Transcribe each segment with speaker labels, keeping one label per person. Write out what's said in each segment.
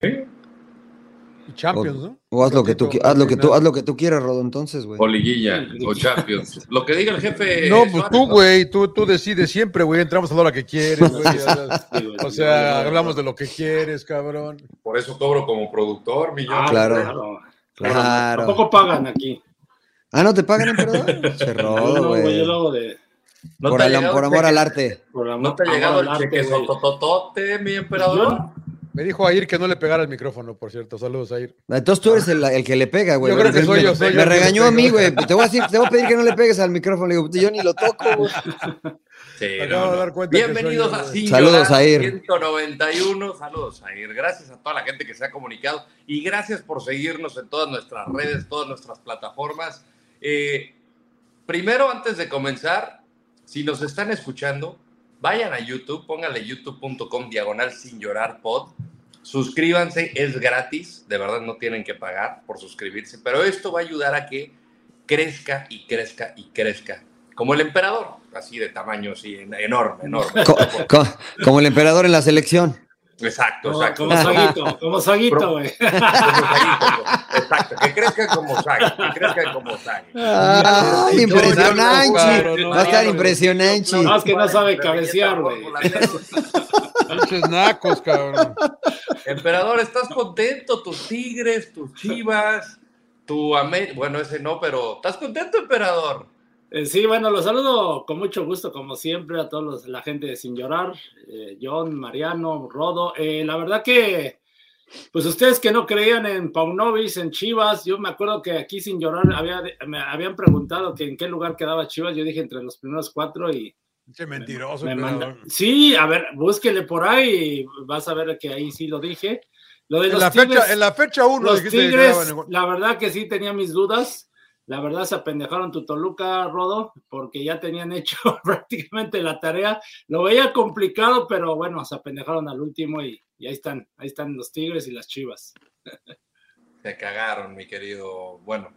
Speaker 1: Sí.
Speaker 2: Y Champions, ¿no?
Speaker 3: Pues, O haz lo que tú qui- haz lo que tú haz lo que tú quieras, Rodo, entonces, güey.
Speaker 1: O liguilla, o Champions. Lo que diga el jefe.
Speaker 2: No, pues
Speaker 1: Suárez,
Speaker 2: tú, güey, tú, tú decides siempre, güey, entramos a la hora que quieres, güey. O sea, hablamos de lo que quieres, cabrón.
Speaker 1: Por eso cobro como productor, mi yo.
Speaker 3: Ah, Claro.
Speaker 4: Claro.
Speaker 3: Claro.
Speaker 4: Tampoco pagan aquí.
Speaker 3: Ah, no te pagan emperador. Che, Rodo,
Speaker 4: no, güey, yo
Speaker 3: güey.
Speaker 4: lo hago de.
Speaker 1: ¿No
Speaker 3: por,
Speaker 1: te ha
Speaker 3: al-
Speaker 1: llegado
Speaker 3: por
Speaker 1: el
Speaker 3: amor
Speaker 1: cheque-
Speaker 3: al arte.
Speaker 4: por la-
Speaker 1: ¿No te ha llegado el
Speaker 4: al arte,
Speaker 1: cheque
Speaker 4: güey.
Speaker 1: sotototote, mi emperador?
Speaker 2: Me dijo Air que no le pegara el micrófono, por cierto. Saludos, Air.
Speaker 3: Entonces tú eres el, el que le pega, güey.
Speaker 2: Yo creo que
Speaker 3: Me-
Speaker 2: soy yo,
Speaker 3: me-
Speaker 2: soy yo
Speaker 3: Me
Speaker 2: el que le
Speaker 3: regañó
Speaker 2: pega.
Speaker 3: a mí, güey. Te voy a decir, te voy a pedir que no le pegues al micrófono. Le digo, yo ni lo toco, güey.
Speaker 1: Sí,
Speaker 2: Me
Speaker 1: no,
Speaker 2: acabo de
Speaker 1: no.
Speaker 2: dar cuenta que
Speaker 1: Bienvenidos
Speaker 2: soy yo,
Speaker 1: a
Speaker 2: güey.
Speaker 1: Sin
Speaker 3: Saludos,
Speaker 1: Llorar
Speaker 3: Air.
Speaker 1: 191. Saludos, Air. Gracias a toda la gente que se ha comunicado y gracias por seguirnos en todas nuestras redes, todas nuestras plataformas. Eh, primero, antes de comenzar, si nos están escuchando, vayan a YouTube, pónganle youtube.com diagonal sin llorar pod. Suscríbanse, es gratis, de verdad no tienen que pagar por suscribirse, pero esto va a ayudar a que crezca y crezca y crezca. Como el emperador, así de tamaño, así en- enorme, enorme.
Speaker 3: Co- co- como el emperador en la selección.
Speaker 1: Exacto,
Speaker 4: Como-
Speaker 1: exacto.
Speaker 4: Como Saguito, como Saguito, güey.
Speaker 1: Como Saguito, exacto, que crezca como Sagi, que crezca como Sagi.
Speaker 3: Ah,
Speaker 2: Yo-
Speaker 3: impresionante.
Speaker 2: Claro, no,
Speaker 3: Va a estar
Speaker 2: claro.
Speaker 3: impresionante.
Speaker 4: No, es que no sabe cabecear, güey.
Speaker 2: Pinches nacos, cabrón.
Speaker 1: Emperador, ¿estás contento? Tus tigres, tus chivas, tu Amé- Bueno, ese no, pero ¿estás contento, emperador?
Speaker 4: Eh, Sí, bueno, los saludo con mucho gusto, como siempre, a todos los- la gente de Sin Llorar, eh, John, Mariano, Rodo. Eh, la verdad que, pues ustedes que no creían en Paunovis, en Chivas, yo me acuerdo que aquí Sin Llorar había, me habían preguntado que en qué lugar quedaba Chivas, yo dije entre los primeros cuatro y
Speaker 2: Pinche mentiroso,
Speaker 4: me manda.
Speaker 2: cabrón.
Speaker 4: Sí, a ver, búsquele por ahí, y vas a ver que ahí sí lo dije. Lo de
Speaker 2: En
Speaker 4: los
Speaker 2: la,
Speaker 4: Tigres-
Speaker 2: fecha, en la fecha 1
Speaker 4: los
Speaker 2: dijiste que
Speaker 4: Tigres,
Speaker 2: ganaban el-
Speaker 4: la verdad que sí tenía mis dudas. La verdad se apendejaron tu Toluca, Rodo, porque ya tenían hecho prácticamente la tarea. Lo veía complicado, pero bueno, se apendejaron al último y, y ahí están, ahí están los Tigres y las Chivas.
Speaker 1: Se cagaron, mi querido. Bueno,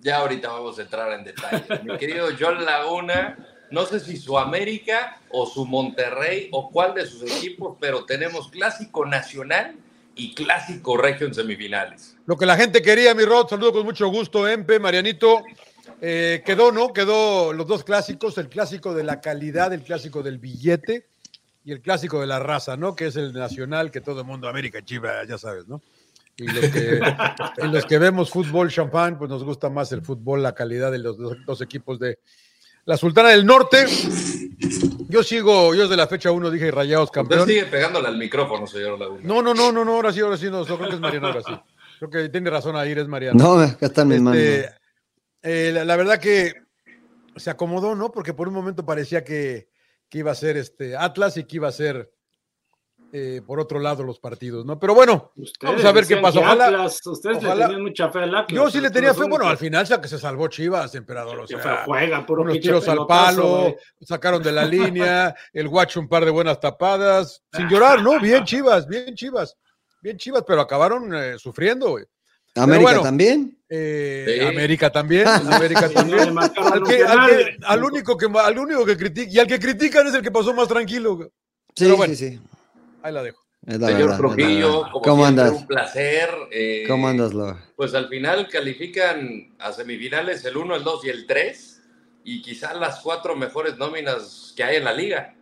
Speaker 1: ya ahorita vamos a entrar en detalle. Mi querido John Laguna, no sé si su América o su Monterrey o cuál de sus equipos, pero tenemos clásico nacional y clásico regio en semifinales.
Speaker 2: Lo que la gente quería, mi Rod, saludo con mucho gusto, Empe, Marianito. Eh, quedó, ¿no? Quedó los dos clásicos, el clásico de la calidad, el clásico del billete y el clásico de la raza, ¿no? Que es el nacional que todo el mundo, América Chiva, ya sabes, ¿no? Y los que, en los que vemos fútbol champán, pues nos gusta más el fútbol, la calidad de los dos, dos equipos de la Sultana del Norte. Yo sigo, yo desde la fecha 1 dije rayados
Speaker 1: Usted
Speaker 2: campeón.
Speaker 1: sigue pegándole al micrófono, señor Laguna.
Speaker 2: No, no, no, no, no, ahora sí, ahora sí, no, creo que es Mariano, ahora sí. Creo que tiene razón ahí, es Mariano.
Speaker 3: No, acá están mis manos.
Speaker 2: Este, eh, la, la verdad que se acomodó, ¿no? Porque por un momento parecía que, que iba a ser este Atlas y que iba a ser eh, por otro lado los partidos, ¿no? Pero bueno, Vamos a ver qué
Speaker 4: decían
Speaker 2: pasa,
Speaker 4: que
Speaker 2: ojalá-
Speaker 4: Atlas, ustedes le
Speaker 2: ojalá-
Speaker 4: tenían mucha fe al Atlas.
Speaker 2: yo sí le
Speaker 4: pero
Speaker 2: tenía
Speaker 4: los
Speaker 2: fe, bueno, al
Speaker 4: únicos
Speaker 2: final ya que se salvó Chivas, emperador, o
Speaker 4: que
Speaker 2: sea,
Speaker 4: juega, puro
Speaker 2: unos
Speaker 4: pinche
Speaker 2: tiros al
Speaker 4: pelotazo,
Speaker 2: palo,
Speaker 4: güey.
Speaker 2: sacaron de la línea, el guacho un par de buenas tapadas, sin llorar, ¿no? Bien Chivas, bien Chivas, bien Chivas, pero acabaron eh, sufriendo, güey.
Speaker 3: América
Speaker 2: bueno.
Speaker 3: también.
Speaker 2: Eh,
Speaker 1: Sí.
Speaker 2: América también, América
Speaker 4: Y no
Speaker 2: también.
Speaker 4: le marcaron
Speaker 2: al,
Speaker 4: un
Speaker 2: que- al
Speaker 4: penal.
Speaker 2: que- al único que al único que critica y al que critican es el que pasó más tranquilo. güey.
Speaker 3: Sí,
Speaker 2: Pero bueno.
Speaker 3: sí, sí.
Speaker 2: Ahí la dejo.
Speaker 3: Es la verdad,
Speaker 1: Señor
Speaker 3: es la
Speaker 1: Trujillo,
Speaker 3: verdad.
Speaker 1: como
Speaker 3: ¿Cómo
Speaker 1: siempre,
Speaker 3: andas?
Speaker 1: un placer. eh,
Speaker 3: ¿Cómo andas, Loa?
Speaker 1: Pues al final califican a semifinales el 1, el 2 y el 3 y quizás las cuatro mejores nóminas que hay en la liga.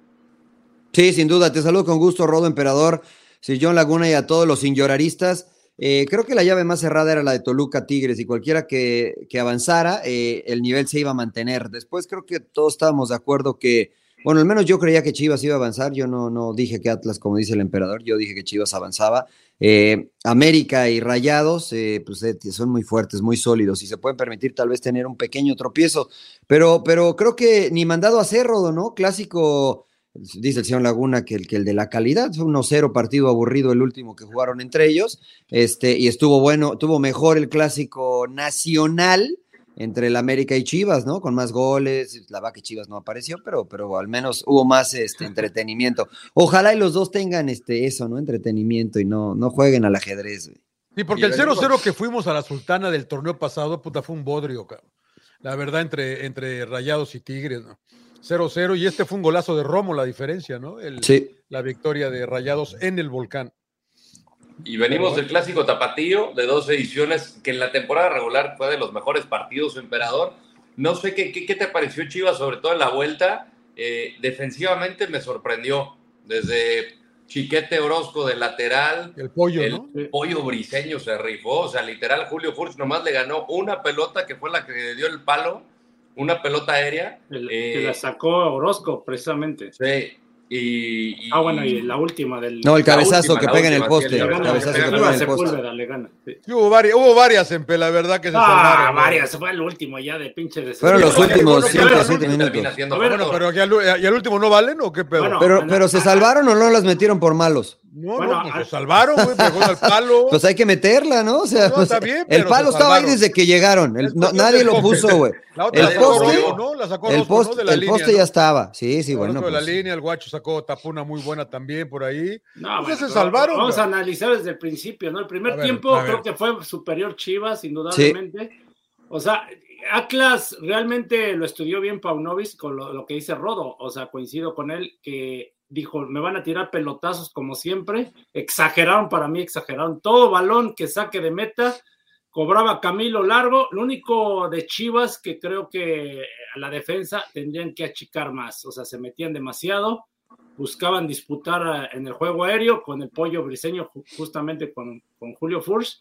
Speaker 3: Sí, sin duda. Te saludo con gusto, Rodo Emperador, Sillón Laguna y a todos los sin lloraristas. Eh, creo que la llave más cerrada era la de Toluca Tigres y cualquiera que, que avanzara, eh, el nivel se iba a mantener. Después creo que todos estábamos de acuerdo que, bueno, al menos yo creía que Chivas iba a avanzar. Yo no, no dije que Atlas, como dice el emperador, yo dije que Chivas avanzaba. Eh, América y Rayados, eh, pues eh, son muy fuertes, muy sólidos y se pueden permitir tal vez tener un pequeño tropiezo. Pero, pero creo que ni mandado a hacer, Rodo, ¿no? Clásico dice el señor Laguna que el, que el de la calidad fue 1-0 partido aburrido el último que jugaron entre ellos, este, y estuvo bueno, tuvo mejor el clásico nacional entre el América y Chivas, ¿no? Con más goles, la vaca y Chivas no apareció, pero, pero al menos hubo más este, entretenimiento. Ojalá y los dos tengan este, eso, ¿no? Entretenimiento y no, no jueguen al ajedrez. güey.
Speaker 2: Sí,
Speaker 1: Y
Speaker 2: porque el
Speaker 1: venimos.
Speaker 2: 0-0 que fuimos a la Sultana del torneo pasado, puta, fue un bodrio, cabrón. La verdad, entre, entre Rayados y Tigres, ¿no? 0-0 y este fue un golazo de Romo la diferencia, ¿no? El-
Speaker 3: Sí,
Speaker 2: La victoria de Rayados en el volcán.
Speaker 1: Y venimos del clásico tapatío de dos ediciones que en la temporada regular fue de los mejores partidos, emperador. No sé qué, qué, qué te pareció Chivas, sobre todo en la vuelta. Eh, defensivamente me sorprendió. Desde Chiquete Orozco de lateral,
Speaker 2: El pollo,
Speaker 1: el
Speaker 2: ¿no?
Speaker 1: pollo briseño se rifó. O sea, literal, Julio Furch nomás le ganó una pelota que fue la que le dio el palo, una pelota aérea.
Speaker 4: El-
Speaker 1: Eh,
Speaker 4: que la sacó Orozco, precisamente.
Speaker 1: Sí. Y, y-
Speaker 4: Ah, bueno, y la última del.
Speaker 3: No, el
Speaker 1: La
Speaker 3: cabezazo
Speaker 1: última,
Speaker 3: que
Speaker 1: la
Speaker 3: pega en el
Speaker 1: última, sí,
Speaker 3: poste.
Speaker 1: la
Speaker 3: El
Speaker 1: verdad,
Speaker 3: cabezazo que
Speaker 1: pega
Speaker 3: pega
Speaker 1: arriba,
Speaker 4: Sepúlveda,
Speaker 3: en el poste.
Speaker 4: Sepúlveda le gana. sí.
Speaker 2: Sí, hubo varias, hubo varias, Empe, la verdad que se
Speaker 4: Ah,
Speaker 2: salvaron.
Speaker 4: varias, fue el último ya de pinche de
Speaker 3: Fueron los
Speaker 1: Pero
Speaker 4: Sepúlveda.
Speaker 3: últimos
Speaker 1: bueno,
Speaker 3: cinco
Speaker 1: pero
Speaker 3: o
Speaker 1: el
Speaker 3: siete
Speaker 1: último
Speaker 3: minutos.
Speaker 1: termina siendo
Speaker 4: A ver,
Speaker 1: mejor.
Speaker 2: Bueno, pero aquí al, eh, y al último no valen o qué pedo?
Speaker 4: Bueno,
Speaker 3: Pero, pero se salvaron o no las metieron por malos.
Speaker 2: no,
Speaker 4: bueno,
Speaker 2: no, pues
Speaker 4: al-
Speaker 2: se salvaron, güey, pegó al palo.
Speaker 3: Pues hay que meterla, ¿no? O sea,
Speaker 2: No,
Speaker 3: pues,
Speaker 2: está bien,
Speaker 3: el
Speaker 2: pero
Speaker 3: palo
Speaker 2: se
Speaker 3: estaba ahí
Speaker 2: salvaron.
Speaker 3: desde que llegaron. El-
Speaker 2: Es
Speaker 3: no-
Speaker 2: cuestión
Speaker 3: nadie
Speaker 2: del
Speaker 3: lo
Speaker 2: poste.
Speaker 3: puso, güey.
Speaker 2: La otra
Speaker 3: El
Speaker 2: la sacó
Speaker 1: poste-
Speaker 2: Orozco, ¿no? La sacó
Speaker 3: El
Speaker 2: Orozco, ¿no?
Speaker 3: poste,
Speaker 2: de la
Speaker 3: el
Speaker 2: línea,
Speaker 3: poste
Speaker 2: ¿no?
Speaker 3: ya estaba. Sí, sí,
Speaker 2: Orozco
Speaker 3: bueno.
Speaker 2: de la
Speaker 3: pues.
Speaker 2: línea, el guacho sacó, tapó una muy buena también por ahí.
Speaker 4: No,
Speaker 2: Entonces se
Speaker 4: bueno,
Speaker 2: salvaron,
Speaker 4: Vamos a
Speaker 2: güey.
Speaker 4: analizar desde el principio, ¿no? El primer
Speaker 2: A ver,
Speaker 4: tiempo
Speaker 2: a ver.
Speaker 4: creo que fue superior Chivas, indudablemente. O sea, Atlas realmente lo estudió bien Paunovis con lo, lo que dice Rodo. O sea, coincido con él que dijo, me van a tirar pelotazos como siempre. Exageraron para mí, exageraron. Todo balón que saque de meta cobraba Camilo Largo. Lo único de Chivas que creo que a la defensa tendrían que achicar más. O sea, se metían demasiado buscaban disputar eh, en el juego aéreo con el pollo briseño, ju- justamente con, con Julio Furch.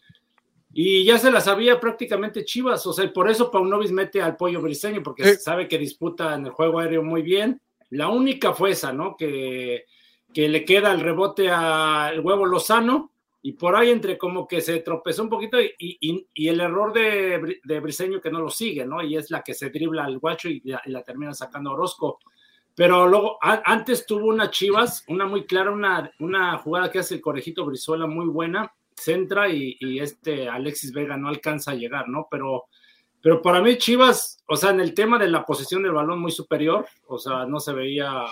Speaker 4: Y ya se la sabía prácticamente Chivas, o sea, y por eso Paunovis mete al pollo briseño, porque
Speaker 2: Sí.
Speaker 4: sabe que disputa en el juego aéreo muy bien. La única fue esa, ¿no? Que, que le queda el rebote al huevo Lozano y por ahí entre como que se tropezó un poquito y, y- y el error de, Bri- de briseño que no lo sigue, ¿no? Y es la que se dribla al guacho y la, y la termina sacando Orozco. Pero luego, a- antes tuvo una Chivas, una muy clara, una, una jugada que hace el Corejito Brizuela muy buena, centra y, y este Alexis Vega no alcanza a llegar, ¿no? Pero, pero para mí Chivas, o sea, en el tema de la posesión del balón muy superior, o sea, no se veía,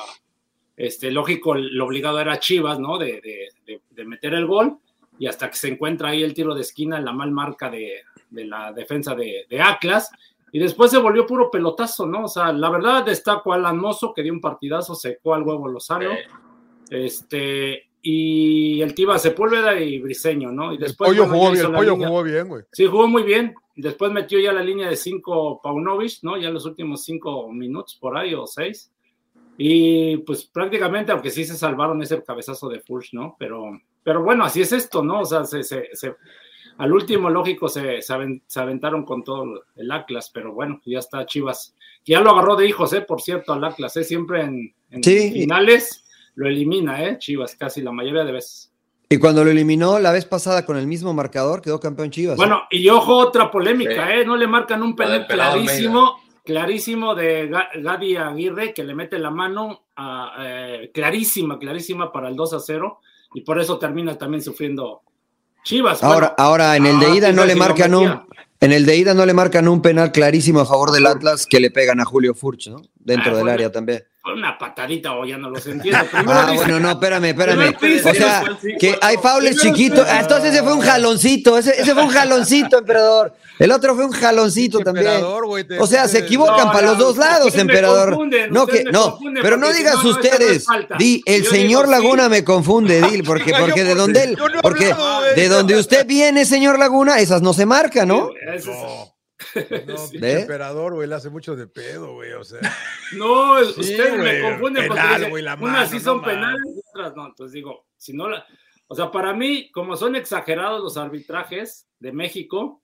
Speaker 4: este, lógico, lo obligado era Chivas, ¿no? De, de- de- de meter el gol y hasta que se encuentra ahí el tiro de esquina en la mal marca de, de la defensa de, de Atlas. Y después se volvió puro pelotazo, ¿no? O sea, la verdad destaco a Alan Mozo, que dio un partidazo, secó al huevo Lozano.
Speaker 1: Eh,
Speaker 4: Este, y el Tiba Sepúlveda y Briseño, ¿no? Y
Speaker 2: El
Speaker 4: después.
Speaker 2: pollo
Speaker 4: bueno, ya
Speaker 2: jugó bien,
Speaker 4: hizo
Speaker 2: el
Speaker 4: la
Speaker 2: pollo
Speaker 4: línea.
Speaker 2: jugó bien, güey.
Speaker 4: Sí, jugó muy bien. Después metió ya la línea de cinco Paunovic, ¿no? Ya los últimos cinco minutos por ahí o seis. Y pues prácticamente, aunque sí se salvaron ese cabezazo de Furch, ¿no? Pero, pero bueno, así es esto, ¿no? O sea, se, se- se- al último, lógico, se, se, aven- se aventaron con todo el Atlas, pero bueno, ya está Chivas. Que Ya lo agarró de hijos, ¿eh? Por cierto, al Atlas, ¿eh? Siempre en, en
Speaker 3: Sí.
Speaker 4: finales lo elimina, ¿eh? Chivas, casi la mayoría de veces.
Speaker 3: Y cuando lo eliminó la vez pasada con el mismo marcador, quedó campeón Chivas.
Speaker 4: Bueno, y ojo, otra polémica,
Speaker 1: Sí.
Speaker 4: ¿eh? No le marcan un
Speaker 1: La del
Speaker 4: penal
Speaker 1: pelado
Speaker 4: clarísimo, clarísimo de Ga- Gaby Aguirre que le mete la mano a, eh, clarísima, clarísima para el 2 a 0 y por eso termina también sufriendo Chivas.
Speaker 3: Ahora,
Speaker 4: Bueno,
Speaker 3: ahora en el de
Speaker 4: ah,
Speaker 3: ida no
Speaker 4: sí,
Speaker 3: le
Speaker 4: sí,
Speaker 3: marcan
Speaker 4: lo
Speaker 3: un,
Speaker 4: metía.
Speaker 3: en el de ida no le marcan un penal clarísimo a favor del Atlas que le pegan a Julio Furch, ¿no? Dentro
Speaker 4: Ah,
Speaker 3: del
Speaker 4: bueno.
Speaker 3: área también.
Speaker 4: fue una patadita o ya no los entiendo. Primero
Speaker 3: Ah,
Speaker 4: dice-
Speaker 3: bueno, no, espérame, espérame.
Speaker 4: Primero dice-
Speaker 3: O sea, que hay faules
Speaker 4: Primero
Speaker 3: chiquitos.
Speaker 4: dice-
Speaker 3: Ah, entonces ese fue un jaloncito, ese, ese fue un jaloncito, emperador. El otro fue un jaloncito también.
Speaker 2: Emperador, güey, te-
Speaker 3: O sea, se
Speaker 2: te-
Speaker 3: equivocan
Speaker 4: No,
Speaker 3: para
Speaker 4: no,
Speaker 3: los dos
Speaker 4: ustedes
Speaker 3: lados,
Speaker 4: me
Speaker 3: emperador.
Speaker 4: confunden,
Speaker 3: No,
Speaker 4: ustedes
Speaker 3: que
Speaker 4: me
Speaker 3: no,
Speaker 4: confunden,
Speaker 3: pero no
Speaker 4: porque si
Speaker 3: digas
Speaker 4: no, no, esta no es
Speaker 3: ustedes.
Speaker 4: falta.
Speaker 3: Di, el
Speaker 4: Yo
Speaker 3: señor
Speaker 4: digo, sí.
Speaker 3: Laguna me confunde, Dil, porque,
Speaker 2: Oiga, yo
Speaker 3: porque de
Speaker 2: por-
Speaker 3: donde él,
Speaker 2: yo no he
Speaker 3: porque
Speaker 2: hablado, güey.
Speaker 3: de donde usted viene, señor Laguna, esas no se marcan, ¿no?
Speaker 4: Ese es-
Speaker 2: No. No,
Speaker 4: Sí.
Speaker 2: pinche
Speaker 3: ¿Ve?
Speaker 2: emperador, güey, le hace mucho de pedo, güey. O sea,
Speaker 4: No,
Speaker 2: Sí,
Speaker 4: ustedes
Speaker 2: güey,
Speaker 4: me confunden porque
Speaker 2: penal,
Speaker 4: dicen,
Speaker 2: güey, la mano,
Speaker 4: unas sí
Speaker 2: no
Speaker 4: son
Speaker 2: mames.
Speaker 4: penales y otras no. Entonces digo, si no la, o sea, para mí, como son exagerados los arbitrajes de México,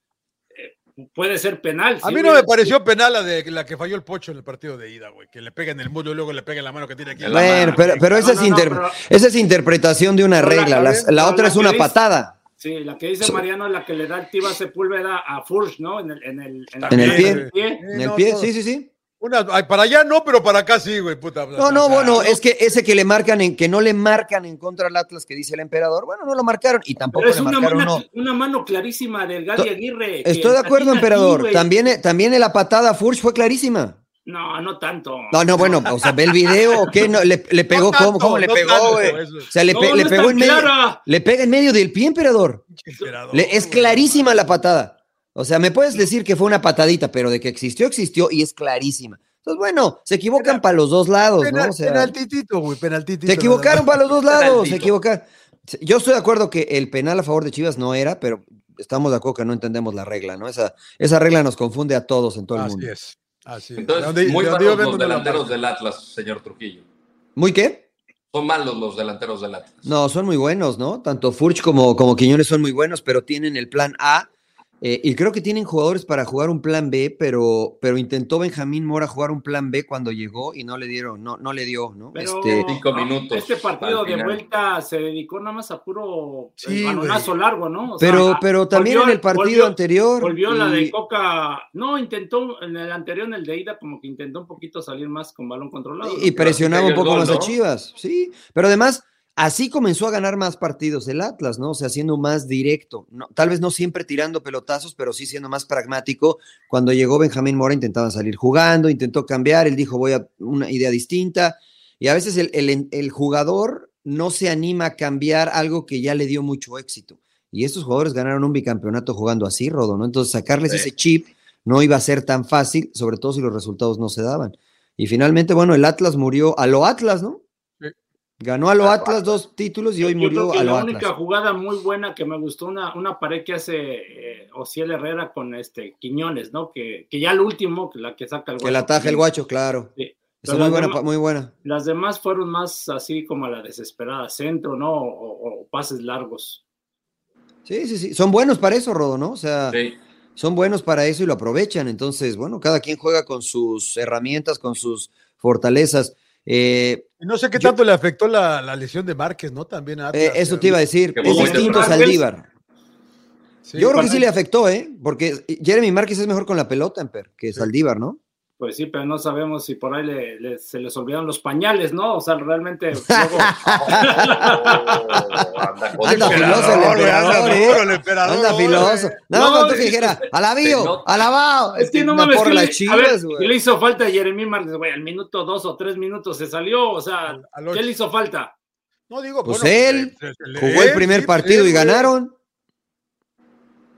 Speaker 4: eh, puede ser penal.
Speaker 2: a
Speaker 4: sí,
Speaker 2: mí no
Speaker 4: güey.
Speaker 2: me pareció penal la de la que falló el pocho en el partido de ida, güey. Que le pega en el muslo y luego le pega en la mano que tiene aquí.
Speaker 1: En la
Speaker 3: Bueno,
Speaker 1: mano,
Speaker 3: pero, pero
Speaker 4: No,
Speaker 3: esa, es
Speaker 4: no, no,
Speaker 3: inter-
Speaker 4: pero-
Speaker 3: esa es interpretación de una
Speaker 4: Pero la-
Speaker 3: regla, las- la,
Speaker 4: pero la
Speaker 3: otra es
Speaker 4: que
Speaker 3: una
Speaker 4: dice-
Speaker 3: patada.
Speaker 4: Sí, la que dice Mariano es la que le da el tiba Sepúlveda a Furch, ¿no? En el, en el, la
Speaker 3: En el
Speaker 4: pierna,
Speaker 3: pie.
Speaker 4: en el pie.
Speaker 3: En el
Speaker 2: no,
Speaker 3: pie,
Speaker 2: todo-
Speaker 3: sí, sí, sí.
Speaker 2: Una- ay, para allá no, pero para acá sí, güey, puta.
Speaker 3: No, no, bueno, es que ese que le marcan en que no le marcan en contra al Atlas que dice el emperador, bueno, no lo marcaron y tampoco
Speaker 4: Pero es
Speaker 3: le
Speaker 4: una,
Speaker 3: marcaron
Speaker 4: mano-
Speaker 3: no.
Speaker 4: una mano clarísima del Gadi
Speaker 3: To-
Speaker 4: Aguirre. que
Speaker 3: Estoy de acuerdo,
Speaker 4: patina aquí,
Speaker 3: emperador.
Speaker 4: güey.
Speaker 3: También, eh, también la patada a Furch fue clarísima.
Speaker 4: No, no tanto.
Speaker 3: No, no, bueno, o sea, ve el video o qué, no, le, le pegó,
Speaker 2: tanto,
Speaker 3: ¿cómo, cómo le
Speaker 2: no
Speaker 3: pegó,
Speaker 2: tanto,
Speaker 3: güey?
Speaker 2: eso.
Speaker 3: O sea, le,
Speaker 4: No,
Speaker 3: pe-
Speaker 4: no
Speaker 3: le
Speaker 4: es
Speaker 3: pegó
Speaker 4: tan
Speaker 3: en medio,
Speaker 4: clara.
Speaker 3: le pega en medio del pie, emperador. Le- es clarísima la patada. O sea, me puedes decir que fue una patadita, pero de que existió, existió y es clarísima. Entonces, bueno, se equivocan para los dos lados, ¿no? O sea,
Speaker 2: penaltitito, güey, penaltitito.
Speaker 3: se equivocaron para los dos lados, se
Speaker 1: Penaltito.
Speaker 3: equivocaron. Yo estoy de acuerdo que el penal a favor de Chivas no era, pero estamos de acuerdo que no entendemos la regla, ¿no? Esa, esa regla nos confunde a todos en todo el
Speaker 2: Así
Speaker 3: mundo.
Speaker 2: es. Así es.
Speaker 1: Entonces,
Speaker 2: ¿De dónde-
Speaker 1: muy
Speaker 2: de
Speaker 1: malos
Speaker 2: dónde iba
Speaker 1: los
Speaker 2: viendo la
Speaker 1: delanteros
Speaker 2: parte?
Speaker 1: del Atlas, señor Trujillo.
Speaker 3: ¿Muy qué?
Speaker 1: Son malos los delanteros del Atlas.
Speaker 3: No, son muy buenos, ¿no? Tanto Furch como, como Quiñones son muy buenos, pero tienen el plan A. eh, y creo que tienen jugadores para jugar un plan B, pero, pero intentó Benjamín Mora jugar un plan B cuando llegó y no le dieron, no, no le dio, ¿no?
Speaker 4: Pero
Speaker 3: Este,
Speaker 1: Cinco minutos
Speaker 4: este partido
Speaker 1: al
Speaker 4: de
Speaker 1: final.
Speaker 4: vuelta se dedicó nada más a puro
Speaker 2: Sí,
Speaker 4: eh, balonazo largo, ¿no? O sea,
Speaker 3: pero,
Speaker 4: a-
Speaker 3: pero también
Speaker 4: volvió-
Speaker 3: en el partido
Speaker 4: volvió-
Speaker 3: anterior.
Speaker 4: Volvió la
Speaker 3: y-
Speaker 4: de Coca. No, intentó en el anterior, en el de ida, como que intentó un poquito salir más con balón controlado.
Speaker 3: Y, y
Speaker 4: ¿no?
Speaker 3: presionaba un
Speaker 1: cayó el
Speaker 3: poco
Speaker 1: gol,
Speaker 3: más a
Speaker 1: ¿no?
Speaker 3: Chivas, sí. Pero además, así comenzó a ganar más partidos el Atlas, ¿no? O sea, siendo más directo. No, tal vez no siempre tirando pelotazos, pero sí siendo más pragmático. Cuando llegó Benjamín Mora intentaban salir jugando, intentó cambiar, él dijo voy a una idea distinta. Y a veces el, el- el jugador no se anima a cambiar algo que ya le dio mucho éxito. Y estos jugadores ganaron un bicampeonato jugando así, Rodo, ¿no? Entonces sacarles
Speaker 1: Sí.
Speaker 3: ese chip no iba a ser tan fácil, sobre todo si los resultados no se daban. Y finalmente, bueno, el Atlas murió a lo Atlas, ¿no?
Speaker 2: Sí.
Speaker 3: Ganó a lo
Speaker 1: A lo
Speaker 3: Atlas dos títulos y hoy
Speaker 4: Yo
Speaker 3: murió
Speaker 4: creo que
Speaker 3: a lo
Speaker 4: la
Speaker 3: Atlas.
Speaker 4: única jugada muy buena que me gustó, una, una pared que hace eh, Ociel Herrera con este Quiñones, ¿no? Que, que ya el último, que la que saca el
Speaker 3: Que la ataja el guacho, claro.
Speaker 4: Sí.
Speaker 3: Está
Speaker 4: Pero
Speaker 3: muy
Speaker 4: las
Speaker 3: buena,
Speaker 4: demás-
Speaker 3: pa- muy buena.
Speaker 4: Las demás fueron más así como a la desesperada, centro, ¿no? O, o- o pases largos.
Speaker 3: Sí, sí, sí. Son buenos para eso, Rodo, ¿no? O sea,
Speaker 1: Sí.
Speaker 3: son buenos para eso y lo aprovechan. Entonces, bueno, cada quien juega con sus herramientas, con sus fortalezas. Eh,
Speaker 2: Y no sé qué
Speaker 3: Yo-
Speaker 2: tanto le afectó la, la lesión de Márquez, ¿no? También a Atlas.
Speaker 3: eh, eso te iba a decir.
Speaker 1: Que
Speaker 3: Es
Speaker 1: muy
Speaker 3: distinto a
Speaker 4: temprano.
Speaker 3: Saldívar.
Speaker 2: Sí,
Speaker 3: Yo creo que
Speaker 2: para-
Speaker 3: sí le afectó, ¿eh? Porque Jeremy Márquez es mejor con la pelota, Emper, que Saldívar, ¿no?
Speaker 4: Pues sí, pero no sabemos si por ahí le- le- se les olvidaron los pañales, ¿no? O sea, realmente luego,
Speaker 1: Oh, anda con
Speaker 3: Anda
Speaker 1: el
Speaker 3: filoso el
Speaker 1: emperador,
Speaker 2: güey, anda
Speaker 3: emperador, ¿eh?
Speaker 2: duro el emperador,
Speaker 3: Anda
Speaker 2: güey.
Speaker 3: filoso. Nada
Speaker 4: Ah, No,
Speaker 3: más faltó que
Speaker 4: es-
Speaker 3: dijera,
Speaker 1: Te
Speaker 3: alabío,
Speaker 1: nota.
Speaker 3: alabado.
Speaker 4: Es que no
Speaker 3: Una
Speaker 4: mames,
Speaker 3: por
Speaker 4: ¿qué
Speaker 3: las
Speaker 4: le, a ver,
Speaker 3: chivas,
Speaker 4: ¿qué le
Speaker 3: güey.
Speaker 4: hizo falta a Jeremy Márquez? Güey, al minuto dos o tres minutos se salió, o sea,
Speaker 2: Al- al ocho.
Speaker 4: ¿qué le hizo falta?
Speaker 2: No digo,
Speaker 3: Pues
Speaker 2: bueno,
Speaker 3: él
Speaker 2: se- se- se-
Speaker 3: Jugó el
Speaker 4: ¿Eh?
Speaker 2: él,
Speaker 3: primer
Speaker 2: sí,
Speaker 3: partido
Speaker 2: él,
Speaker 3: y
Speaker 2: güey.
Speaker 3: ganaron.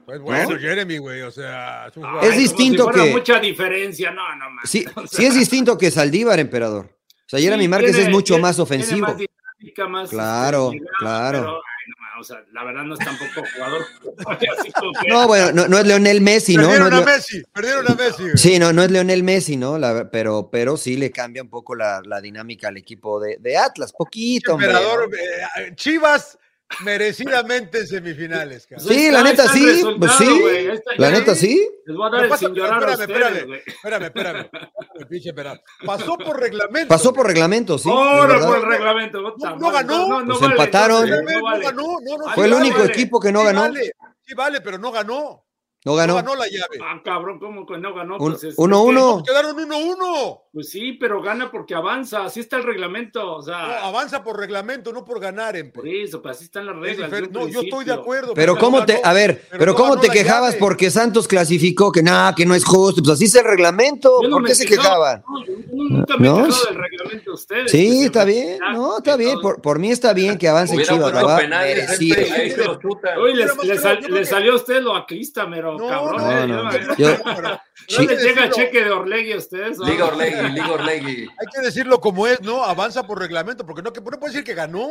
Speaker 2: Pues bueno,
Speaker 3: ¿No?
Speaker 2: Jeremy, güey, o sea, es un
Speaker 4: Ay,
Speaker 2: jugador.
Speaker 4: como
Speaker 3: distinto
Speaker 4: si fuera
Speaker 3: que-
Speaker 4: mucha diferencia, no, no mames.
Speaker 3: Sí,
Speaker 4: O sea,
Speaker 3: sí es distinto que Saldívar, emperador. O sea, Jeremy
Speaker 4: sí,
Speaker 3: Márquez
Speaker 4: tiene-
Speaker 3: es mucho
Speaker 4: tiene-
Speaker 3: más
Speaker 4: tiene
Speaker 3: ofensivo.
Speaker 4: más dinámica, más,
Speaker 3: Claro,
Speaker 4: este,
Speaker 3: claro.
Speaker 4: pero, ay, no mames, o sea, la verdad no es tampoco jugador. así como que-
Speaker 3: No, bueno, no, no es Leonel Messi, ¿no? No
Speaker 2: Perdieron
Speaker 3: es
Speaker 2: a
Speaker 3: Leo-
Speaker 2: Messi, perdieron a Messi. güey.
Speaker 3: Sí, no, no es Leonel Messi, ¿no? La- pero, pero sí le cambia un poco la, la dinámica al equipo de, de Atlas, poquito, Este hombre.
Speaker 2: Emperador, eh, Chivas merecidamente en semifinales, cabrón.
Speaker 3: Sí,
Speaker 4: pues, Ahí
Speaker 3: la
Speaker 4: está,
Speaker 3: neta
Speaker 4: ahí está
Speaker 3: sí,
Speaker 4: el resultado,
Speaker 3: pues sí,
Speaker 4: güey, ahí está,
Speaker 3: La
Speaker 4: ya
Speaker 3: neta,
Speaker 4: vi.
Speaker 3: sí.
Speaker 4: Les voy a dar el
Speaker 2: Pasa-
Speaker 4: sin llorar a
Speaker 2: espérame,
Speaker 4: ustedes,
Speaker 2: espérame.
Speaker 4: güey.
Speaker 2: Espérame, espérame. El pinche emperador. Pasó por reglamento.
Speaker 3: Pasó por reglamento, sí. es
Speaker 4: Ahora
Speaker 3: verdad.
Speaker 4: por el reglamento. puta
Speaker 2: No, no
Speaker 4: madre,
Speaker 2: ganó.
Speaker 3: Pues
Speaker 4: vale,
Speaker 3: empataron.
Speaker 4: entonces,
Speaker 2: Reglamento,
Speaker 4: no vale.
Speaker 2: ganó, no, no,
Speaker 4: Fue
Speaker 2: sí
Speaker 3: Fue el
Speaker 2: vale,
Speaker 3: único
Speaker 2: güey.
Speaker 3: equipo que no
Speaker 2: Sí
Speaker 3: ganó.
Speaker 2: vale, sí vale, pero no ganó.
Speaker 3: No
Speaker 2: No
Speaker 3: ganó.
Speaker 2: ganó la llave.
Speaker 4: Ah, cabrón, ¿cómo que no ganó?
Speaker 3: Un-
Speaker 4: Pues es- es
Speaker 3: 1-1.
Speaker 2: Quedaron 1-1.
Speaker 4: que- Pues sí, pero gana porque avanza. Así está el reglamento. O
Speaker 2: No,
Speaker 4: sea,
Speaker 2: avanza por reglamento, no por ganar, Empe.
Speaker 4: por eso, pues así están las
Speaker 2: Es
Speaker 4: reglas.
Speaker 2: difer-
Speaker 4: de un
Speaker 2: No, yo estoy de
Speaker 4: principio.
Speaker 2: acuerdo.
Speaker 3: Pero
Speaker 2: no
Speaker 3: cómo te,
Speaker 2: ganó.
Speaker 3: a ver, pero,
Speaker 2: no
Speaker 3: cómo
Speaker 2: ganó
Speaker 3: te
Speaker 2: la
Speaker 3: quejabas
Speaker 2: llave.
Speaker 3: porque Santos clasificó que nada, que no es justo, pues así es el reglamento,
Speaker 4: Yo no
Speaker 3: ¿por
Speaker 4: me
Speaker 3: qué se
Speaker 4: quejaba,
Speaker 3: quejaban?
Speaker 4: no, yo nunca me he
Speaker 3: No.
Speaker 4: quejado del reglamento de ustedes.
Speaker 3: Sí,
Speaker 4: Pues,
Speaker 3: está
Speaker 4: me-
Speaker 3: bien,
Speaker 4: ya,
Speaker 3: no, está
Speaker 4: de
Speaker 3: bien,
Speaker 4: todo.
Speaker 3: por, por mí está bien que avance
Speaker 1: Hubiera
Speaker 3: Chivas, Eh, la
Speaker 1: puesto
Speaker 3: va
Speaker 1: penales,
Speaker 3: merecido.
Speaker 1: este, ahí se lo chuta.
Speaker 4: Hoy les,
Speaker 2: Pero,
Speaker 4: les
Speaker 2: pero,
Speaker 4: sal-
Speaker 2: yo creo
Speaker 4: les
Speaker 2: que-
Speaker 4: salió a usted lo acrista, pero
Speaker 2: No,
Speaker 4: cabrón.
Speaker 3: no,
Speaker 4: eh,
Speaker 3: no,
Speaker 4: no,
Speaker 3: no.
Speaker 4: eh.
Speaker 2: yo
Speaker 3: Yo-
Speaker 2: creo que no, pero-
Speaker 4: No
Speaker 2: pero hay
Speaker 4: les
Speaker 2: que
Speaker 4: llega
Speaker 2: decirlo-
Speaker 4: cheque de Orlegui a ustedes. ¿no?
Speaker 1: Liga Orlegui, Liga Orlegui.
Speaker 2: Hay que decirlo como es, ¿no? Avanza por reglamento, porque no, que, no puede decir que ganó.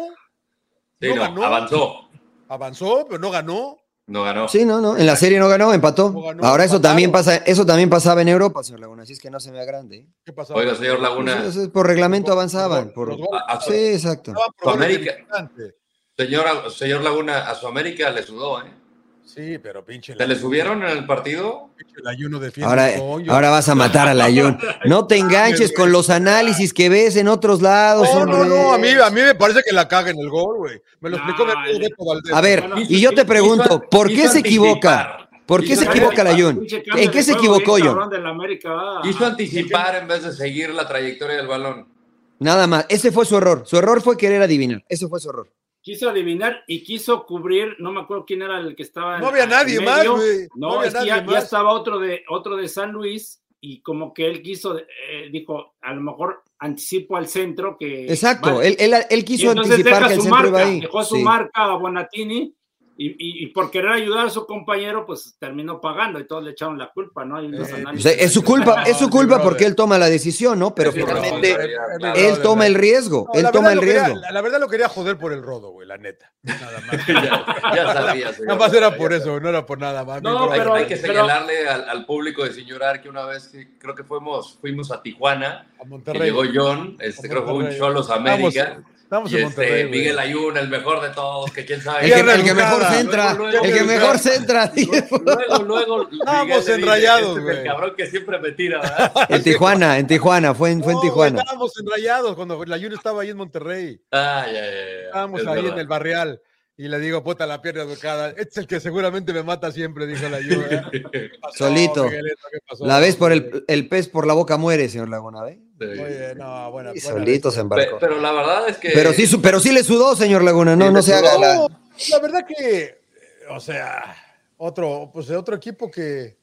Speaker 1: Sí,
Speaker 2: No
Speaker 1: no,
Speaker 2: ganó.
Speaker 1: avanzó.
Speaker 2: Avanzó, pero no ganó.
Speaker 1: No ganó.
Speaker 3: Sí, no, no, en la serie no ganó, empató.
Speaker 2: No ganó,
Speaker 3: Ahora eso
Speaker 2: empataron.
Speaker 3: también pasa, eso también pasaba en Europa, señor Laguna, así es que no se me agrande. ¿eh?
Speaker 2: ¿Qué pasaba?
Speaker 1: Oiga, señor Laguna,
Speaker 3: Pues, eso es por reglamento
Speaker 2: Los-
Speaker 3: avanzaban.
Speaker 2: los-
Speaker 3: por-
Speaker 2: los goles
Speaker 1: a- a su-
Speaker 3: Sí, exacto.
Speaker 2: estaban por goles
Speaker 1: Ah, América.
Speaker 2: de visitante.
Speaker 1: señora- señor Laguna, a su América le sudó, ¿eh?
Speaker 2: Sí, pero pinche.
Speaker 1: ¿Se le subieron en el partido?
Speaker 2: pinche el ayuno defiende.
Speaker 3: Ahora,
Speaker 2: coño.
Speaker 3: ahora vas a matar a Layón. No te enganches con los análisis que ves en otros lados.
Speaker 2: No, no,
Speaker 3: hombre.
Speaker 2: no, a mí, a mí me parece que la caga en el gol, güey. Me lo
Speaker 4: No,
Speaker 2: explicó mi amigo
Speaker 4: el-
Speaker 2: Beto Valdés.
Speaker 3: A ver, y yo te pregunto, ¿por qué se equivoca? ¿Por qué
Speaker 1: Hizo
Speaker 3: se equivoca
Speaker 1: anticipar,
Speaker 3: Layón?
Speaker 4: Pinche cambio
Speaker 3: ¿En qué
Speaker 4: de
Speaker 3: se
Speaker 4: juego bien
Speaker 3: equivocó
Speaker 4: cabrón
Speaker 3: John?
Speaker 4: del América, ah.
Speaker 1: Hizo anticipar en vez de seguir la trayectoria del balón.
Speaker 3: Nada más. Ese fue su error. Su error fue querer adivinar. Ese fue su error.
Speaker 4: quiso adivinar y quiso cubrir, no me acuerdo quién era el que estaba. en-
Speaker 2: No había
Speaker 4: en
Speaker 2: nadie
Speaker 4: medio.
Speaker 2: más, güey.
Speaker 4: No,
Speaker 2: No había
Speaker 4: es que
Speaker 2: nadie
Speaker 4: ya, ya
Speaker 2: más.
Speaker 4: estaba otro de, otro de San Luis y como que él quiso, eh, dijo, a lo mejor anticipo al centro que...
Speaker 3: Exacto.
Speaker 4: vale.
Speaker 3: Él, él- él
Speaker 4: Y
Speaker 3: quiso
Speaker 4: entonces
Speaker 3: anticipar
Speaker 4: deja
Speaker 3: que el
Speaker 4: su
Speaker 3: centro iba
Speaker 4: marca,
Speaker 3: ahí.
Speaker 4: dejó su
Speaker 3: Sí.
Speaker 4: marca a Bonatini Y, y, y, por querer ayudar a su compañero, pues terminó pagando y todos le echaron la culpa, ¿no? Hay unos
Speaker 3: eh, o sea, es su culpa, es su culpa porque él toma la decisión, ¿no? Pero finalmente él toma el riesgo, él toma el riesgo.
Speaker 2: Quería, la verdad lo quería joder por el rodo, güey, la neta. Nada más.
Speaker 1: ya, ya sabía, señor.
Speaker 2: Nada más era por eso, no era por nada más.
Speaker 1: No, pero, hay, hay, que señalarle pero, al, al, público de señorar que una vez que creo que fuimos, fuimos a Tijuana, a Monterrey, que llegó John, este, creo que fue un Cholos América. Vamos.
Speaker 2: Estamos en Monterrey. Este,
Speaker 1: Miguel Ayun, el mejor de todos, que quién sabe.
Speaker 3: El que, el que mejor centra. Luego, luego, el que mejor centra.
Speaker 1: Luego, luego.
Speaker 2: Estábamos enrayados,
Speaker 1: güey. Este el cabrón que siempre me tira, ¿verdad?
Speaker 3: En Tijuana, en Tijuana, fue en, fue en Tijuana.
Speaker 2: Estábamos enrayados cuando el Ayun estaba ahí en Monterrey.
Speaker 1: Ah, ya, ya, ya.
Speaker 2: Estábamos es ahí verdad. en el barrial. Y le digo, puta la pierna educada. Este es el que seguramente me mata siempre, dijo la ayuda.
Speaker 3: Solito. Pasó, la ves por el, el, pez por la boca muere, señor Laguna, ¿ve?
Speaker 2: Sí. Oye, no, buena,
Speaker 3: y solito se embarcó.
Speaker 1: Pero, la verdad es que.
Speaker 3: Ah, Pero sí, pero sí le sudó, señor Laguna, no, sí, no se haga la.
Speaker 2: La verdad que, o sea, otro, pues otro equipo que.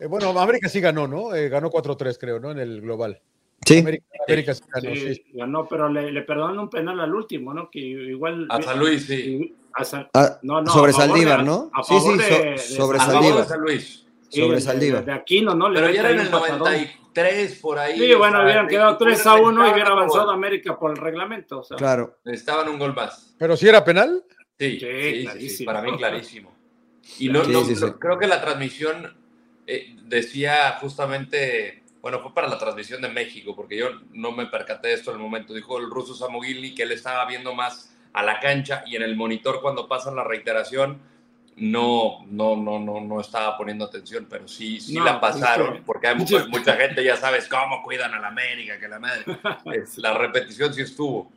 Speaker 2: Eh, bueno, América sí ganó, ¿no? Eh, ganó 4-3, creo, ¿no? En el global.
Speaker 3: Sí.
Speaker 2: América, América sí,
Speaker 4: ganó,
Speaker 2: sí.
Speaker 4: ganó, pero le, le perdonan un penal al último, ¿no? Que igual.
Speaker 1: A San Luis, sí.
Speaker 3: A San, a, no, no, sobre Saldívar, ¿no?
Speaker 4: A favor
Speaker 3: sí, sí, so,
Speaker 4: de,
Speaker 3: sobre Saldívar.
Speaker 1: San Luis.
Speaker 3: Sí, sobre Saldívar.
Speaker 4: De, Aquino, ¿no?
Speaker 1: Le pero ya era en el 93 por ahí.
Speaker 4: Sí, bueno, hubieran quedado 3 a 1 y hubiera avanzado por... América por el reglamento. O sea.
Speaker 3: Claro.
Speaker 1: Estaban un gol más.
Speaker 2: ¿Pero si era penal?
Speaker 1: Sí, sí, sí para mí clarísimo. Y no, no, creo que la transmisión eh, decía justamente bueno, fue para la transmisión de México, porque yo no me percaté de esto en el momento. Dijo el ruso Samogili que él estaba viendo más a la cancha y en el monitor cuando pasan la reiteración no, no, no, no, no estaba poniendo atención, pero sí, sí no, la pasaron, sí. porque hay mucha, mucha, gente, ya sabes, cómo cuidan a la América, que la madre. Eh, la repetición sí estuvo.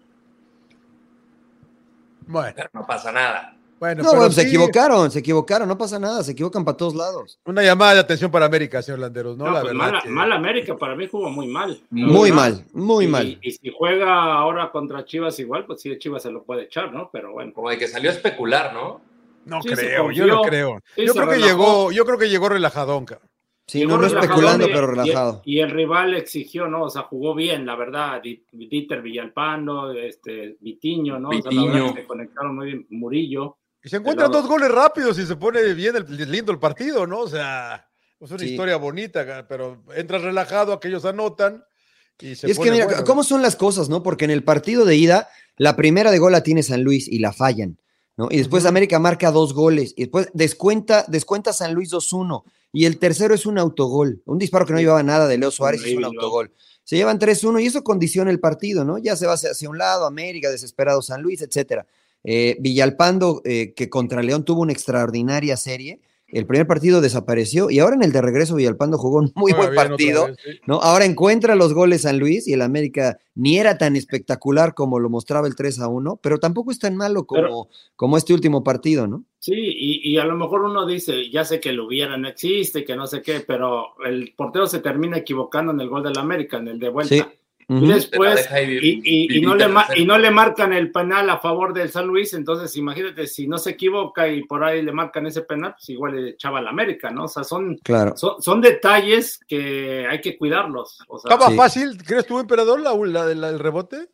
Speaker 2: Bueno.
Speaker 1: Pero no pasa nada.
Speaker 3: Bueno, no, pero bueno, sí. se equivocaron, se equivocaron, no pasa nada, se equivocan para todos lados.
Speaker 2: Una llamada de atención para América, señor Landeros, ¿no? no la
Speaker 4: pues
Speaker 2: verdad
Speaker 4: mala, que... mala, América para mí jugó muy mal.
Speaker 3: Muy ¿no? mal, muy
Speaker 4: y,
Speaker 3: mal.
Speaker 4: Y si juega ahora contra Chivas igual, pues sí, Chivas se lo puede echar, ¿no? Pero bueno.
Speaker 1: Como de que salió a especular, ¿no?
Speaker 2: No sí, creo, yo no creo. Sí, yo creo que relajó. llegó, yo creo que llegó relajadón, cabrón.
Speaker 3: Sí, no, no especulando, y, pero relajado.
Speaker 4: Y, y, el rival exigió, ¿no? O sea, jugó bien, la verdad. Dieter Villalpando, este, Vitiño, ¿no?
Speaker 1: Vitiño. O sea,
Speaker 4: la se conectaron muy bien. Murillo.
Speaker 2: Y se encuentran dos goles rápidos y se pone bien el, lindo el partido, ¿no? O sea, es una sí. historia bonita, pero entras relajado, aquellos anotan. Y, se
Speaker 3: y es
Speaker 2: pone
Speaker 3: que mira, bueno. ¿cómo son las cosas, no? Porque en el partido de ida, la primera de gol la tiene San Luis y la fallan, ¿no? Y después uh -huh. América marca dos goles y después descuenta, descuenta San Luis 2-1 y el tercero es un autogol, un disparo que no llevaba nada de Leo Suárez, es un autogol. Se llevan 3-1 y eso condiciona el partido, ¿no? Ya se va hacia un lado, América, desesperado San Luis, etcétera. Eh, Villalpando, eh, que contra León tuvo una extraordinaria serie, el primer partido desapareció y ahora en el de regreso Villalpando jugó un muy ahora buen partido, vez, sí. ¿no? Ahora encuentra los goles San Luis y el América ni era tan espectacular como lo mostraba el 3 a 1, pero tampoco es tan malo como, pero, como este último partido, ¿no?
Speaker 4: Sí, y, y, a lo mejor uno dice, ya sé que lo hubiera, no existe, que no sé qué, pero el portero se termina equivocando en el gol del América, en el de vuelta. Sí. Y después, Pues, y, y, y, no le y no le marcan el penal a favor del San Luis, entonces imagínate, si no se equivoca y por ahí le marcan ese penal, pues igual le echaba la América, ¿no? O sea, son,
Speaker 3: claro.
Speaker 4: son, son, detalles que hay que cuidarlos. O sea,
Speaker 2: ¿Estaba sí. fácil, crees tú, emperador, la, la, la el rebote?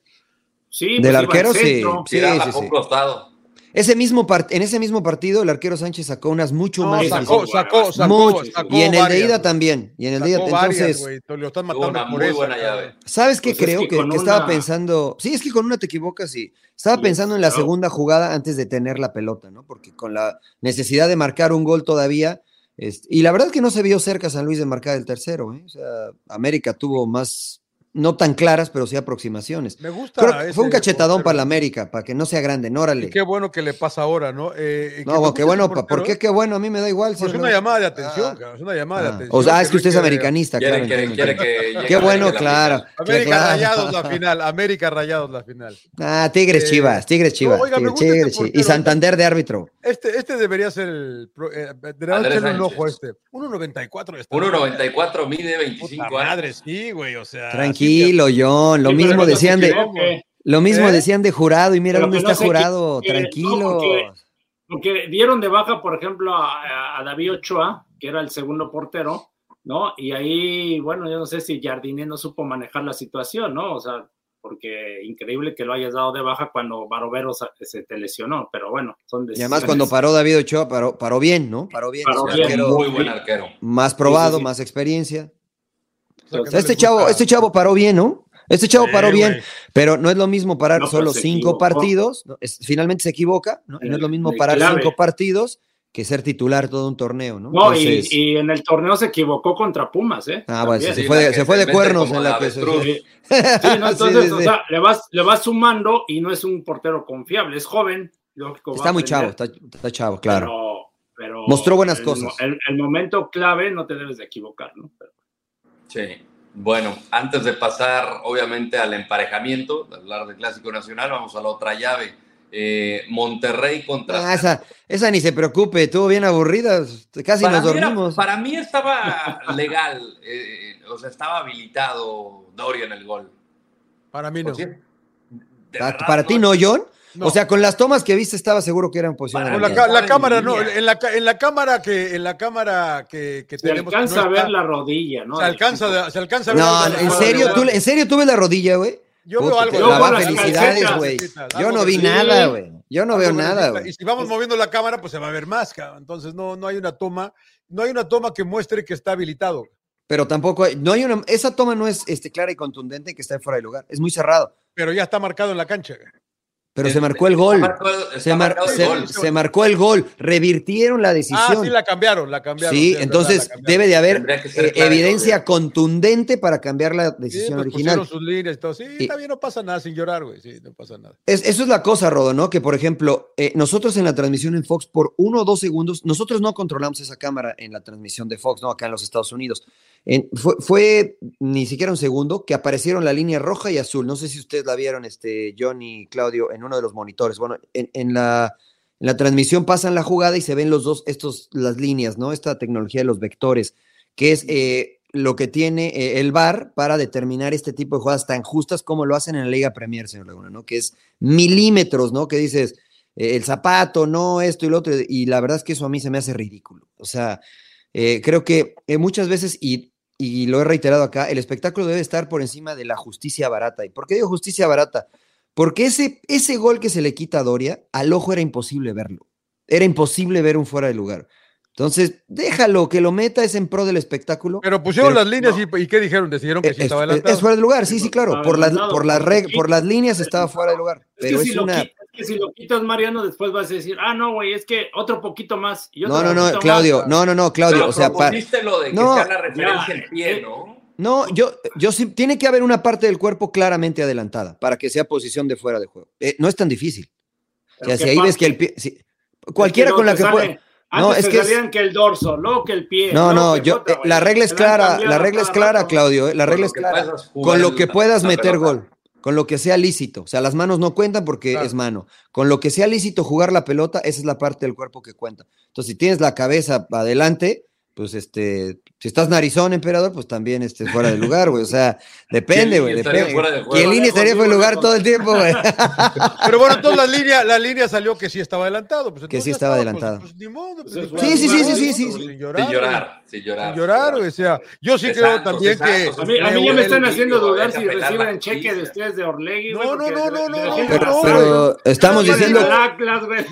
Speaker 4: Sí,
Speaker 3: del pues arquero, sí.
Speaker 1: sí, sí costado.
Speaker 3: Ese mismo en ese mismo partido, el arquero Sánchez sacó unas mucho no, más.
Speaker 2: Sacó, sacó, sacó,
Speaker 3: mucho. sacó, Y en el de ida también. Y en el de ida, entonces.
Speaker 2: Varias, lo están matando una por muy esa, buena llave.
Speaker 3: ¿Sabes qué pues creo? Es que, que, que una... estaba pensando. Sí, es que con una te equivocas y. Estaba sí, pensando en la claro. segunda jugada antes de tener la pelota, ¿no? Porque con la necesidad de marcar un gol todavía. Este, y la verdad es que no se vio cerca San Luis de marcar el tercero, ¿eh? O sea, América tuvo más no tan claras, pero sí aproximaciones.
Speaker 2: Me gusta.
Speaker 3: Ese, fue un cachetadón para la América, para que no sea grande, órale.
Speaker 2: Y qué bueno que le pasa ahora, ¿no? Eh,
Speaker 3: no, no, qué bueno, ¿por qué qué bueno? A mí me da igual.
Speaker 2: Pues es, lo... una llamada de atención, ah, claro, es una llamada ah, de atención.
Speaker 3: O sea, es que usted es americanista,
Speaker 1: quiere,
Speaker 3: claro.
Speaker 1: Quiere, quiere que,
Speaker 3: qué bueno, claro.
Speaker 2: América claro. Rayados la final, América Rayados la final.
Speaker 3: Ah, Tigres eh, Chivas, Tigres Chivas. No, oiga, Tigres, Tigres, este Chivas. y Santander de árbitro.
Speaker 2: Este, este debería ser el. Eh, debería echarle un ojo este. 1.94
Speaker 1: este. 1.94 mide 25
Speaker 2: años. Madre, sí, güey, o sea.
Speaker 3: Tranquilo, John. Lo sí, mismo decían de. Que, lo mismo eh, decían de jurado, y mira dónde no está jurado, que, tranquilo. No,
Speaker 4: porque, porque, dieron de baja, por ejemplo, a, a, David Ochoa, que era el segundo portero, ¿no? Y ahí, bueno, yo no sé si Jardiné no supo manejar la situación, ¿no? O sea, porque increíble que lo hayas dado de baja cuando Barovero se te lesionó, pero bueno, son
Speaker 3: Y además cuando paró David Ochoa, paró, paró bien, ¿no? Paró bien.
Speaker 4: Paró
Speaker 3: es un
Speaker 4: bien,
Speaker 3: arquero
Speaker 1: Muy buen arquero.
Speaker 3: Más probado,
Speaker 4: Sí, sí, sí.
Speaker 3: más experiencia.
Speaker 2: O sea, que no
Speaker 3: Este
Speaker 2: les
Speaker 3: chavo,
Speaker 2: gusta.
Speaker 3: este chavo paró bien, ¿no? Este chavo
Speaker 2: Sí,
Speaker 3: paró bien,
Speaker 2: güey.
Speaker 3: pero no es lo mismo parar
Speaker 4: No, pero
Speaker 3: solo
Speaker 4: se
Speaker 3: cinco
Speaker 4: equivocó.
Speaker 3: partidos. ¿no? Es- finalmente se equivoca, ¿no? Y no es lo
Speaker 4: El-
Speaker 3: mismo
Speaker 4: el
Speaker 3: parar
Speaker 4: clave.
Speaker 3: cinco partidos que ser titular todo un torneo, ¿no?
Speaker 4: No, y-
Speaker 3: Entonces-
Speaker 4: y, en el torneo se equivocó contra Pumas, ¿eh?
Speaker 3: Ah, bueno,
Speaker 4: También.
Speaker 3: sí, Se sí. fue de-
Speaker 1: la que
Speaker 3: se fue de
Speaker 1: mete
Speaker 3: cuernos
Speaker 1: como
Speaker 3: en la
Speaker 1: de
Speaker 3: que se-
Speaker 1: avestruz.
Speaker 4: Sí. Sí, ¿no?
Speaker 3: Sí,
Speaker 4: Entonces,
Speaker 3: sí,
Speaker 4: o
Speaker 3: sí.
Speaker 4: sea, le vas, le vas sumando y no es un portero confiable, es joven. lógico, va
Speaker 3: Está
Speaker 4: a
Speaker 3: muy chavo,
Speaker 4: aprender,
Speaker 3: está, está chavo, claro.
Speaker 4: Pero, pero
Speaker 3: Mostró buenas
Speaker 4: el
Speaker 3: cosas.
Speaker 4: mo- El, el momento clave no te debes de equivocar, ¿no? Pero-
Speaker 1: Sí. Bueno, antes de pasar, obviamente, al emparejamiento, de hablar de Clásico Nacional, vamos a la otra llave. Eh, Monterrey contra.
Speaker 3: Ah, esa, esa ni se preocupe, estuvo bien aburrida, casi
Speaker 1: para,
Speaker 3: nos
Speaker 1: mí era-
Speaker 3: dormimos.
Speaker 1: para mí estaba legal, eh, o sea, estaba habilitado Doria en el gol.
Speaker 2: Para mí no.
Speaker 1: O sea, de
Speaker 3: Pa-
Speaker 1: verdad,
Speaker 3: Ah, para ti no, John.
Speaker 2: No.
Speaker 3: O sea, con las tomas que viste estaba seguro que eran posición.
Speaker 2: No,
Speaker 1: Para- Ahora
Speaker 2: la,
Speaker 3: de
Speaker 1: bien.
Speaker 2: ca-
Speaker 3: arquero.
Speaker 2: la cámara no,
Speaker 1: Línea.
Speaker 2: en la, ca- en la cámara que en la cámara que, que
Speaker 4: Se
Speaker 2: tenemos que
Speaker 4: alcanza
Speaker 2: no
Speaker 4: a ver
Speaker 2: está-
Speaker 4: la rodilla, ¿no?
Speaker 2: se alcanza de- se alcanza a ver
Speaker 3: No,
Speaker 2: algo de la
Speaker 3: en
Speaker 2: cámara.
Speaker 3: serio,
Speaker 4: no,
Speaker 3: tú,
Speaker 4: no.
Speaker 3: le- en serio tuve la rodilla, güey.
Speaker 2: yo
Speaker 3: Puta,
Speaker 2: veo algo
Speaker 3: te
Speaker 2: de
Speaker 4: Yo
Speaker 2: la
Speaker 3: daba
Speaker 4: veo las
Speaker 2: cámara.
Speaker 3: felicidades,
Speaker 4: calcetas,
Speaker 3: güey.
Speaker 2: Algo
Speaker 3: Yo no
Speaker 2: de-
Speaker 3: vi
Speaker 2: sí,
Speaker 3: nada, güey. Yo no
Speaker 2: algo
Speaker 3: veo
Speaker 2: de la
Speaker 3: nada,
Speaker 2: vista.
Speaker 3: güey.
Speaker 2: Y si vamos moviendo la cámara, pues se va a ver más, cabrón. Entonces no, no hay una toma, no hay una toma que muestre que está habilitado.
Speaker 3: Pero tampoco, hay- no hay una, esa toma no es este, clara y contundente que está fuera de lugar. Es muy cerrado.
Speaker 2: Pero ya está marcado en la cancha.
Speaker 3: Pero se
Speaker 1: Este,
Speaker 3: marcó el
Speaker 1: está
Speaker 3: gol.
Speaker 1: marcado- está
Speaker 3: Se, mar-
Speaker 1: marcado el
Speaker 3: se-
Speaker 1: gol.
Speaker 3: se marcó el gol. Revirtieron la
Speaker 2: Ah,
Speaker 3: decisión.
Speaker 2: sí, la cambiaron, la cambiaron.
Speaker 3: Sí,
Speaker 2: es verdad,
Speaker 3: entonces
Speaker 2: la cambiaron.
Speaker 3: debe de haber
Speaker 1: Tendría que ser
Speaker 3: eh,
Speaker 1: claro,
Speaker 3: evidencia
Speaker 1: obvio.
Speaker 3: contundente para cambiar la
Speaker 2: Sí,
Speaker 3: decisión
Speaker 2: pues
Speaker 3: original.
Speaker 2: pusieron sus líneas y todo. Sí,
Speaker 3: Y-
Speaker 2: está bien, no pasa nada, sin llorar, güey. Sí, no pasa nada.
Speaker 3: Es- eso es la cosa, Rodo, ¿no? Que por ejemplo, eh, nosotros en la transmisión en Fox, por uno o dos segundos, nosotros no controlamos esa cámara en la transmisión de Fox, ¿no? Acá en los Estados Unidos. En- fue, fue ni siquiera un segundo que aparecieron la línea roja y azul. No sé si ustedes la vieron, este, John y Claudio, en uno de los monitores. Bueno, en, en la, en la transmisión pasan la jugada y se ven los dos, estos, las líneas, ¿no? Esta tecnología de los vectores, que es eh, lo que tiene eh, el VAR para determinar este tipo de jugadas tan justas como lo hacen en la Liga Premier, señor Laguna, ¿no? Que es milímetros, ¿no? Que dices, eh, el zapato, no, esto y lo otro. Y la verdad es que eso a mí se me hace ridículo. O sea, eh, creo que eh, muchas veces, y, y lo he reiterado acá, el espectáculo debe estar por encima de la justicia barata. ¿Y por qué digo justicia barata? Porque ese, ese gol que se le quita a Doria, al ojo era imposible verlo. Era imposible ver un fuera de lugar. Entonces, déjalo, que lo meta, es en pro del espectáculo.
Speaker 2: Pero pusieron
Speaker 3: Pero- Eh,
Speaker 2: las líneas y, y ¿qué dijeron? Decidieron que
Speaker 3: Es,
Speaker 2: sí estaba
Speaker 3: es-
Speaker 2: adelantado.
Speaker 3: es fuera de lugar, sí, sí, claro. Por las,
Speaker 4: Adelantado,
Speaker 3: por las,
Speaker 4: porque
Speaker 3: reg- por las líneas estaba fuera de lugar.
Speaker 4: Es que
Speaker 3: Pero
Speaker 4: si
Speaker 3: es
Speaker 4: lo
Speaker 3: una.
Speaker 4: qui- es que si lo quitas, Mariano, después vas a decir, ah, no, güey, es que otro poquito más. y
Speaker 3: No,
Speaker 4: otro
Speaker 3: no, no,
Speaker 4: poquito
Speaker 3: Claudio,
Speaker 4: más".
Speaker 3: no, no, no, Claudio,
Speaker 1: Pero
Speaker 3: o sea, pa-
Speaker 1: propusiste lo de que
Speaker 3: no,
Speaker 1: sea la referencia
Speaker 4: ya,
Speaker 1: el pie,
Speaker 4: eh,
Speaker 1: ¿no?
Speaker 3: no, yo, yo sí, tiene que haber una parte del cuerpo claramente adelantada para que sea posición de fuera de juego. Eh, no es tan difícil. O
Speaker 4: Pero
Speaker 3: sea, si
Speaker 4: ¿qué
Speaker 3: ahí ves
Speaker 4: pasa?
Speaker 3: que el pie, si- cualquiera con la que
Speaker 4: puede
Speaker 3: pueda. No, es que es-
Speaker 4: sabían que el dorso, luego que el pie.
Speaker 3: No,
Speaker 4: luego
Speaker 3: no,
Speaker 4: que
Speaker 3: yo,
Speaker 4: otra,
Speaker 3: eh,
Speaker 4: güey.
Speaker 3: la regla es
Speaker 4: Se van
Speaker 3: clara,
Speaker 4: cambiando
Speaker 3: la regla es
Speaker 4: cada
Speaker 3: clara,
Speaker 4: rato.
Speaker 3: Claudio, eh, la
Speaker 1: Con
Speaker 3: regla
Speaker 1: lo
Speaker 3: es
Speaker 1: que
Speaker 3: clara.
Speaker 1: puedas jugar
Speaker 3: Con lo
Speaker 1: el-
Speaker 3: que
Speaker 1: la-
Speaker 3: puedas
Speaker 1: la
Speaker 3: meter
Speaker 1: pelota.
Speaker 3: gol, con lo que sea lícito, o sea, las manos no cuentan porque
Speaker 2: Claro.
Speaker 3: es mano. Con lo que sea lícito jugar la pelota, esa es la parte del cuerpo que cuenta. Entonces, si tienes la cabeza pa' adelante, pues este, si estás narizón, emperador, pues también este, fuera de lugar, güey. O sea, depende,
Speaker 1: Chiellini
Speaker 3: güey.
Speaker 1: estaría
Speaker 3: Depende.
Speaker 1: fuera de juego.
Speaker 3: Chiellini estaría fuera de
Speaker 4: Lejos,
Speaker 3: lugar
Speaker 4: lejos.
Speaker 3: todo el tiempo, güey.
Speaker 2: Pero bueno, entonces la línea, la línea salió que sí estaba adelantado. Pues, entonces
Speaker 3: sí
Speaker 2: ya
Speaker 3: estaba
Speaker 2: pues,
Speaker 3: adelantado.
Speaker 2: pues, ni modo, pues,
Speaker 4: Sí,
Speaker 2: ni
Speaker 4: sí,
Speaker 2: modo, ni
Speaker 3: sí, sí, sí,
Speaker 2: modo,
Speaker 3: sí,
Speaker 2: pues,
Speaker 3: sí.
Speaker 2: Sin
Speaker 1: Sin
Speaker 2: llorar.
Speaker 1: llorar, sin
Speaker 2: güey,
Speaker 1: llorar.
Speaker 2: Sin llorar, güey. O sea, yo sí
Speaker 1: De
Speaker 2: creo
Speaker 1: Santos,
Speaker 2: también
Speaker 1: de Santos,
Speaker 2: que.
Speaker 4: A mí, a mí ya
Speaker 2: que-
Speaker 4: me están haciendo
Speaker 1: Deberían
Speaker 4: dudar si
Speaker 1: apelar la
Speaker 4: reciben cheque de
Speaker 1: justicia.
Speaker 4: ustedes de Orlegui.
Speaker 2: No,
Speaker 4: güey,
Speaker 2: no,
Speaker 4: porque
Speaker 2: no,
Speaker 4: de-
Speaker 2: no,
Speaker 4: de
Speaker 2: no,
Speaker 4: la
Speaker 2: no,
Speaker 4: gente
Speaker 3: Pero,
Speaker 2: no,
Speaker 4: razón,
Speaker 2: güey.
Speaker 3: pero estamos
Speaker 4: güey,
Speaker 3: diciendo.
Speaker 4: del Atlas, güey.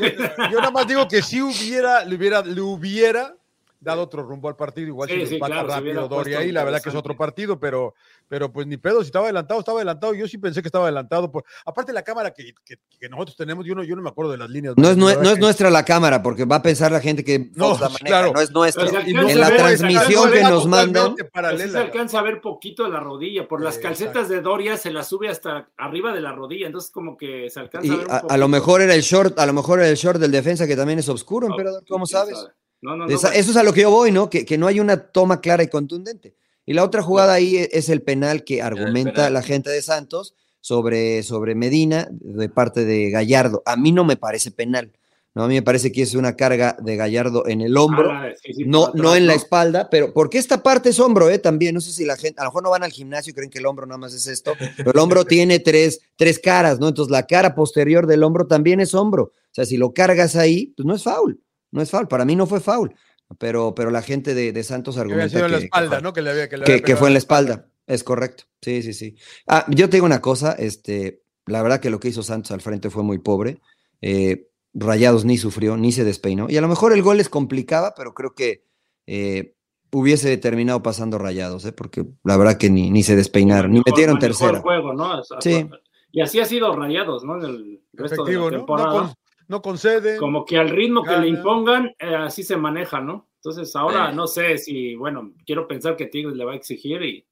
Speaker 2: Yo nada más digo que si hubiera, le hubiera, le hubiera dado otro rumbo al partido, igual
Speaker 4: Sí,
Speaker 2: si lo
Speaker 4: sí,
Speaker 2: empata
Speaker 4: claro, se hubiera
Speaker 2: rápido
Speaker 4: puesto
Speaker 2: Doria ahí, la verdad que es otro
Speaker 4: interesante.
Speaker 2: partido, pero, pero pues ni pedo, si estaba adelantado, estaba adelantado, yo sí pensé que estaba adelantado, por, aparte la cámara que, que- que nosotros tenemos, yo no, yo no me acuerdo de las líneas.
Speaker 3: No es,
Speaker 2: la
Speaker 3: nue-
Speaker 2: verdad
Speaker 3: no es
Speaker 2: que-
Speaker 3: nuestra la cámara, porque va a pensar la gente que
Speaker 2: No,
Speaker 3: Fox la maneja,
Speaker 2: claro.
Speaker 3: no es nuestra.
Speaker 4: O sea,
Speaker 2: Y no
Speaker 4: en
Speaker 2: se
Speaker 4: la
Speaker 2: ve, güey,
Speaker 4: transmisión
Speaker 2: sacando
Speaker 3: que
Speaker 2: la
Speaker 3: nos
Speaker 2: totalmente
Speaker 3: mandan,
Speaker 4: Pero sí se
Speaker 2: paralela,
Speaker 4: alcanza a ver poquito la rodilla. Por las
Speaker 2: Sí,
Speaker 4: calcetas de Doria se la sube hasta arriba de la rodilla. Entonces, como que se alcanza
Speaker 3: Y
Speaker 4: a ver. un
Speaker 3: a, a
Speaker 4: poquito.
Speaker 3: lo mejor era el short, a lo mejor era el short del defensa que también es oscuro, emperador, ¿cómo
Speaker 4: Ah, ¿Quién
Speaker 3: sabes?
Speaker 4: sabe? No, no, no.
Speaker 3: Esa-
Speaker 4: güey.
Speaker 3: eso es a lo que yo voy, ¿no? Que, que no hay una toma clara y contundente. Y la otra jugada ahí e- es el penal que argumenta
Speaker 1: penal.
Speaker 3: la gente de Santos sobre, sobre Medina de parte de Gallardo. A mí no me parece penal, ¿no? A mí me parece que es una carga de Gallardo en el hombro.
Speaker 4: Ah, sí, sí,
Speaker 3: No,
Speaker 4: para
Speaker 3: no
Speaker 4: atrás,
Speaker 3: en la espalda, pero porque esta parte es hombro, ¿eh? También, no sé si la gente, a lo mejor no van al gimnasio y creen que el hombro nada más es esto, pero el hombro tiene tres, tres caras, ¿no? Entonces la cara posterior del hombro también es hombro. O sea, si lo cargas ahí, pues no es foul, no es foul. Para mí no fue foul, pero, pero la gente de, de Santos
Speaker 2: que había
Speaker 3: argumenta
Speaker 2: sido en la
Speaker 3: que-
Speaker 2: espalda, ¿no? Que, le había, que, le
Speaker 3: que-
Speaker 2: había
Speaker 3: que fue en la
Speaker 2: pegado.
Speaker 3: espalda. Es correcto. Sí, sí, sí. Ah, yo te digo una cosa, este, la verdad que lo que hizo Santos al frente fue muy pobre. Eh, Rayados ni sufrió, ni se despeinó. Y a lo mejor el gol les complicaba, pero creo que eh, hubiese terminado pasando Rayados, ¿eh? porque la verdad que ni, ni se despeinaron, ni
Speaker 4: Mejor-
Speaker 3: metieron
Speaker 4: mejor
Speaker 3: tercera.
Speaker 4: juego, ¿no? O sea,
Speaker 3: Sí.
Speaker 4: Y así ha sido rayados, ¿no? En el resto
Speaker 2: Efectivo,
Speaker 4: de la
Speaker 2: ¿no? No,
Speaker 4: temporada.
Speaker 2: con- no concede.
Speaker 4: Como que al ritmo que
Speaker 2: Gana.
Speaker 4: le impongan, eh, así se maneja, ¿no? Entonces
Speaker 3: Eh.
Speaker 4: ahora
Speaker 1: Sí.
Speaker 4: no sé si, bueno, quiero pensar que Tigres le va a exigir y,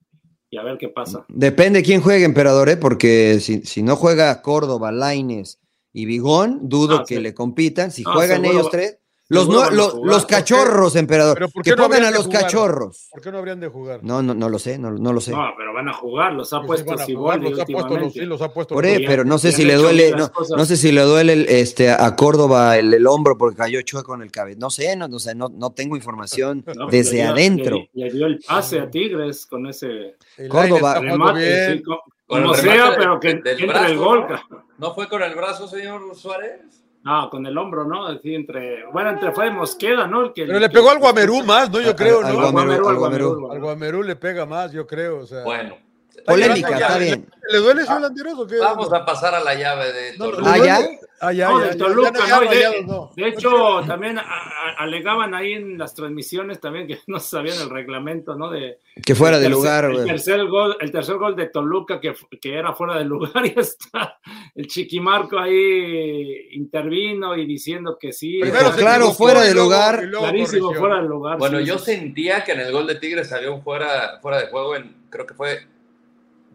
Speaker 4: y a ver qué pasa.
Speaker 3: Depende quién juegue, emperador, ¿eh? porque si, si no juega Córdoba, Laines y Bigón, dudo
Speaker 4: Ah,
Speaker 3: que
Speaker 4: sí.
Speaker 3: le compitan. Si
Speaker 4: Ah,
Speaker 3: juegan
Speaker 4: seguro
Speaker 3: ellos
Speaker 4: va-
Speaker 3: tres, los,
Speaker 4: seguro
Speaker 3: nue-
Speaker 4: van a
Speaker 3: los,
Speaker 4: jugar.
Speaker 3: los
Speaker 4: ¿Por
Speaker 2: qué?
Speaker 3: cachorros, emperador,
Speaker 2: ¿Pero por qué
Speaker 3: que
Speaker 2: no
Speaker 3: pongan a
Speaker 2: habrían
Speaker 3: los
Speaker 2: de jugar?
Speaker 3: cachorros.
Speaker 2: ¿Por qué no habrían de jugar?
Speaker 3: No, no, no lo sé, no, no lo sé.
Speaker 4: No, pero van a jugar, los ha
Speaker 2: Pues sí,
Speaker 4: puesto
Speaker 2: van a jugar,
Speaker 4: Siboldi
Speaker 2: los ha puesto los,
Speaker 4: últimamente.
Speaker 2: sí, los ha puesto.
Speaker 3: Por
Speaker 2: los-
Speaker 3: ahí,
Speaker 4: ya-
Speaker 3: pero no sé
Speaker 4: ya
Speaker 3: si
Speaker 4: han
Speaker 3: le
Speaker 4: hecho
Speaker 3: duele,
Speaker 4: bien las
Speaker 3: no,
Speaker 4: cosas.
Speaker 3: no sé si le duele el, este, a Córdoba el, el hombro porque cayó chueco en el cabello. No sé, no, no sé, no, no tengo información
Speaker 4: No, pues
Speaker 3: desde
Speaker 4: le dio-
Speaker 3: adentro.
Speaker 4: Le, le dio el pase a Tigres con ese
Speaker 2: El
Speaker 3: Córdoba.
Speaker 2: Lainez Ah. está jugando
Speaker 4: remate,
Speaker 2: bien.
Speaker 4: sí, co-
Speaker 1: Con el
Speaker 4: como
Speaker 1: remate
Speaker 4: sea,
Speaker 1: de-
Speaker 4: pero que
Speaker 1: de- del
Speaker 4: entre
Speaker 1: brazo,
Speaker 4: el gol.
Speaker 1: ¿no?
Speaker 4: ca-
Speaker 1: ¿No fue con el brazo, señor Suárez?
Speaker 4: No, con el hombro, ¿no? Así entre. Bueno, entre fue Mosqueda, ¿no? El que-
Speaker 2: Pero le pegó al Guamerú más, ¿no?
Speaker 3: Al-
Speaker 2: Yo creo,
Speaker 3: al
Speaker 2: ¿no?
Speaker 3: Guamerú, al
Speaker 4: al
Speaker 3: Guamerú.
Speaker 4: Guamerú.
Speaker 2: Al Guamerú le pega más, yo creo. O sea.
Speaker 1: Bueno,
Speaker 3: Polémica,
Speaker 1: Ya, ya,
Speaker 3: está
Speaker 1: ya.
Speaker 3: bien.
Speaker 2: ¿Le duele su delanteros o qué?
Speaker 1: vamos a pasar a la llave de
Speaker 2: No,
Speaker 1: Toluca.
Speaker 3: Ah,
Speaker 2: ¿le
Speaker 3: ya.
Speaker 2: duele? Ah, ya,
Speaker 4: No,
Speaker 2: ya,
Speaker 4: del
Speaker 2: ya,
Speaker 4: Toluca,
Speaker 2: ya, ya,
Speaker 4: ¿no? Y de-
Speaker 2: Rayados, no.
Speaker 4: De hecho, también a- a- alegaban ahí en las transmisiones también que no sabían el reglamento, ¿no? De,
Speaker 3: Que fuera de
Speaker 4: el tercer-
Speaker 3: lugar,
Speaker 4: El
Speaker 3: güey.
Speaker 4: tercer, gol, el tercer gol de Toluca que, fu- que era fuera de lugar y está el Chiquimarco ahí intervino y diciendo que sí.
Speaker 2: Primero
Speaker 3: Dijo,
Speaker 2: se
Speaker 3: claro,
Speaker 2: equivocó
Speaker 3: fuera
Speaker 2: y
Speaker 3: de
Speaker 2: luego-
Speaker 3: lugar.
Speaker 2: y luego
Speaker 4: clarísimo,
Speaker 2: corrigió.
Speaker 4: fuera de lugar.
Speaker 1: Bueno,
Speaker 4: sí,
Speaker 1: yo
Speaker 4: sí.
Speaker 1: sentía que en el gol de Tigres había un fuera, fuera de juego, en, creo que fue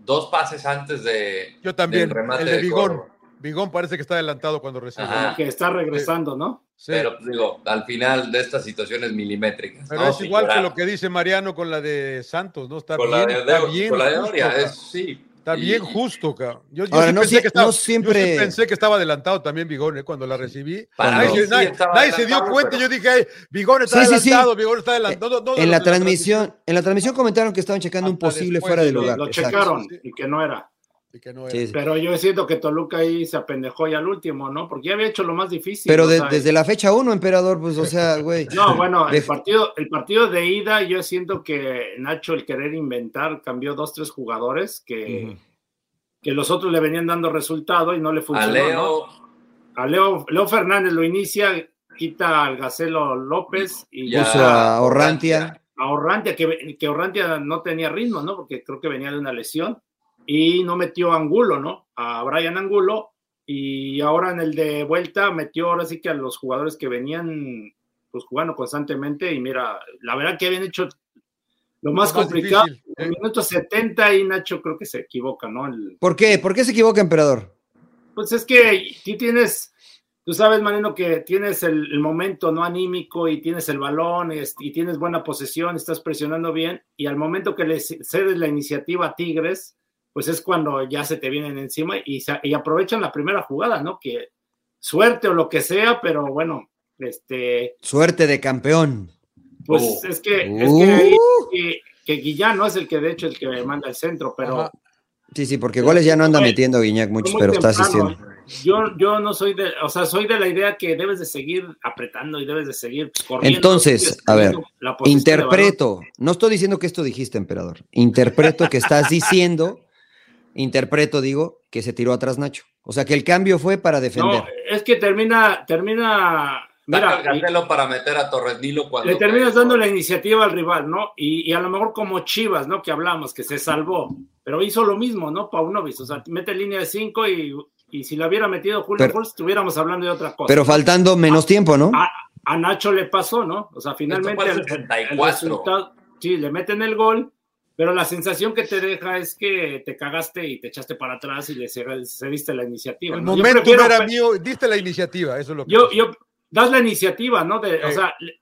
Speaker 1: dos pases antes de,
Speaker 2: Yo también.
Speaker 1: del remate
Speaker 2: El de Bigón.
Speaker 1: Córdoba.
Speaker 2: Bigón parece que está adelantado cuando recibe.
Speaker 1: Ajá.
Speaker 4: que está regresando, ¿no?
Speaker 2: Sí.
Speaker 1: Pero pues, digo, al final de estas situaciones milimétricas.
Speaker 2: Pero
Speaker 1: ¿no?
Speaker 2: es
Speaker 1: Sin
Speaker 2: igual que
Speaker 1: llorar.
Speaker 2: lo que dice Mariano con la de Santos, ¿no? Está
Speaker 1: con la
Speaker 2: bien,
Speaker 1: de,
Speaker 2: está bien.
Speaker 1: con la de
Speaker 2: justo,
Speaker 1: Doria,
Speaker 2: cabrón.
Speaker 1: es- sí.
Speaker 2: Está
Speaker 1: Y-
Speaker 2: bien justo, cabrón. Yo, yo
Speaker 3: Ahora,
Speaker 2: sí
Speaker 3: no
Speaker 2: pensé
Speaker 3: sie-
Speaker 2: que estaba,
Speaker 3: no
Speaker 2: yo sí
Speaker 3: siempre-
Speaker 2: pensé que estaba adelantado también Bigón, ¿eh? Cuando la recibí.
Speaker 1: Para
Speaker 2: nadie
Speaker 3: mí
Speaker 2: se-
Speaker 1: sí
Speaker 2: nadie-
Speaker 1: estaba
Speaker 2: nadie se dio
Speaker 1: adelantado,
Speaker 2: cuenta.
Speaker 1: pero-
Speaker 2: Yo dije, "Ay, Bigón está
Speaker 3: Sí, sí, sí.
Speaker 2: adelantado, Bigón está adelantado. No, no, no,
Speaker 3: En
Speaker 2: no, no,
Speaker 3: la
Speaker 2: no, no,
Speaker 3: transmisión, en la transmisión comentaron que estaban checando un
Speaker 2: Hasta
Speaker 3: posible
Speaker 2: después
Speaker 3: fuera de
Speaker 2: del-
Speaker 3: lugar.
Speaker 4: Lo
Speaker 3: exacto.
Speaker 4: checaron
Speaker 2: sí, sí.
Speaker 4: y que no era.
Speaker 2: y que no era.
Speaker 3: Sí, sí.
Speaker 4: Pero yo siento que Toluca ahí se apendejó ya al último, ¿no? Porque ya había hecho lo más difícil.
Speaker 3: Pero
Speaker 4: o
Speaker 3: de-
Speaker 4: sea,
Speaker 3: desde la fecha uno, emperador, pues, o sea, güey.
Speaker 4: No, bueno, el
Speaker 3: Def-
Speaker 4: partido, el partido de ida, yo siento que Nacho, el querer inventar, cambió dos, tres jugadores que,
Speaker 3: Ujú.
Speaker 4: que los otros le venían dando resultado y no le
Speaker 1: A
Speaker 4: funcionó. ¿no?
Speaker 1: Leo,
Speaker 4: A Leo, Leo Fernández lo inicia, quita al Gacelo López y
Speaker 1: Ya.
Speaker 4: ya.
Speaker 3: Puso a Orrantia.
Speaker 4: a Orrantia, que, que Orrantia no tenía ritmo, ¿no? Porque creo que venía de una lesión y no metió a Angulo, ¿no? A Brian Angulo y ahora en el de vuelta metió ahora sí que a los jugadores que venían pues jugando constantemente y mira, la verdad que habían hecho lo más, complicado.
Speaker 2: difícil,
Speaker 4: En
Speaker 2: ¿eh?
Speaker 4: el minuto 70 y Nacho creo que se equivoca, ¿no? El-
Speaker 3: ¿Por qué? ¿Por qué se equivoca, emperador?
Speaker 4: pues es que tú tienes, tú sabes, Marino, que tienes el, el momento no anímico y tienes el balón es- y tienes buena posesión, estás presionando bien y al momento que le c- cedes la iniciativa a Tigres, pues es cuando ya se te vienen encima y, sa- y aprovechan la primera jugada, ¿no? Que suerte o lo que sea, pero bueno, este,
Speaker 3: Suerte de campeón.
Speaker 4: pues
Speaker 1: Uh.
Speaker 4: es que, es que, ahí-
Speaker 3: Uh.
Speaker 4: que- que Guillán no es el que de hecho el que manda el centro, pero...
Speaker 2: Ajá.
Speaker 3: Sí, sí, porque goles ya no anda
Speaker 4: Güey,
Speaker 3: metiendo Guiñac muchos,
Speaker 4: muy
Speaker 3: pero está
Speaker 4: temprano. pues, ¿eh?
Speaker 3: asistiendo.
Speaker 4: Yo, yo no soy de, o sea, soy de la idea que debes de seguir apretando y debes de seguir pues, corriendo.
Speaker 3: Entonces,
Speaker 4: Sigues
Speaker 3: a ver,
Speaker 4: teniendo la posición de
Speaker 3: Interpreto, no estoy diciendo que esto dijiste, emperador. Interpreto que estás diciendo, interpreto, digo, que se tiró atrás Nacho. O sea, que el cambio fue para
Speaker 4: balón.
Speaker 3: defender.
Speaker 4: No, eh, es que termina, termina,
Speaker 1: saca
Speaker 4: mira,
Speaker 1: el Gacelo para meter a Torres Nilo cuando.
Speaker 4: le terminas dando la iniciativa al rival, ¿no? Y, y a lo mejor como Chivas, ¿no? Que hablamos, que se salvó, pero hizo lo mismo, ¿no? Paunovic, o sea, mete línea de 5 y, y si la hubiera metido Julio
Speaker 3: Pero-
Speaker 4: Furch, estuviéramos hablando de otra cosa.
Speaker 3: pero faltando menos tiempo, ¿no?
Speaker 4: Ah, a Nacho le pasó, ¿no? O sea, finalmente
Speaker 1: fue al
Speaker 4: el- el
Speaker 1: 64.
Speaker 4: resultado- sí, le meten el gol, pero la sensación que te deja es que te cagaste y te echaste para atrás y le ced- cediste la iniciativa.
Speaker 2: El
Speaker 4: ¿no? Yo
Speaker 2: momento
Speaker 4: prefiero-
Speaker 2: no era mío. Diste la iniciativa, eso es lo que.
Speaker 4: Yo, yo- das la iniciativa, ¿no? De- O
Speaker 2: Sí.
Speaker 4: sea, le-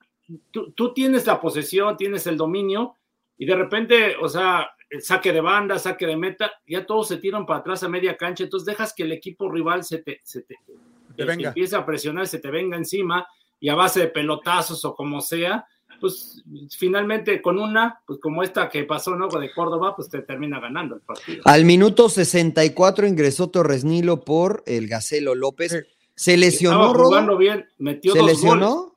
Speaker 4: tú, tú tienes la posesión, tienes el dominio y de repente, o sea, el saque de banda, saque de meta, ya todos se tiran para atrás a media cancha, entonces dejas que el equipo rival se te- se te,
Speaker 2: Que
Speaker 4: que
Speaker 2: venga.
Speaker 4: empieza a presionar, se te venga encima y a base de pelotazos o como sea, pues finalmente con una, pues como esta que pasó, ¿no? De Córdoba, pues te termina ganando el partido.
Speaker 3: Al minuto 64 ingresó Torres Nilo por el Gacelo López.
Speaker 2: Sí.
Speaker 3: Se
Speaker 4: Estaba
Speaker 3: lesionó, Rodo?
Speaker 4: jugando bien, metió
Speaker 3: ¿Se
Speaker 4: dos
Speaker 3: lesionó?
Speaker 4: goles.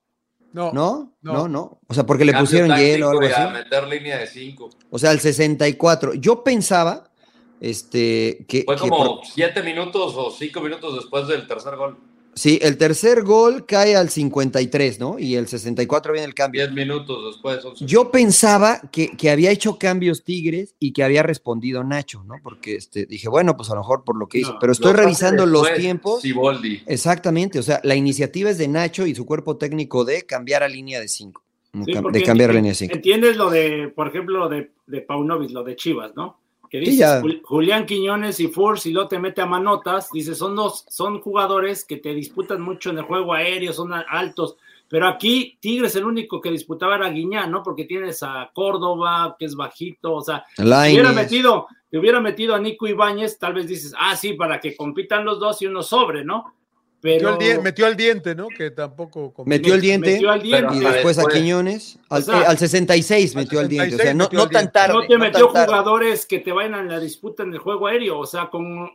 Speaker 3: No, no, no, no. O sea, porque le pusieron hielo o algo así.
Speaker 1: A meter línea de 5.
Speaker 3: O sea, el 64. Yo pensaba este, que.
Speaker 1: Fue
Speaker 3: que
Speaker 1: como
Speaker 3: por-
Speaker 1: 7 minutos o 5 minutos después del tercer gol.
Speaker 3: sí, el tercer gol cae al 53, ¿no? Y el 64 viene el cambio.
Speaker 1: 10 minutos después. 11.
Speaker 3: Yo pensaba que, que había hecho cambios Tigres y que había respondido Nacho, ¿no? Porque este, dije, bueno, pues a lo mejor por lo que hizo.
Speaker 4: No,
Speaker 3: pero estoy
Speaker 1: Lo hace
Speaker 3: revisando los
Speaker 1: después
Speaker 3: tiempos.
Speaker 1: Siboldi.
Speaker 3: Exactamente, o sea, la iniciativa es de Nacho y su cuerpo técnico de cambiar a línea de 5.
Speaker 4: Sí,
Speaker 3: de
Speaker 4: porque
Speaker 3: cambiar a
Speaker 4: enti-
Speaker 3: línea de 5.
Speaker 4: Entiendes lo de, por ejemplo, lo de, de Paunovic, lo de Chivas, ¿no? Que
Speaker 3: Sí,
Speaker 4: dices,
Speaker 3: ya.
Speaker 4: Jul- Julián Quiñones y Furs y lo te mete a manotas, dice, son dos, son jugadores que te disputan mucho en el juego aéreo, son a- altos. Pero aquí Tigres el único que disputaba era Guiñán, ¿no? Porque tienes a Córdoba, que es bajito, o sea, te hubiera metido, te hubiera metido a Nico Ibáñez, tal vez dices, ah, sí, para que compitan los dos y uno sobre, ¿no?
Speaker 2: Metió,
Speaker 4: Pero
Speaker 2: al die- metió al diente, ¿no? Que tampoco. con-
Speaker 3: Metió el diente
Speaker 4: metió al
Speaker 1: pero
Speaker 4: diente.
Speaker 3: y después a
Speaker 1: Después.
Speaker 3: Quiñones. Al,
Speaker 4: O sea,
Speaker 3: eh, al 66
Speaker 2: al
Speaker 3: metió el diente. O
Speaker 2: 66
Speaker 3: sea, no,
Speaker 2: metió
Speaker 3: no
Speaker 2: al
Speaker 3: tan
Speaker 2: diente.
Speaker 3: tarde.
Speaker 4: no te
Speaker 3: no tan
Speaker 4: metió
Speaker 3: tarde.
Speaker 4: jugadores que te vayan a la disputa en el juego aéreo, o sea, con,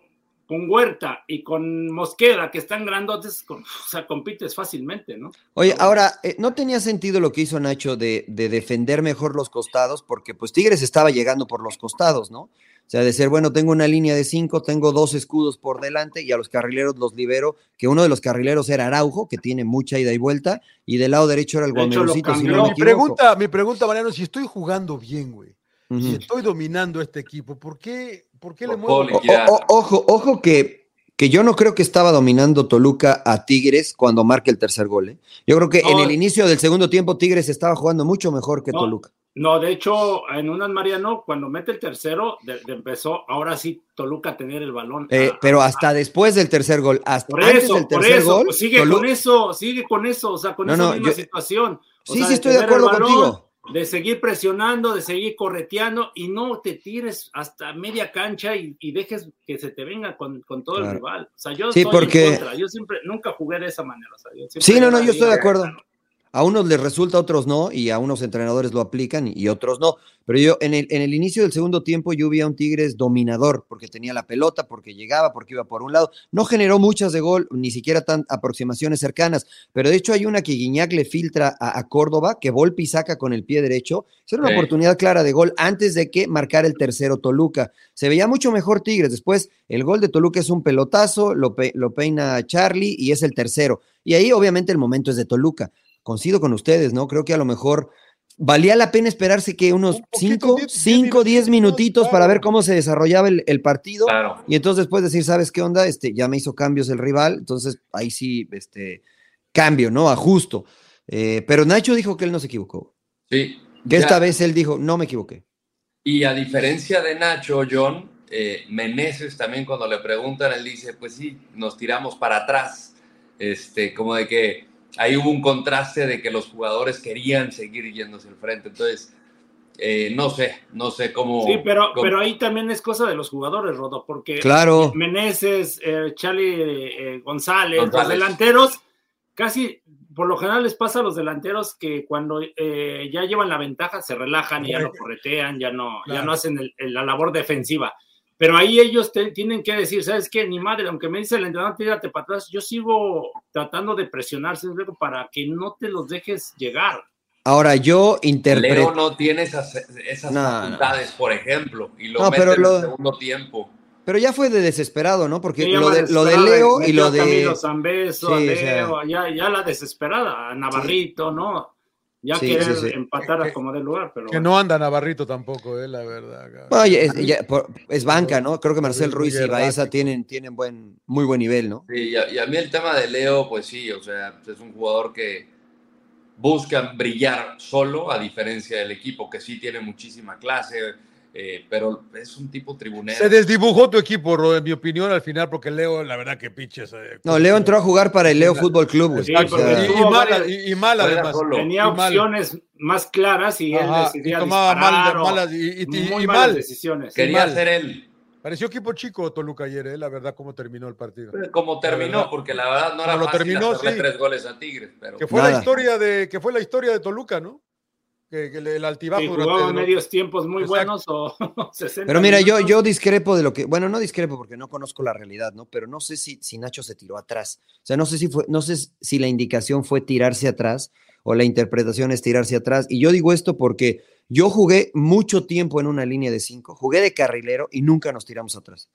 Speaker 4: con Huerta y con Mosquera, que están grandotes, con- o sea, compites fácilmente, ¿no?
Speaker 3: Oye, ahora, eh, no tenía sentido lo que hizo Nacho de, de defender mejor los costados, porque pues Tigres estaba llegando por los costados, ¿no? O sea, de ser, bueno, tengo una línea de cinco, tengo dos escudos por delante y a los carrileros los libero, que uno de los carrileros era Araujo, que tiene mucha ida y vuelta, y del lado derecho era el
Speaker 4: De hecho, lo
Speaker 3: Guamerucito, si
Speaker 4: cambió.
Speaker 3: no me
Speaker 2: Pero mi
Speaker 3: equivoco.
Speaker 2: pregunta, mi pregunta, Mariano, si estoy jugando bien, güey,
Speaker 3: Ujú.
Speaker 2: si estoy dominando este equipo, ¿por qué, por qué le
Speaker 1: Por
Speaker 2: muevo?
Speaker 1: Poli.
Speaker 3: O- o- o- ojo, ojo que, que yo no creo que estaba dominando Toluca a Tigres cuando marca el tercer gol. ¿eh? Yo creo que en
Speaker 4: No.
Speaker 3: el inicio del segundo tiempo Tigres estaba jugando mucho mejor que
Speaker 4: No.
Speaker 3: Toluca.
Speaker 4: No, de hecho, en unas Mariano, cuando mete el tercero, de- de empezó ahora sí Toluca a tener el balón.
Speaker 3: Eh,
Speaker 4: Ah,
Speaker 3: pero hasta después del tercer gol, hasta
Speaker 4: por
Speaker 3: antes
Speaker 4: eso,
Speaker 3: del
Speaker 4: por
Speaker 3: tercer
Speaker 4: eso,
Speaker 3: gol,
Speaker 4: pues sigue
Speaker 3: Tolu-
Speaker 4: con eso, sigue con eso, o sea, con
Speaker 3: No,
Speaker 4: esa
Speaker 3: no,
Speaker 4: misma
Speaker 3: yo-
Speaker 4: situación. O
Speaker 3: sí,
Speaker 4: sea,
Speaker 3: sí estoy de
Speaker 4: tener el
Speaker 3: acuerdo
Speaker 4: balón,
Speaker 3: contigo.
Speaker 4: de seguir presionando, de seguir correteando y no te tires hasta media cancha y, y dejes que se te venga con, con todo el
Speaker 3: Claro.
Speaker 4: rival. O sea, yo
Speaker 3: Sí,
Speaker 4: estoy
Speaker 3: porque-
Speaker 4: en contra. Yo siempre, nunca jugué de esa manera. o sea, yo siempre
Speaker 3: Sí, no, no,
Speaker 4: era
Speaker 3: yo estoy de
Speaker 4: ahí,
Speaker 3: acuerdo. A unos les resulta, a otros no, y a unos entrenadores lo aplican y otros no. Pero yo en el, en el inicio del segundo tiempo yo vi a un Tigres dominador, porque tenía la pelota, porque llegaba, porque iba por un lado. No generó muchas de gol, ni siquiera tan aproximaciones cercanas. Pero de hecho hay una que Guiñac le filtra a, a Córdoba, que Volpi saca con el pie derecho. Esa era una
Speaker 1: Sí.
Speaker 3: oportunidad clara de gol antes de que marcara el tercero Toluca. Se veía mucho mejor Tigres. Después el gol de Toluca es un pelotazo, lo, pe- lo peina Charlie y es el tercero. Y ahí obviamente el momento es de Toluca. Coincido con ustedes, ¿no? Creo que a lo mejor valía la pena esperarse que unos
Speaker 2: Un poquito,
Speaker 3: 5,
Speaker 2: diez- diez
Speaker 3: 5,
Speaker 2: minutitos,
Speaker 3: 10 minutitos para
Speaker 2: claro.
Speaker 3: ver cómo se desarrollaba el, el partido.
Speaker 1: Claro.
Speaker 3: Y entonces después decir, ¿sabes qué onda? Este, ya me hizo cambios el rival, entonces ahí sí, este, cambio, ¿no? Ajusto. Eh, pero Nacho dijo que él no se equivocó.
Speaker 1: Sí.
Speaker 3: Que
Speaker 1: Ya.
Speaker 3: esta vez él dijo, no me equivoqué.
Speaker 1: Y a diferencia de Nacho, John, eh, Meneses también cuando le preguntan, él dice, pues sí, nos tiramos para atrás. Este, como de que ahí hubo un contraste de que los jugadores querían seguir yéndose al frente. Entonces, eh, no sé, no sé cómo...
Speaker 4: Sí, pero,
Speaker 1: cómo-
Speaker 4: pero ahí también es cosa de los jugadores, Rodo, porque
Speaker 3: Claro.
Speaker 4: Meneses, eh, Charlie eh, González, los
Speaker 1: González.
Speaker 4: delanteros, casi por lo general les pasa a los delanteros que cuando eh, ya llevan la ventaja se relajan y ya no corretean, ya no, ya
Speaker 2: Claro.
Speaker 4: no hacen el- el- la labor defensiva. Pero ahí ellos te- tienen que decir, ¿sabes qué? Ni madre, aunque me dice el entrenador, tírate para atrás, yo sigo tratando de presionar sin embargo, para que no te los dejes llegar.
Speaker 3: Ahora yo
Speaker 1: Leo
Speaker 3: interpreto.
Speaker 1: no tiene esas, esas
Speaker 3: No,
Speaker 1: facultades, por ejemplo, y lo
Speaker 3: No,
Speaker 1: mete
Speaker 3: pero
Speaker 1: en
Speaker 3: lo-
Speaker 1: el segundo tiempo.
Speaker 3: Pero ya fue de desesperado, ¿no? Porque
Speaker 4: Sí, ya
Speaker 3: lo
Speaker 4: va
Speaker 3: de, lo de
Speaker 4: desesperada,
Speaker 3: Leo y
Speaker 4: metió
Speaker 3: lo
Speaker 4: a Camilo
Speaker 3: de.
Speaker 4: Zambeso,
Speaker 3: Sí, o
Speaker 4: a Leo, ya, ya la desesperada, a Navarrito, ¿no? Ya
Speaker 3: Sí,
Speaker 4: querer
Speaker 3: sí, sí.
Speaker 4: empatar
Speaker 2: Que-
Speaker 4: a como del lugar, pero.
Speaker 2: Que no anda Navarrito tampoco, eh, la verdad. cabrón.
Speaker 3: Oye, es, ya- por- es banca, ¿no? Creo que Marcel
Speaker 2: Muy
Speaker 3: Ruiz y Baeza
Speaker 2: errático.
Speaker 3: tienen, tienen buen, muy buen nivel, ¿no?
Speaker 1: Sí, y a, y a mí el tema de Leo, pues sí, o sea, es un jugador que busca brillar solo, a diferencia del equipo, que sí tiene muchísima clase, eh, pero es un tipo tribunero.
Speaker 2: Se desdibujó tu equipo, Ro, en mi opinión, al final, porque Leo, la verdad que pinches. eh,
Speaker 3: No, Leo entró a jugar para el Leo Fútbol Club. güey.
Speaker 4: Sí,
Speaker 2: Exacto,
Speaker 3: O sea,
Speaker 4: porque-
Speaker 2: y, y mala, y, y mala
Speaker 1: Juega
Speaker 2: además.
Speaker 1: solo.
Speaker 4: Tenía
Speaker 2: y mal.
Speaker 4: opciones más claras y él
Speaker 2: Ajá, y
Speaker 4: decidía
Speaker 2: tomaba mal-
Speaker 4: disparar o-
Speaker 2: malas y, y- y-
Speaker 4: muy
Speaker 2: y
Speaker 4: malas
Speaker 2: mal.
Speaker 4: decisiones.
Speaker 1: Quería
Speaker 2: mal.
Speaker 1: ser él,
Speaker 2: Pareció equipo chico Toluca ayer, eh, la verdad, cómo terminó el partido.
Speaker 1: como
Speaker 2: La verdad.
Speaker 1: terminó, porque la verdad no era
Speaker 2: Como lo
Speaker 1: fácil
Speaker 2: terminó,
Speaker 1: hacerle
Speaker 2: sí.
Speaker 1: tres goles a Tigres, pero
Speaker 2: Que fue la
Speaker 3: Nada.
Speaker 2: historia de, que fue la historia de Toluca, ¿no? Que, que el altibajo
Speaker 4: Sí,
Speaker 2: durante-
Speaker 4: jugaba
Speaker 2: ¿no?
Speaker 4: medios tiempos muy
Speaker 2: Exacto.
Speaker 4: buenos o 60
Speaker 3: Pero mira, yo,
Speaker 4: minutos.
Speaker 3: yo discrepo de lo que, bueno, no discrepo porque no conozco la realidad, ¿no? Pero no sé si, si Nacho se tiró atrás. O sea, no sé si fue, no sé si la indicación fue tirarse atrás o la interpretación es tirarse atrás. Y yo digo esto porque yo jugué mucho tiempo en una línea de cinco, jugué de carrilero y nunca nos tiramos atrás.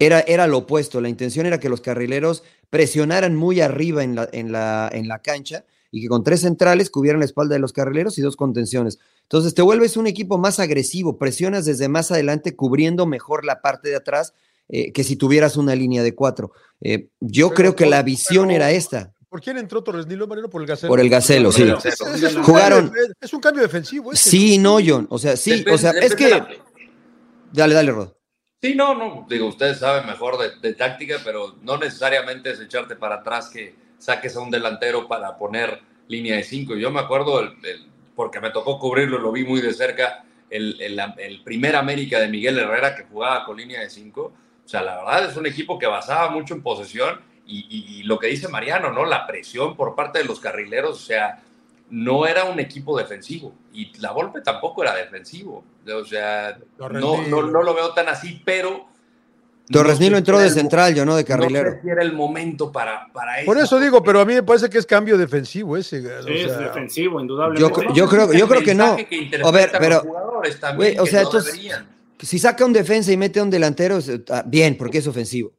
Speaker 3: Era, era lo opuesto, la intención era que los carrileros presionaran muy arriba en la, en la, en la cancha y que con tres centrales cubrieran la espalda de los carrileros y dos contenciones. Entonces te vuelves un equipo más agresivo, presionas desde más adelante cubriendo mejor la parte de atrás eh, que si tuvieras una línea de cuatro. Eh, yo pero, creo que la visión pero, era esta.
Speaker 2: ¿Por quién entró Torres Nilo, Mariano? Por el Gacelo.
Speaker 3: Por el Gacelo, sí.
Speaker 2: Es, es, es
Speaker 3: Jugaron.
Speaker 2: Un de, es un cambio defensivo. Este,
Speaker 3: sí, no, John. O sea, sí, depende, o sea, es que. La... Dale, dale, Rod.
Speaker 1: Sí, no, no. Digo, ustedes saben mejor de, de táctica, pero no necesariamente es echarte para atrás que saques a un delantero para poner línea de cinco. Yo me acuerdo, el, el, porque me tocó cubrirlo, lo vi muy de cerca, el, el, primer América de Miguel Herrera que jugaba con línea de cinco. O sea, la verdad es un equipo que basaba mucho en posesión y, y, y, lo que dice Mariano, ¿no? La presión por parte de los carrileros, o sea, no era un equipo defensivo y la Volpe tampoco era defensivo. O sea, no, no, no lo veo tan así, pero...
Speaker 3: Torres Nilo entró de central, yo no de carrilero.
Speaker 1: No era el momento para, para eso.
Speaker 2: Por eso digo, pero a mí me parece que es cambio defensivo ese.
Speaker 4: O sí, sea, es defensivo, indudablemente.
Speaker 3: Yo, yo creo, yo creo que no. Que a ver, pero.
Speaker 1: También,
Speaker 3: wey, o sea, no estos, si saca un defensa y mete a un delantero, ah, bien, porque es ofensivo.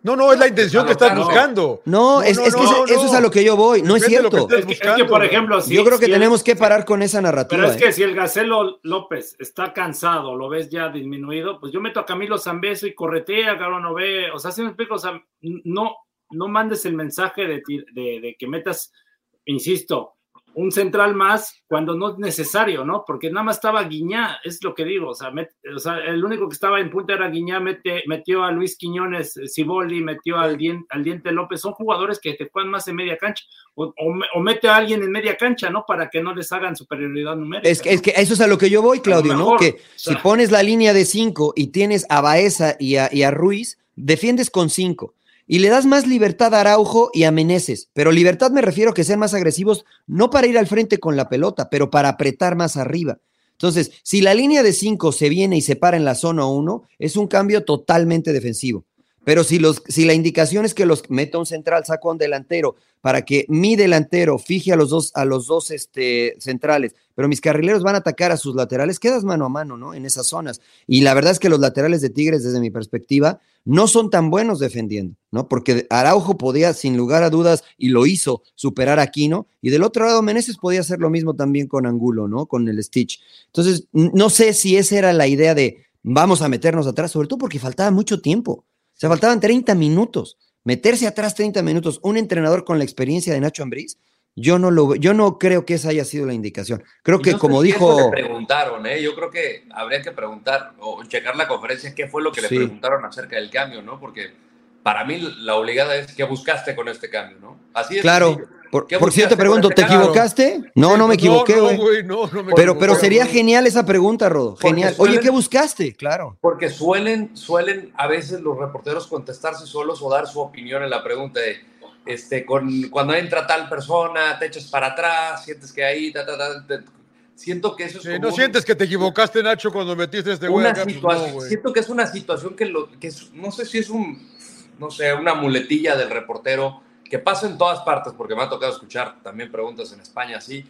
Speaker 2: No, no, es la intención que estás buscando.
Speaker 3: No, es, es que eso, eso, es a lo que yo voy. No es cierto.
Speaker 4: Que buscando, es que, por ejemplo, si,
Speaker 3: yo creo que
Speaker 4: si
Speaker 3: tenemos el, que parar con esa narrativa.
Speaker 4: Pero es que eh. si el Gacelo López está cansado, lo ves ya disminuido, pues yo meto a Camilo Zambeso y corretea, cabrón, no ve. O sea, si me explico, o sea, no, no mandes el mensaje de, de, de que metas, insisto, un central más cuando no es necesario, ¿no? Porque nada más estaba Guiñá, es lo que digo, o sea, met, o sea el único que estaba en punta era Guiñá, mete, metió a Luis Quiñones, eh, Ciboli, metió al, Dien, al Diente López, son jugadores que te juegan más en media cancha, o, o, o, mete a alguien en media cancha, ¿no? Para que no les hagan superioridad numérica.
Speaker 3: Es que, es que eso es a lo que yo voy, Claudio, mejor, ¿no? Que o sea, si pones la línea de cinco y tienes a Baeza y a, y a Ruiz, defiendes con cinco y le das más libertad a Araujo y a Meneses. Pero libertad me refiero a que sean más agresivos, no para ir al frente con la pelota, pero para apretar más arriba. Entonces, si la línea de 5 se viene y se para en la zona 1, es un cambio totalmente defensivo. Pero si, los, si la indicación es que los meta un central, saco a un delantero, para que mi delantero fije a los dos, a los dos este, centrales, pero mis carrileros van a atacar a sus laterales, quedas mano a mano, ¿no? En esas zonas. Y la verdad es que los laterales de Tigres, desde mi perspectiva, no son tan buenos defendiendo, ¿no? Porque Araujo podía, sin lugar a dudas, y lo hizo, superar a Aquino, y del otro lado Meneses podía hacer lo mismo también con Angulo, ¿no? Con el Stitch. Entonces, no sé si esa era la idea de vamos a meternos atrás, sobre todo porque faltaba mucho tiempo. O sea, faltaban 30 minutos. Meterse atrás 30 minutos, un entrenador con la experiencia de Nacho Ambriz, yo no lo yo no creo que esa haya sido la indicación. Creo que
Speaker 1: no
Speaker 3: como dijo
Speaker 1: le preguntaron, ¿eh? yo creo que habría que preguntar o checar la conferencia qué fue lo que sí. le preguntaron acerca del cambio, ¿no? Porque para mí la obligada es qué buscaste con este cambio, ¿no?
Speaker 3: Así es. Claro. Que, por, por cierto, te pregunto, ¿te equivocaste? No, no me
Speaker 2: pues,
Speaker 3: equivoqué, güey. No, no, no, pero, pero sería genial esa pregunta, Rodo. Genial. Suelen, Oye, ¿qué buscaste? Claro.
Speaker 1: Porque suelen, suelen a veces los reporteros contestarse solos o dar su opinión en la pregunta de, este, con, cuando entra tal persona, te echas para atrás, sientes que ahí, ta, ta, ta, te, siento que eso es...
Speaker 2: Sí, como no un, sientes que te equivocaste, Nacho, cuando metiste este güey.
Speaker 1: siento que es una situación que, lo, que es, no sé si es un, no sé, una muletilla del reportero que pasa en todas partes, porque me ha tocado escuchar también preguntas en España así,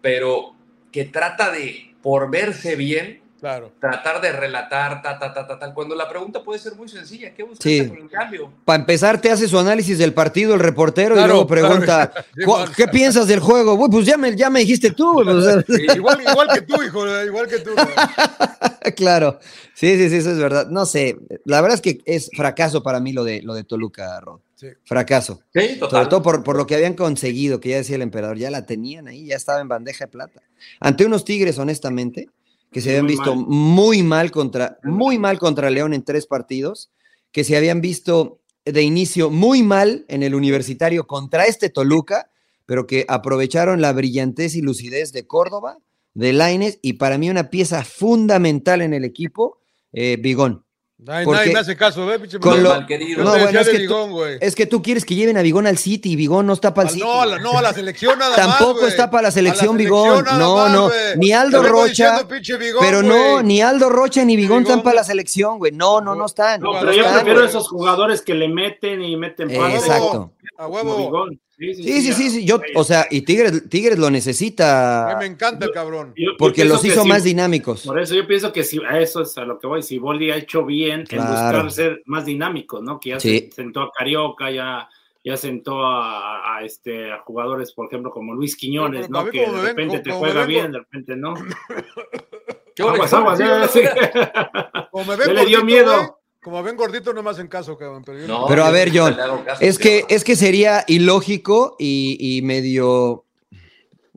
Speaker 1: pero que trata de, por verse bien,
Speaker 2: claro.
Speaker 1: tratar de relatar, ta, ta, ta, ta, cuando la pregunta puede ser muy sencilla, ¿qué buscas sí. con el cambio?
Speaker 3: Para empezar, te hace su análisis del partido el reportero claro, y luego pregunta, claro. ¿qué piensas del juego? Uy, pues ya me, ya me dijiste tú. pues, O
Speaker 2: sea. sí, igual, igual, que tú, hijo, igual que tú.
Speaker 3: claro, sí, sí, sí, eso es verdad. No sé, la verdad es que es fracaso para mí lo de, lo de Toluca, Rod. Sí. Fracaso.
Speaker 1: Sí, total.
Speaker 3: Sobre todo por, por, lo que habían conseguido, que ya decía el emperador, ya la tenían ahí, ya estaba en bandeja de plata. Ante unos Tigres, honestamente, que se muy habían visto mal. muy mal contra, muy mal contra León en tres partidos, que se habían visto de inicio muy mal en el universitario contra este Toluca, pero que aprovecharon la brillantez y lucidez de Córdoba, de Laines, y para mí una pieza fundamental en el equipo, eh, Bigón.
Speaker 2: Ay, nadie me hace caso, ¿eh? Piche,
Speaker 3: con
Speaker 2: lo,
Speaker 3: mal querido. No, bueno, es, que Vigón, tú, es, que tú, quieres que lleven a Vigón al City y Vigón no está para el City.
Speaker 2: No, la, no, a la selección nada
Speaker 3: Tampoco
Speaker 2: más,
Speaker 3: está para la selección, Vigón. No, no. Ni Aldo Rocha.
Speaker 2: Diciendo, Vigón,
Speaker 3: pero no, ni Aldo Rocha ni Vigón están para la selección, güey. No, no, no están.
Speaker 4: No, pero
Speaker 3: están,
Speaker 4: yo prefiero esos jugadores que le meten y meten
Speaker 3: pues. Exacto.
Speaker 2: A huevo.
Speaker 3: Sí, sí, sí, sí, sí, Yo, o sea, y Tigres, Tigres lo necesita.
Speaker 2: Me encanta el cabrón.
Speaker 4: Yo- yo
Speaker 3: Porque
Speaker 4: pienso
Speaker 3: los
Speaker 4: que
Speaker 3: hizo
Speaker 4: si-
Speaker 3: más dinámicos.
Speaker 4: Por eso yo pienso que si a eso es a lo que voy, si Boldi ha hecho bien
Speaker 3: Claro.
Speaker 4: en buscar ser más dinámico, ¿no? Que ya
Speaker 3: Sí.
Speaker 4: se- sentó a Carioca, ya, ya sentó a, a, este a jugadores, por ejemplo, como Luis Quiñones,
Speaker 2: Pero a
Speaker 4: ¿no?
Speaker 2: mí
Speaker 4: Que
Speaker 2: como
Speaker 4: de
Speaker 2: me ven,
Speaker 4: repente te
Speaker 2: como- como
Speaker 4: juega
Speaker 2: me ven
Speaker 4: bien,
Speaker 2: con-
Speaker 4: de repente no.
Speaker 1: ¿Qué hora
Speaker 4: Aguas,
Speaker 1: es?
Speaker 4: aguas, ya, sí.
Speaker 2: Como me ven
Speaker 4: Ya le dio
Speaker 2: gordito,
Speaker 4: miedo.
Speaker 2: güey, como me ven gordito, no me hacen caso, cabrón. Pero yo
Speaker 1: No,
Speaker 3: Pero a
Speaker 1: yo
Speaker 3: ver,
Speaker 1: nunca
Speaker 3: John,
Speaker 1: le hago caso,
Speaker 3: Es que,
Speaker 1: tío.
Speaker 3: es que sería ilógico y, y medio,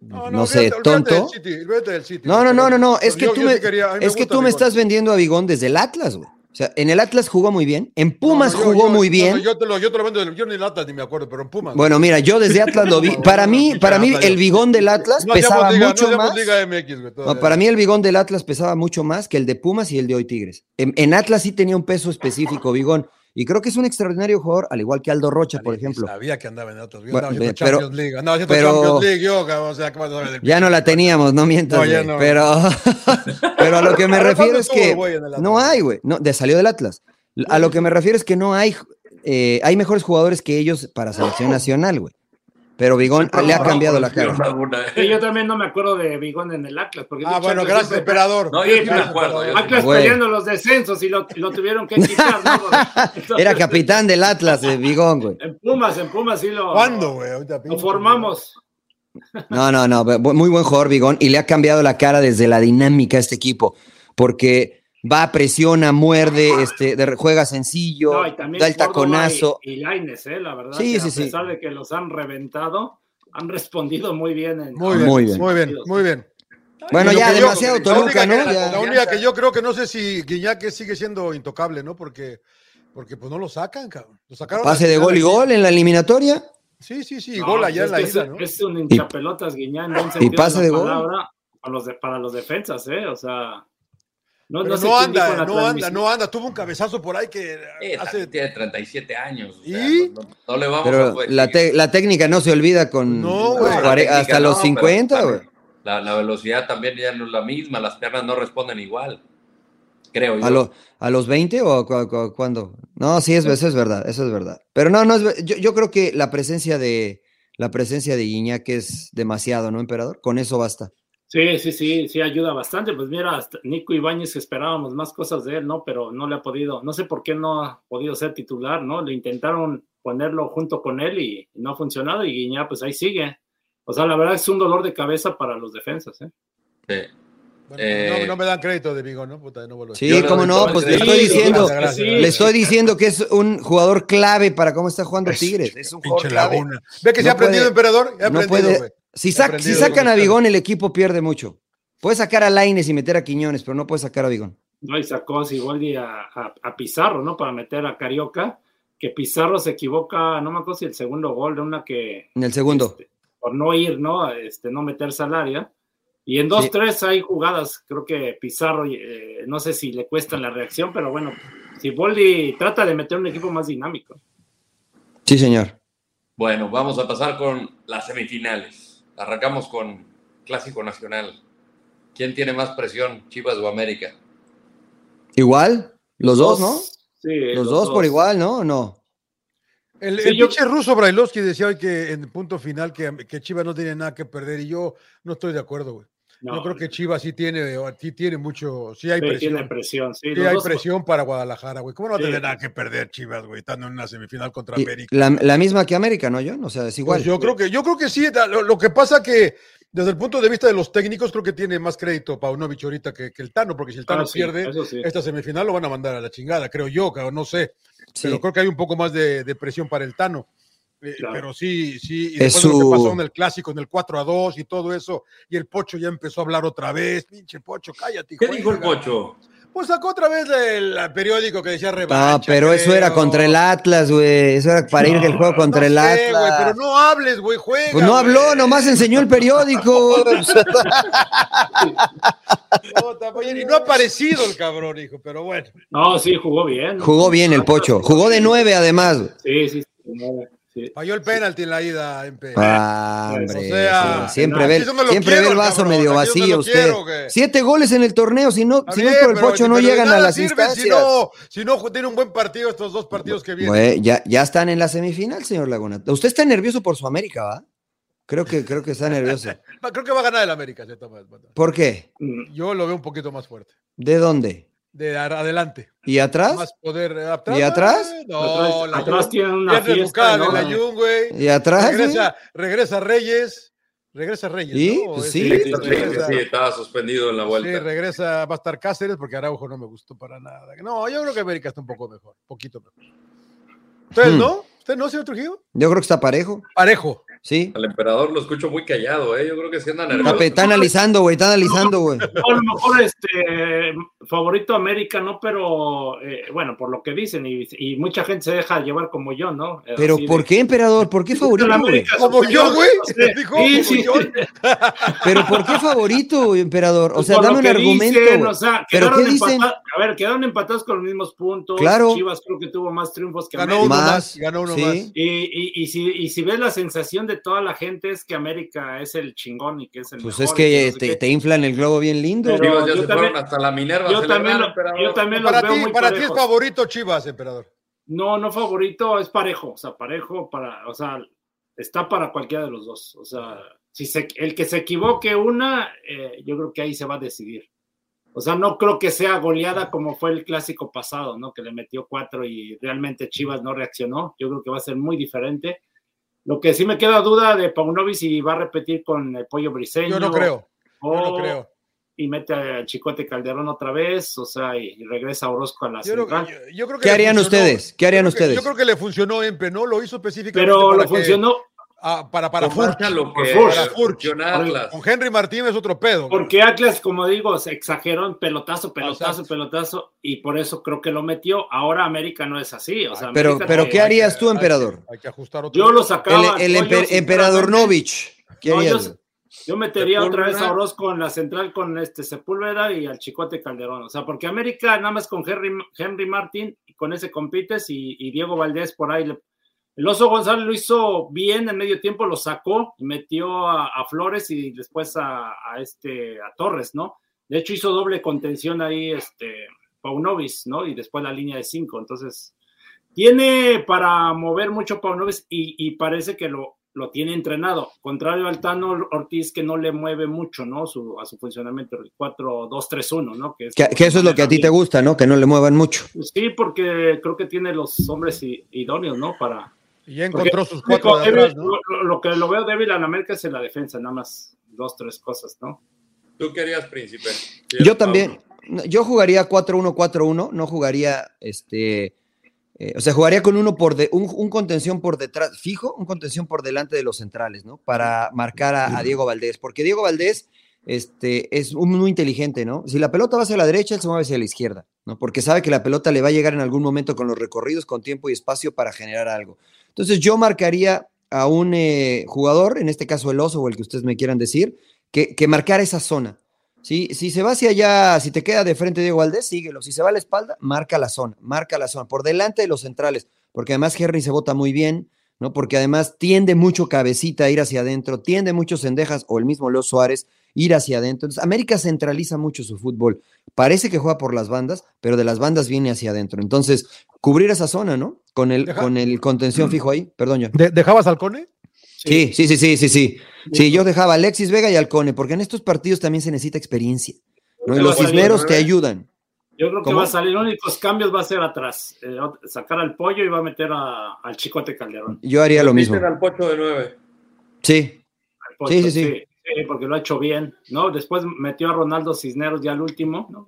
Speaker 3: no, sé,
Speaker 2: olvídate- olvídate
Speaker 3: tonto.
Speaker 2: del City, olvídate del City.
Speaker 3: No, no, no, no, no. Es que
Speaker 2: Yo-
Speaker 3: tú
Speaker 2: yo
Speaker 3: me,
Speaker 2: sí quería- a mí
Speaker 3: es que
Speaker 2: gusta
Speaker 3: tú me
Speaker 2: Bigón.
Speaker 3: estás vendiendo a Bigón desde el Atlas, güey. O sea, en el Atlas jugó muy bien, en
Speaker 2: No, no,
Speaker 3: Pumas
Speaker 2: yo-
Speaker 3: jugó
Speaker 2: yo-
Speaker 3: muy
Speaker 2: no,
Speaker 3: bien.
Speaker 2: no, yo, te lo, yo te lo vendo, yo ni latas ni me acuerdo, pero en Pumas.
Speaker 3: Bueno, mira, yo desde Atlas lo vi. Para mí, para mí el Bigón del Atlas
Speaker 2: no hacíamos
Speaker 3: pesaba
Speaker 2: liga-
Speaker 3: mucho
Speaker 2: no hacíamos
Speaker 3: más.
Speaker 2: Liga MX, güey, todavía.
Speaker 3: No, para mí el Bigón del Atlas pesaba mucho más que el de Pumas y el de hoy Tigres. En, en Atlas sí tenía un peso específico Bigón y creo que es un extraordinario jugador, al igual que Aldo Rocha, por ejemplo.
Speaker 2: Sabía que andaba en Atlas. Yo
Speaker 3: Bueno,
Speaker 2: andaba haciendo
Speaker 3: ve, pero-
Speaker 2: Champions League. Andaba haciendo
Speaker 3: pero-
Speaker 2: Champions League, yo, cabrón. O sea, ¿cómo sabes del
Speaker 3: Ya no la teníamos, no mientas,
Speaker 2: No, ya
Speaker 3: güey,
Speaker 2: no.
Speaker 3: pero, pero a lo que me
Speaker 2: ¿Ahora
Speaker 3: refiero
Speaker 2: cuándo
Speaker 3: es
Speaker 2: estuvo
Speaker 3: que
Speaker 2: el güey en Ah, el Atlas?
Speaker 3: no hay, güey, no, de, salió del Atlas. A lo que me refiero es que no hay, eh, hay mejores jugadores que ellos para selección nacional, güey. Pero Bigón le ha
Speaker 1: No,
Speaker 3: cambiado
Speaker 1: no,
Speaker 3: la cara.
Speaker 1: no, alguna, eh.
Speaker 4: Sí, yo también no me acuerdo de Bigón en el Atlas. Porque
Speaker 2: Ah,
Speaker 4: muchas
Speaker 2: bueno,
Speaker 4: veces
Speaker 2: gracias,
Speaker 4: siempre-
Speaker 2: emperador.
Speaker 1: No, yo sí me
Speaker 2: Gracias,
Speaker 1: acuerdo, yo sí.
Speaker 2: emperador.
Speaker 4: Atlas
Speaker 3: Güey.
Speaker 4: peleando los descensos y lo, lo tuvieron que quitar. ¿no? Entonces,
Speaker 3: Era capitán del Atlas, eh, Bigón, güey.
Speaker 4: En Pumas, en Pumas sí lo,
Speaker 2: ¿Cuándo, güey? Ahorita
Speaker 4: lo
Speaker 2: pinche,
Speaker 4: formamos.
Speaker 3: No, no, no, bu- muy buen jugador Bigón y le ha cambiado la cara desde la dinámica a este equipo, porque va, presiona, muerde, este, de- juega sencillo,
Speaker 4: No, y también
Speaker 3: da el
Speaker 4: Córdoba
Speaker 3: taconazo.
Speaker 4: Y, y Lainez, eh, la verdad.
Speaker 3: Sí,
Speaker 4: que
Speaker 3: sí,
Speaker 4: a
Speaker 3: sí.
Speaker 4: pesar de que los han reventado, han respondido muy bien. En,
Speaker 2: Muy bien,
Speaker 3: Ah, Muy
Speaker 2: muy
Speaker 3: bien.
Speaker 2: bien, muy bien.
Speaker 3: Bueno,
Speaker 2: Y lo
Speaker 3: ya
Speaker 2: que yo-
Speaker 3: demasiado
Speaker 2: la
Speaker 3: Toluca,
Speaker 2: única
Speaker 3: ¿no?
Speaker 2: que-
Speaker 3: Ya.
Speaker 2: La única que yo creo que no sé si Guiñac sigue siendo intocable, ¿no? Porque, porque pues no lo sacan, cabrón. Lo sacaron
Speaker 3: Pase
Speaker 2: al
Speaker 3: de
Speaker 2: final
Speaker 3: gol y
Speaker 2: aquí.
Speaker 3: gol en la eliminatoria.
Speaker 2: Sí, sí, sí,
Speaker 4: No, pues,
Speaker 2: gol allá
Speaker 4: es
Speaker 2: en la
Speaker 4: que es-
Speaker 2: isla, ¿no?
Speaker 4: Es un hinchapelotas guiñán. en un sentido
Speaker 3: pase de
Speaker 4: la
Speaker 3: gol.
Speaker 4: palabra Para los, de- para los defensas, ¿eh? O sea. No,
Speaker 2: Pero No,
Speaker 4: sé quién dijo en
Speaker 2: anda,
Speaker 4: la
Speaker 2: no anda,
Speaker 4: transmisión.
Speaker 2: no anda. Tuvo un cabezazo por ahí que
Speaker 1: Eh,
Speaker 2: hace.
Speaker 1: tiene 37 años. o sea,
Speaker 2: ¿Y?
Speaker 1: no, no- no le vamos a
Speaker 3: Pero
Speaker 1: poder
Speaker 3: la,
Speaker 1: decir.
Speaker 3: te- la técnica no se olvida con
Speaker 2: No,
Speaker 3: los
Speaker 2: güey.
Speaker 1: No, la
Speaker 3: cuare-
Speaker 1: técnica
Speaker 3: hasta
Speaker 1: no,
Speaker 3: los
Speaker 1: pero
Speaker 3: 50, güey.
Speaker 1: también La, la velocidad también ya no es la misma, las piernas no responden igual. Creo yo.
Speaker 3: ¿A, lo- a los 20 o cu- cu- cuándo? No, sí, es, eso es verdad, eso es verdad. Pero no, no es, ve- yo, yo creo que la presencia de la presencia de Guiñac es demasiado, ¿no, emperador? Con eso basta.
Speaker 4: Sí, sí, sí, sí, ayuda bastante. Pues mira, hasta Nico Ibáñez que esperábamos más cosas de él, ¿no? Pero no le ha podido, no sé por qué no ha podido ser titular, ¿no? Le intentaron ponerlo junto con él y no ha funcionado y Guiñá, pues ahí sigue. O sea, la verdad es un dolor de cabeza para los defensas, ¿eh?
Speaker 1: Sí.
Speaker 2: Bueno,
Speaker 1: Eh.
Speaker 2: no, no me dan crédito de Vigo, ¿no? Puta, no vuelvo a
Speaker 3: Sí,
Speaker 2: decir.
Speaker 1: Yo
Speaker 3: cómo
Speaker 1: le
Speaker 3: no,
Speaker 1: doy
Speaker 3: pues
Speaker 1: todo
Speaker 3: le
Speaker 1: el
Speaker 3: estoy
Speaker 1: crédito.
Speaker 3: diciendo,
Speaker 2: Gracias, gracias,
Speaker 3: le
Speaker 2: gracias.
Speaker 3: estoy diciendo que es un jugador clave para cómo está jugando Tigres. Es un jugador
Speaker 2: Pinche
Speaker 3: clave.
Speaker 2: laguna. Ve que se
Speaker 3: No
Speaker 2: ha aprendido,
Speaker 3: puede-
Speaker 2: emperador. He
Speaker 3: no
Speaker 2: aprendido,
Speaker 3: puede-
Speaker 2: güey.
Speaker 3: Si, sac- si
Speaker 2: Aprendido,
Speaker 3: sacan a
Speaker 2: Gonzalo.
Speaker 3: Bigón, el equipo pierde mucho. Puedes sacar a Laines y meter a Quiñones, pero no puedes sacar a Bigón.
Speaker 4: ¿no? Y sacó Siboldi a, a, a Pizarro, ¿no? Para meter a Carioca, que Pizarro se equivoca, no me acuerdo si el segundo gol de una que
Speaker 3: En el segundo.
Speaker 4: este, por no ir, ¿no? Este, no meter salario. Y en 2-3 hay jugadas, creo que Pizarro, eh, no sé si le cuesta la reacción, pero bueno, si Boldi trata de meter un equipo más dinámico.
Speaker 3: Sí, señor.
Speaker 1: Bueno, vamos a pasar con las semifinales. Arrancamos con Clásico Nacional. ¿Quién tiene más presión, Chivas o América?
Speaker 3: Igual, los dos, ¿no?
Speaker 4: Sí,
Speaker 3: Los dos por igual, ¿no? ¿O No.
Speaker 2: El,
Speaker 4: Sí,
Speaker 2: el
Speaker 4: yo-
Speaker 2: pinche ruso Brailovsky decía hoy que en punto final que, que Chivas no tiene nada que perder y yo no estoy de acuerdo, güey.
Speaker 4: No, pues
Speaker 2: Yo creo que Chivas sí tiene, o sí tiene mucho, sí hay
Speaker 4: sí,
Speaker 2: presión.
Speaker 4: tiene presión. Sí,
Speaker 2: Sí
Speaker 4: los
Speaker 2: hay
Speaker 4: dos-
Speaker 2: presión para Guadalajara, güey. ¿Cómo no va a
Speaker 4: Sí.
Speaker 2: tener nada que perder Chivas, güey? Estando en una semifinal contra
Speaker 3: Y
Speaker 2: América.
Speaker 3: la, la misma que América, ¿no, John? O sea, es igual. eh.
Speaker 2: Pues yo creo que, yo creo que sí. da- Lo, lo que pasa que desde el punto de vista de los técnicos, creo que tiene más crédito Paunovic ahorita que, que el Tano, porque si el Tano
Speaker 4: Ah, sí,
Speaker 2: pierde
Speaker 4: eso sí.
Speaker 2: esta semifinal, lo van a mandar a la chingada, creo yo, cabrón, no sé.
Speaker 3: Sí.
Speaker 2: Pero creo que hay un poco más de, de presión para el Tano. Eh,
Speaker 4: Claro.
Speaker 2: Pero sí, sí, y
Speaker 3: Es
Speaker 2: después de lo
Speaker 3: su-
Speaker 2: que pasó en el clásico, en el 4 a 2 y todo eso, y el Pocho ya empezó a hablar otra vez, pinche Pocho, cállate.
Speaker 1: ¿Qué
Speaker 2: juega".
Speaker 1: dijo el Pocho?
Speaker 2: Pues sacó otra vez el, el periódico que decía revancha.
Speaker 3: Ah, pero eso era
Speaker 2: creo.
Speaker 3: contra el Atlas, güey. Eso era para ir el juego contra el
Speaker 2: No sé,
Speaker 3: Atlas.
Speaker 2: güey, pero no hables, güey, juega.
Speaker 3: Pues no
Speaker 2: güey.
Speaker 3: habló, nomás enseñó el periódico. güey.
Speaker 2: No, tampoco- y no ha aparecido el cabrón, hijo, pero bueno.
Speaker 4: No, sí, jugó bien.
Speaker 3: Jugó bien el Pocho. Jugó de nueve, además. güey.
Speaker 4: Sí, sí. sí, no, sí, Sí.
Speaker 2: Falló el penalti en la ida, Empe.
Speaker 3: Ah,
Speaker 4: Pues,
Speaker 3: hombre,
Speaker 2: o sea,
Speaker 3: sí, siempre
Speaker 4: no,
Speaker 3: ve,
Speaker 2: aquí es donde lo
Speaker 3: siempre
Speaker 2: quiero,
Speaker 3: ve el vaso
Speaker 2: cabrón, aquí
Speaker 3: medio
Speaker 2: es donde
Speaker 3: vacío
Speaker 2: lo
Speaker 3: usted.
Speaker 2: quiero, que-
Speaker 3: Siete goles en el torneo, si no,
Speaker 2: Está
Speaker 3: si no es
Speaker 2: bien,
Speaker 3: por el
Speaker 2: pero-
Speaker 3: pocho no
Speaker 2: pero de
Speaker 3: llegan a
Speaker 2: nada
Speaker 3: las
Speaker 2: sirve
Speaker 3: instancias.
Speaker 2: Si no, si no tiene un buen partido estos dos partidos que vienen.
Speaker 3: Güey, ya, ya están en la semifinal, señor Laguna. Usted está nervioso por su América, ¿va? Creo que, creo que está nervioso.
Speaker 2: Va, Creo que va a ganar el América. de todas maneras.
Speaker 3: ¿Por qué?
Speaker 4: Mm,
Speaker 2: Yo lo veo un poquito más fuerte.
Speaker 3: ¿De dónde?
Speaker 2: De ar- adelante.
Speaker 3: ¿Y atrás?
Speaker 2: Más poder. eh,
Speaker 3: ¿Y atrás?
Speaker 2: No,
Speaker 4: atrás,
Speaker 2: la
Speaker 4: atrás tienen una
Speaker 2: Pierde
Speaker 4: fiesta.
Speaker 2: Bucal,
Speaker 4: ¿no?
Speaker 2: el Ayun, güey.
Speaker 3: ¿Y atrás? güey?
Speaker 2: Regresa, regresa Reyes. Regresa Reyes.
Speaker 3: Sí,
Speaker 2: ¿no?
Speaker 3: pues
Speaker 2: Es-
Speaker 3: sí.
Speaker 1: Sí,
Speaker 4: sí,
Speaker 2: regresa-
Speaker 1: sí, estaba suspendido en la
Speaker 2: Sí,
Speaker 1: vuelta.
Speaker 2: regresa, va a estar Cáceres porque Araujo no me gustó para nada. No, yo creo que América está un poco mejor, poquito mejor. ¿Ustedes
Speaker 3: Hmm.
Speaker 2: no? ¿Usted no, señor Trujillo?
Speaker 3: Yo creo que está parejo,
Speaker 2: Parejo.
Speaker 3: ¿sí?
Speaker 1: Al emperador lo escucho muy callado, ¿eh? Yo creo que sí anda
Speaker 3: Está,
Speaker 1: nervioso.
Speaker 3: pe- está analizando, güey, está analizando, güey.
Speaker 4: A lo mejor este favorito América, ¿no? Pero eh, bueno, por lo que dicen, y, y mucha gente se deja llevar como yo, ¿no? Eh,
Speaker 3: Pero
Speaker 4: así de-
Speaker 3: ¿por qué, emperador? ¿Por qué favorito,
Speaker 4: La
Speaker 3: güey?
Speaker 4: América
Speaker 2: Como
Speaker 4: superior,
Speaker 2: yo, güey.
Speaker 4: no sé.
Speaker 2: Dijo,
Speaker 4: Sí,
Speaker 2: como
Speaker 4: sí.
Speaker 2: yo.
Speaker 3: ¿Pero por qué favorito, emperador? O sea,
Speaker 4: Pues Por lo
Speaker 3: dame un
Speaker 4: que
Speaker 3: argumento.
Speaker 4: dicen,
Speaker 3: güey.
Speaker 4: o sea,
Speaker 3: ¿Pero
Speaker 4: quedaron
Speaker 3: qué dicen?
Speaker 4: empatados- a ver, quedaron empatados con los mismos puntos.
Speaker 3: Claro.
Speaker 4: Chivas creo que tuvo más triunfos que
Speaker 2: Ganó
Speaker 4: América.
Speaker 2: uno más,
Speaker 3: Más,
Speaker 2: ganó uno
Speaker 3: sí.
Speaker 2: más.
Speaker 4: Y, y- y si, y si ves la sensación de toda la gente es que América es el chingón y que es el
Speaker 3: Pues
Speaker 4: mejor
Speaker 3: es
Speaker 4: y no
Speaker 3: que
Speaker 4: sé
Speaker 3: te,
Speaker 4: qué.
Speaker 3: te inflan el globo bien lindo.
Speaker 4: Pero-
Speaker 1: Chivas ya
Speaker 4: yo
Speaker 1: se
Speaker 4: también-
Speaker 1: fueron hasta la Minerva.
Speaker 4: yo
Speaker 1: a celebrar,
Speaker 4: también, lo-
Speaker 1: emperador.
Speaker 4: yo también los
Speaker 2: Para
Speaker 4: veo
Speaker 2: ti,
Speaker 4: muy
Speaker 2: para ti es
Speaker 4: parejos.
Speaker 2: favorito Chivas, emperador.
Speaker 4: No, no favorito, es parejo, o sea, parejo para, o sea, está para cualquiera de los dos. O sea, si se- el que se equivoque una, eh, yo creo que ahí se va a decidir. O sea, no creo que sea goleada como fue el clásico pasado, ¿no? Que le metió cuatro y realmente Chivas no reaccionó. Yo creo que va a ser muy diferente. Lo que sí me queda duda de Paunovic si va a repetir con el pollo briseño.
Speaker 2: Yo no creo, yo
Speaker 4: o-
Speaker 2: no creo.
Speaker 4: Y mete a Chicote Calderón otra vez, o sea, y, y regresa Orozco a la
Speaker 2: Yo creo,
Speaker 4: central.
Speaker 2: yo- yo creo que
Speaker 3: ¿Qué
Speaker 2: le
Speaker 3: harían
Speaker 2: funcionó-
Speaker 3: ustedes? ¿Qué harían
Speaker 2: yo creo que-
Speaker 3: ustedes?
Speaker 2: Yo creo que le funcionó Empe, ¿no? Lo hizo específicamente
Speaker 4: Pero
Speaker 2: para
Speaker 4: lo
Speaker 2: que-
Speaker 4: funcionó,
Speaker 2: ah, para, para
Speaker 1: Con
Speaker 2: Furch.
Speaker 1: Barca lo que
Speaker 4: Furch.
Speaker 1: para
Speaker 2: Furch.
Speaker 1: funcionarlas.
Speaker 2: Con Henry Martínez otro pedo. güey.
Speaker 4: Porque Atlas, como digo, se exageró en pelotazo, pelotazo,
Speaker 2: Exacto.
Speaker 4: pelotazo, y por eso creo que lo metió. Ahora América no es así. O sea,
Speaker 3: Pero,
Speaker 4: América
Speaker 3: pero
Speaker 4: te-
Speaker 3: ¿qué harías tú,
Speaker 2: Hay que-
Speaker 3: emperador?
Speaker 2: Hay que ajustar otro.
Speaker 4: Yo lo
Speaker 3: El,
Speaker 4: sacaba.
Speaker 3: el
Speaker 4: yo,
Speaker 3: emper-
Speaker 4: sinceramente,
Speaker 3: emperador Novich. ¿Qué
Speaker 4: No, yo
Speaker 3: harías?
Speaker 4: sé-
Speaker 3: güey?
Speaker 4: Yo metería otra vez a
Speaker 1: Sepúlveda.
Speaker 4: Orozco en la central con este Sepúlveda y al Chicote Calderón. O sea, porque América nada más con Henry, Henry Martín, y con ese compites y, y Diego Valdés por ahí. le- el oso González lo hizo bien en medio tiempo, lo sacó y metió a, a Flores y después a, a este a Torres, ¿no? De hecho, hizo doble contención ahí este Paunovis, ¿no? Y después la línea de cinco. Entonces, tiene para mover mucho Paunovic y, y parece que lo, lo tiene entrenado. Contrario al Tano Ortiz, que no le mueve mucho, ¿no? Su, a su funcionamiento, el 4-2-3-1, ¿no? Que, es- Pues
Speaker 3: Que, que eso es lo que a ti te gusta, ¿no? Que no le muevan mucho.
Speaker 4: Sí, porque creo que tiene los hombres i- idóneos, ¿no? Para.
Speaker 2: Y ya encontró sus cuatro
Speaker 4: Lo
Speaker 2: de
Speaker 4: que-
Speaker 2: atrás, ¿no?
Speaker 4: lo, lo que lo veo débil a la América es en la defensa, nada más dos, tres cosas, ¿no?
Speaker 1: ¿Tú querías, príncipe? Sí,
Speaker 3: Yo
Speaker 1: Pablo.
Speaker 3: también. No, Yo jugaría 4-1-4-1, no jugaría este. eh, o sea, jugaría con uno por de, un, un contención por detrás, fijo, un contención por delante de los centrales, ¿no? Para marcar a, a Diego Valdés, porque Diego Valdés este, es un- muy inteligente, ¿no? Si la pelota va hacia la derecha, él se mueve hacia la izquierda, ¿no? Porque sabe que la pelota le va a llegar en algún momento con los recorridos, con tiempo y espacio para generar algo. Entonces, yo marcaría a un eh, jugador, en este caso el oso o el que ustedes me quieran decir, que, que marcara esa zona. Si, si se va hacia allá, si te queda de frente Diego Valdés, síguelo. Si se va a la espalda, marca la zona, marca la zona, por delante de los centrales, porque además Henry se bota muy bien, ¿no? Porque además tiende mucho cabecita a ir hacia adentro, tiende mucho Cendejas o el mismo Leo Suárez ir hacia adentro. Entonces, América centraliza mucho su fútbol. Parece que juega por las bandas, pero de las bandas viene hacia adentro. Entonces, cubrir esa zona, ¿no? Con el,
Speaker 2: Deja-
Speaker 3: con el contención fijo ahí. Perdón, John.
Speaker 2: ¿De- ¿Dejabas al Cone?
Speaker 3: Sí, sí, sí, sí, sí, sí. Sí, yo dejaba a Alexis Vega y al Cone, porque en estos partidos también se necesita experiencia. ¿no? Y
Speaker 4: Te
Speaker 3: los
Speaker 4: vas a ir,
Speaker 3: cisneros te
Speaker 1: ¿verdad?
Speaker 3: ayudan.
Speaker 4: Yo creo que
Speaker 3: ¿Cómo?
Speaker 4: va a salir, los únicos cambios va a ser atrás, eh, ot- sacar al pollo y va a meter a- al Chicote Calderón.
Speaker 3: Yo haría lo mismo.
Speaker 1: Dicen al pocho de nueve.
Speaker 3: Sí,
Speaker 4: al Potro,
Speaker 3: Sí, sí, sí.
Speaker 4: sí, porque lo ha hecho bien, ¿no? Después metió a Ronaldo Cisneros ya al último, ¿no?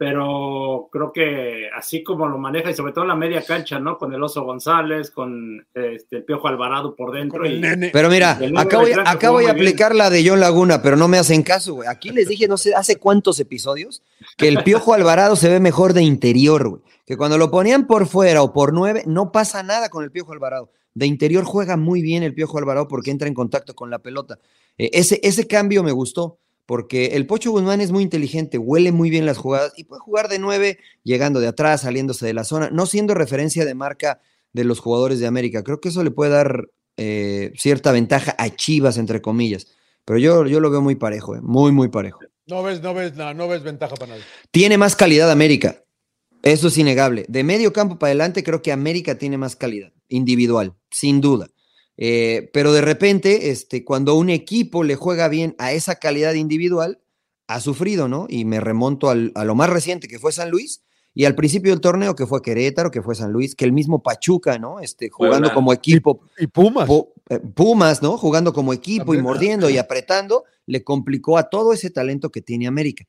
Speaker 4: Pero creo que así como lo maneja, y sobre todo en la media cancha, ¿no? Con el Oso González, con este, el Piojo Alvarado por dentro.
Speaker 2: Con el
Speaker 4: y-
Speaker 2: nene.
Speaker 3: pero mira,
Speaker 4: El número
Speaker 3: acá
Speaker 4: de
Speaker 3: voy,
Speaker 4: Franco
Speaker 3: acá
Speaker 4: jugó
Speaker 3: voy a
Speaker 4: muy bien.
Speaker 3: aplicar la de John Laguna, pero no me hacen caso, güey. Aquí les dije, no sé, hace cuántos episodios, que el Piojo Alvarado se ve mejor de interior, güey. Que cuando lo ponían por fuera o por nueve, no pasa nada con el Piojo Alvarado. De interior juega muy bien el Piojo Alvarado porque entra en contacto con la pelota. Eh, ese, ese cambio me gustó, porque el Pocho Guzmán es muy inteligente, huele muy bien las jugadas y puede jugar de nueve, llegando de atrás, saliéndose de la zona, no siendo referencia de marca de los jugadores de América. Creo que eso le puede dar eh, cierta ventaja a Chivas, entre comillas. Pero yo, yo lo veo muy parejo, eh, muy, muy parejo.
Speaker 2: No ves, no ves, no, no ves ventaja para nadie.
Speaker 3: Tiene más calidad América. Eso es innegable. De medio campo para adelante, creo que América tiene más calidad individual, sin duda. Eh, pero de repente, este, cuando un equipo le juega bien a esa calidad individual, ha sufrido, ¿no? Y me remonto al- a lo más reciente, que fue San Luis, y al principio del torneo, que fue Querétaro, que fue San Luis, que el mismo Pachuca, ¿no? Este, jugando
Speaker 1: Puebla.
Speaker 3: como equipo,
Speaker 2: Y Pumas.
Speaker 3: Pu- eh, Pumas, ¿no? Jugando como equipo y
Speaker 2: También.
Speaker 3: mordiendo y apretando, le complicó a todo ese talento que tiene América.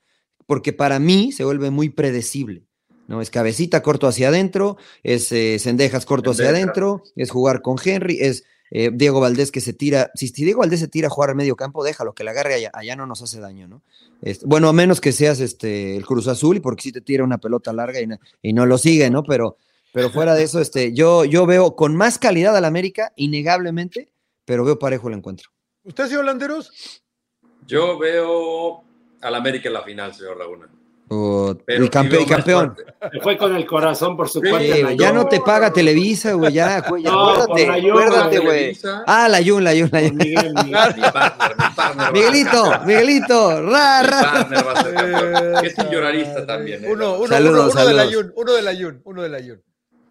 Speaker 3: Porque para mí se vuelve muy predecible. ¿no? Es cabecita corto hacia adentro, es eh, sendejas corto hacia
Speaker 1: Sendejas.
Speaker 3: adentro, es jugar con Henry, es eh, Diego Valdés que se tira. Si Diego Valdés se tira a jugar al medio campo, déjalo, que la agarre allá, allá no nos hace daño, ¿no? Este, bueno, a menos que seas este, el Cruz Azul, y porque si te tira una pelota larga y, na- y no lo sigue, ¿no? Pero, pero fuera de eso, este, yo, yo veo con más calidad al América, innegablemente, pero veo parejo el encuentro.
Speaker 2: ¿Ustedes, señor Landeros?
Speaker 1: Yo veo al América en la final, señor Laguna.
Speaker 3: O-
Speaker 1: Pero
Speaker 3: el campe-
Speaker 1: sí veo
Speaker 3: y
Speaker 1: más
Speaker 3: campeón.
Speaker 1: fuerte.
Speaker 4: Se fue con el corazón por su
Speaker 1: Sí,
Speaker 4: cuenta.
Speaker 3: Sí,
Speaker 4: la
Speaker 3: güey, ya no
Speaker 4: Yun.
Speaker 3: te paga Televisa, güey, ya, güey,
Speaker 4: No,
Speaker 3: acuérdate,
Speaker 4: por la Yun,
Speaker 3: acuérdate,
Speaker 1: Televisa,
Speaker 3: güey. Ah, la Yun, la Yun, la Yun.
Speaker 4: Miguel, Miguel.
Speaker 1: Mi partner, mi partner.
Speaker 3: Miguelito, Miguelito, ra,
Speaker 1: Mi
Speaker 3: ra.
Speaker 1: partner va a ser campeón.
Speaker 2: Eh,
Speaker 1: Es un llorarista también, eh.
Speaker 2: Uno, uno,
Speaker 3: Saludos,
Speaker 2: uno, uno del
Speaker 3: saludos.
Speaker 2: ayun, uno del ayun, uno del ayun.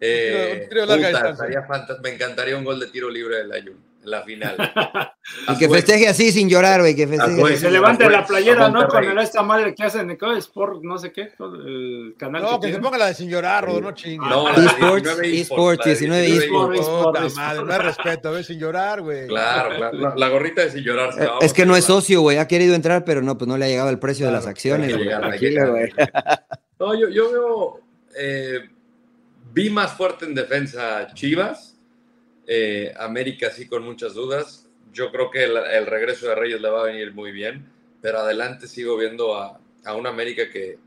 Speaker 1: Eh,
Speaker 2: Un tiro de larga
Speaker 1: puta,
Speaker 2: distancia.
Speaker 1: estaría fanta- me encantaría un gol de tiro libre del Ayun en la final.
Speaker 3: Y que festeje así sin llorar, güey, que festeje.
Speaker 1: Azul.
Speaker 3: así.
Speaker 4: Que se levante la playera, ¿no? Con
Speaker 1: Monterrey.
Speaker 4: el- esta madre que hacen, ¿no? Sport, no sé qué, el canal
Speaker 2: No, pues, que se
Speaker 4: que tienen.
Speaker 2: ponga la de sin llorar, Rodo, no chingue.
Speaker 1: No, la de
Speaker 3: Esports,
Speaker 1: 19
Speaker 3: esports,
Speaker 1: la de
Speaker 3: 19
Speaker 4: esports.
Speaker 2: Puta madre, no hay respeto, a ver, sin llorar, güey.
Speaker 1: Claro, claro. La, la gorrita de sin llorar. se la
Speaker 3: Eh,
Speaker 1: vamos
Speaker 3: Es que
Speaker 1: a
Speaker 3: no es
Speaker 1: llevar.
Speaker 3: socio, güey, ha querido entrar, pero no, pues no le ha llegado el precio de
Speaker 2: Claro,
Speaker 3: las acciones,
Speaker 1: Hay que
Speaker 3: güey.
Speaker 1: llegar, hay que
Speaker 3: Tranquilo,
Speaker 1: llegar,
Speaker 3: güey.
Speaker 1: hay que llegar. No, yo, yo veo. eh, vi más fuerte en defensa Chivas. eh, América sí con muchas dudas. Yo creo que el, el regreso de Reyes le va a venir muy bien. Pero adelante sigo viendo a, a una América que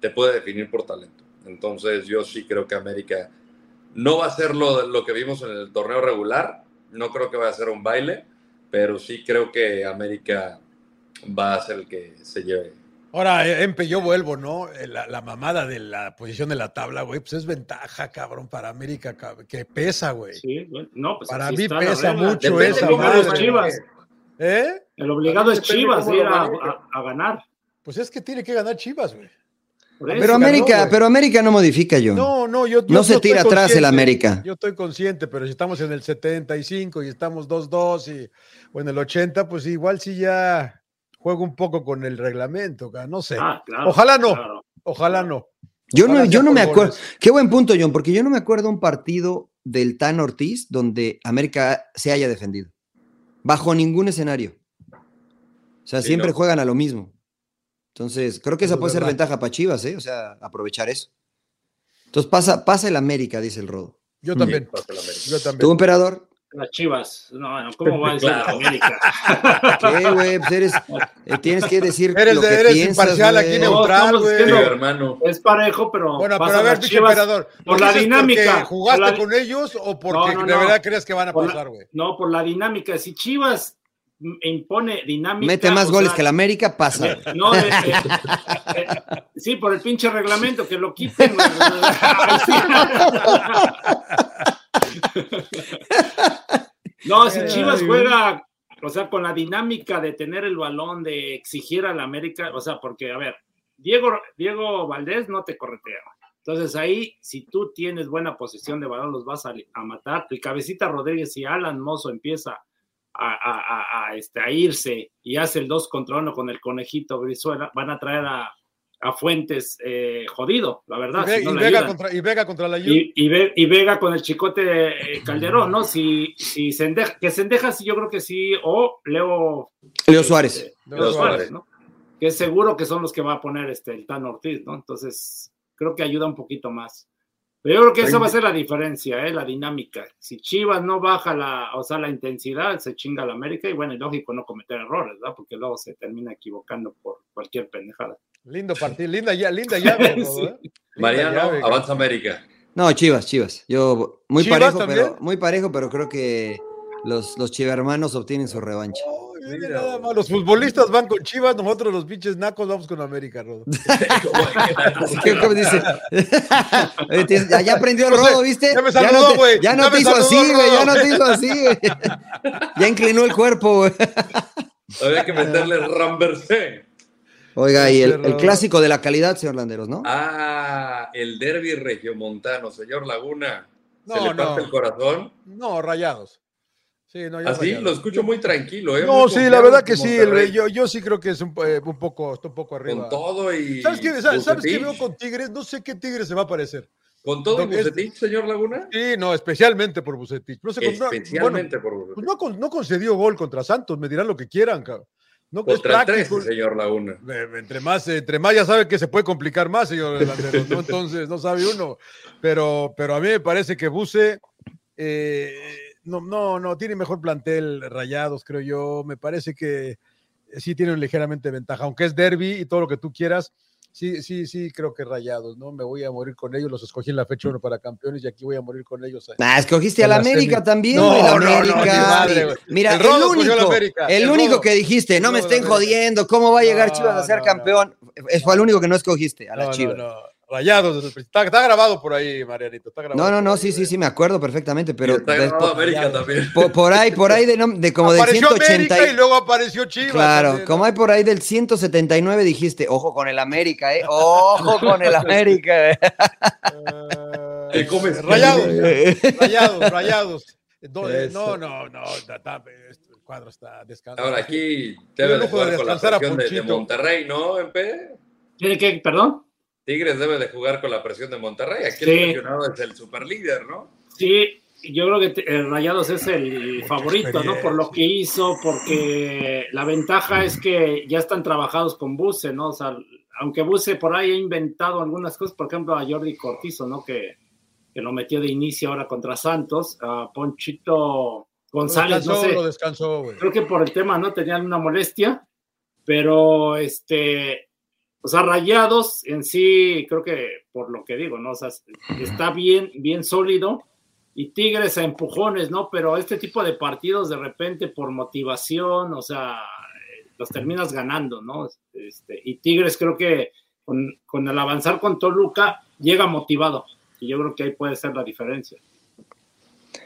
Speaker 1: te puede definir por talento. Entonces yo sí creo que América no va a ser lo, lo que vimos en el torneo regular. No creo que vaya a ser un baile. Pero sí creo que América va a ser el que se lleve
Speaker 2: Ahora, eh, Empe, yo vuelvo, ¿no? Eh, La, la mamada de la posición de la tabla, güey, pues es ventaja, cabrón, para América, cab- que pesa, güey.
Speaker 4: Sí, bueno, no, pues
Speaker 2: Para
Speaker 4: así
Speaker 2: mí
Speaker 4: está la
Speaker 2: pesa
Speaker 4: regla.
Speaker 2: mucho
Speaker 4: Depende
Speaker 2: esa
Speaker 4: cómo
Speaker 2: madre.
Speaker 4: los Chivas.
Speaker 2: ¿Eh?
Speaker 4: El obligado es
Speaker 1: Depende
Speaker 4: Chivas
Speaker 1: cómo
Speaker 4: ir
Speaker 1: lo
Speaker 4: a,
Speaker 1: maneje.
Speaker 4: a- a ganar.
Speaker 2: Pues es que tiene que ganar Chivas, güey.
Speaker 4: Por eso,
Speaker 3: Pero
Speaker 2: Ese Pues cabrón,
Speaker 3: América,
Speaker 2: güey.
Speaker 3: pero América no modifica, yo.
Speaker 2: No, no, yo. yo-
Speaker 3: No
Speaker 2: yo
Speaker 3: se
Speaker 2: estoy
Speaker 3: tira atrás el
Speaker 2: consciente,
Speaker 3: América.
Speaker 2: Yo estoy consciente, pero si estamos en el 75 y estamos 2-2 y, o en el 80, pues igual sí ya juego un poco con el reglamento, ca- no sé.
Speaker 4: Ah, claro,
Speaker 2: Ojalá no.
Speaker 4: claro.
Speaker 2: Ojalá no.
Speaker 3: Yo no,
Speaker 2: Ojalá sea
Speaker 3: yo no
Speaker 2: por
Speaker 3: me acuerdo.
Speaker 2: goles.
Speaker 3: Qué buen punto, John, porque yo no me acuerdo un partido del Tan Ortiz donde América se haya defendido. Bajo ningún escenario. O sea,
Speaker 1: Sí,
Speaker 3: siempre
Speaker 1: no.
Speaker 3: juegan a lo mismo. Entonces, creo que
Speaker 2: Eso
Speaker 3: esa
Speaker 2: es
Speaker 3: puede ser
Speaker 2: verdad.
Speaker 3: ventaja para Chivas, ¿eh? O sea, aprovechar eso. Entonces, pasa, pasa el América, dice el Rodo.
Speaker 2: Yo
Speaker 3: Mm.
Speaker 2: también.
Speaker 1: pasa el América.
Speaker 2: Yo también.
Speaker 3: ¿Tú, emperador?
Speaker 4: Las Chivas. No, no, ¿cómo va a ser
Speaker 1: Claro.
Speaker 4: América?
Speaker 3: ¿Qué, güey? Pues eres- eh, tienes que decir
Speaker 2: Eres
Speaker 3: lo
Speaker 2: de-
Speaker 3: que
Speaker 2: eres
Speaker 3: piensas,
Speaker 2: imparcial
Speaker 3: güey.
Speaker 2: aquí,
Speaker 4: No,
Speaker 2: neutral,
Speaker 4: estamos
Speaker 2: güey.
Speaker 1: Sí,
Speaker 4: diciendo-
Speaker 1: hermano.
Speaker 4: Es parejo, pero.
Speaker 2: Bueno, pero
Speaker 4: pasan
Speaker 2: a ver,
Speaker 4: las
Speaker 2: pinche
Speaker 4: Chivas.
Speaker 2: emperador. ¿lo
Speaker 4: por la
Speaker 2: dices
Speaker 4: dinámica,
Speaker 2: porque ¿Jugaste
Speaker 4: por la-
Speaker 2: con ellos o porque
Speaker 4: No, no,
Speaker 2: de
Speaker 4: no.
Speaker 2: verdad crees que van a
Speaker 4: Por la-
Speaker 2: pasar, güey?
Speaker 4: No, por la dinámica. Si Chivas m- impone dinámica.
Speaker 3: Mete más
Speaker 4: o
Speaker 3: goles
Speaker 4: sea,
Speaker 3: que el América, pasa. güey.
Speaker 4: No, de- de- de- sí, por el pinche reglamento, que lo quiten. güey. Ay, sí. No, si Chivas juega, o sea, con la dinámica de tener el balón, de exigir al América, o sea, porque, a ver, Diego, Diego Valdés no te corretea. Entonces ahí, si tú tienes buena posición de balón, los vas a, a matar. El cabecita Rodríguez y Alan Mozo empieza a, a- a- a, este, a irse y hace el 2 contra 1 con el conejito Brizuela, van a traer a, a Fuentes eh, jodido, la verdad.
Speaker 2: Y, Ve-
Speaker 4: si no
Speaker 2: y
Speaker 4: le
Speaker 2: Vega
Speaker 4: ayudan.
Speaker 2: contra, y Vega contra la Juve.
Speaker 4: Y- y Ve- y Vega con el chicote eh, Calderón, ¿no? Si, si Sendeja, que Sendeja sí, yo creo que sí, o Leo,
Speaker 3: Leo Suárez.
Speaker 4: este,
Speaker 2: Leo
Speaker 4: Leo Suárez,
Speaker 1: Suárez.
Speaker 4: ¿no? Que seguro que son los que va a poner este, el Tan Ortiz, ¿no? Entonces, creo que ayuda un poquito más. Pero yo creo que esa va a ser la diferencia, ¿eh? La dinámica. Si Chivas no baja la, o sea, la intensidad, se chinga la América y bueno, es lógico no cometer errores, ¿verdad? Porque luego se termina equivocando por cualquier pendejada.
Speaker 2: Lindo partido, linda, ya, linda llave. Rodo, ¿eh?
Speaker 4: Sí.
Speaker 2: Linda llave,
Speaker 1: Mariano,
Speaker 2: cabrón.
Speaker 1: avanza América.
Speaker 3: No, Chivas, Chivas. Yo muy
Speaker 2: ¿Chivas
Speaker 3: parejo,
Speaker 2: también?
Speaker 3: pero muy parejo, pero creo que los, los chivermanos obtienen su revancha.
Speaker 2: Ay, Mira, nada más. Los futbolistas van con Chivas, nosotros los pinches nacos vamos con América, Rodo.
Speaker 3: ¿Qué, cómo dice? Oye, ya aprendió el
Speaker 2: No sé,
Speaker 3: rodo, ¿viste?
Speaker 2: ya me saludó,
Speaker 3: no te-
Speaker 2: güey.
Speaker 3: Ya
Speaker 2: Ya
Speaker 3: no te
Speaker 2: me
Speaker 3: hizo
Speaker 2: saludó
Speaker 3: así,
Speaker 2: el
Speaker 3: güey. Ya no
Speaker 2: rodo.
Speaker 3: te hizo así, güey. Ya inclinó el cuerpo, güey.
Speaker 1: Habría que meterle Ramberse.
Speaker 3: Oiga, y
Speaker 2: Ese
Speaker 3: el, el
Speaker 2: rodo.
Speaker 3: clásico de la calidad, señor Landeros, ¿no?
Speaker 1: Ah, el derby regiomontano, señor Laguna. ¿Se
Speaker 2: No,
Speaker 1: le parte
Speaker 2: no.
Speaker 1: el ¿Ah, corazón?
Speaker 2: no, rayados. Sí, no, ya
Speaker 1: Así
Speaker 2: rayados.
Speaker 1: lo escucho muy tranquilo, ¿eh?
Speaker 2: No,
Speaker 1: Muy
Speaker 2: sí, la
Speaker 1: confiado
Speaker 2: verdad
Speaker 1: con
Speaker 2: que sí. el-
Speaker 1: Monterrey,
Speaker 2: yo, yo sí creo que es un, po- eh, un poco, está un poco arriba.
Speaker 1: Con todo y.
Speaker 2: ¿Sabes qué, sabes- sabes qué
Speaker 1: Bucetich.
Speaker 2: veo con Tigres? No sé qué Tigres se va a parecer.
Speaker 1: ¿Con todo y
Speaker 2: Lo que es-
Speaker 1: Bucetich, señor Laguna?
Speaker 2: Sí, no, especialmente por Bucetich. No sé, con- no, bueno,
Speaker 1: Especialmente por
Speaker 2: pues
Speaker 1: Bucetich.
Speaker 2: no, con- no concedió gol contra Santos, me dirán lo que quieran, cabrón. No, es
Speaker 1: Contra el
Speaker 2: práctico.
Speaker 1: 13, señor Laguna.
Speaker 2: Eh, Entre más, eh, entre más ya sabe que se puede complicar más, señor delantero, ¿no? Entonces no sabe uno. Pero, pero a mí me parece que Buse eh, no, no, no, tiene mejor plantel rayados, creo yo. Me parece que eh, sí tiene ligeramente ventaja, aunque es derby y todo lo que tú quieras. Sí, sí, sí, creo que rayados, ¿no? Me voy a morir con ellos. Los escogí en la fecha uno para campeones y aquí voy a morir con ellos. eh.
Speaker 3: Nah, Ah, escogiste a
Speaker 2: En
Speaker 3: la
Speaker 2: la
Speaker 3: América
Speaker 2: semi.
Speaker 3: también,
Speaker 2: No,
Speaker 3: güey, la
Speaker 2: no, no, ni
Speaker 3: América.
Speaker 2: madre, güey.
Speaker 3: Mira,
Speaker 2: El
Speaker 3: el,
Speaker 2: Rodo escogió a la
Speaker 3: único,
Speaker 2: América,
Speaker 3: el
Speaker 2: el
Speaker 3: único
Speaker 2: Rodo.
Speaker 3: que dijiste, no me
Speaker 2: No,
Speaker 3: estén
Speaker 2: no, no.
Speaker 3: jodiendo, ¿cómo va a llegar
Speaker 2: No,
Speaker 3: Chivas a ser
Speaker 2: no, no.
Speaker 3: campeón? Es- Fue el único que no escogiste, a la
Speaker 2: No, no,
Speaker 3: Chivas.
Speaker 2: no. Rayados, desde el principio. está, está grabado por ahí, Marianito. Está grabado
Speaker 3: No, no,
Speaker 2: por
Speaker 3: no,
Speaker 2: ahí,
Speaker 3: sí, sí,
Speaker 2: güey.
Speaker 3: sí, me acuerdo perfectamente, pero
Speaker 1: Y está
Speaker 3: después-
Speaker 1: grabado América
Speaker 2: Rayados.
Speaker 1: también.
Speaker 3: por, por ahí, por ahí de, no- de como de
Speaker 2: apareció
Speaker 3: 180.
Speaker 2: América y
Speaker 3: y-
Speaker 2: luego apareció Chivas.
Speaker 3: Claro,
Speaker 2: también, ¿no?
Speaker 3: como hay por ahí del 179 dijiste, ojo con el América, eh, ojo con el América. eh.
Speaker 2: Ah,
Speaker 1: Te
Speaker 4: Eh,
Speaker 1: comes.
Speaker 2: Rayados, rayados, rayados. No, eh, no,
Speaker 3: Eso.
Speaker 2: no, no, ta- ta- este cuadro está descansado.
Speaker 1: Ahora aquí
Speaker 2: Tiene
Speaker 1: debe
Speaker 2: el
Speaker 1: de
Speaker 2: lujo de
Speaker 1: jugar con la
Speaker 2: descansar a
Speaker 1: presión de, de
Speaker 2: Ponchito.
Speaker 1: Monterrey, ¿no, MP?
Speaker 4: ¿Tiene que, perdón?
Speaker 1: Tigres debe de jugar con la presión de Monterrey. Aquí
Speaker 4: Sí.
Speaker 1: el presionado es el superlíder, ¿no?
Speaker 4: Sí, yo creo que te- eh, Rayados es el favorito, ¿no? Por lo que hizo, porque la ventaja es que ya están trabajados con Buse, ¿no? O sea, aunque Buse por ahí ha inventado algunas cosas, por ejemplo a Jordi Cortizo, ¿no? Que, que lo metió de inicio ahora contra Santos, a Ponchito González,
Speaker 2: descansó,
Speaker 4: no sé
Speaker 2: lo descansó, güey.
Speaker 4: creo que por el tema, ¿no? Tenían una molestia, pero este, o sea, Rayados en sí, creo que por lo que digo, ¿no? O sea, está bien, bien sólido y Tigres a empujones, ¿no? Pero este tipo de partidos de repente por motivación, o sea, eh, los terminas ganando, ¿no? Este, y Tigres creo que con, con el avanzar con Toluca llega motivado y yo creo que ahí puede ser la diferencia.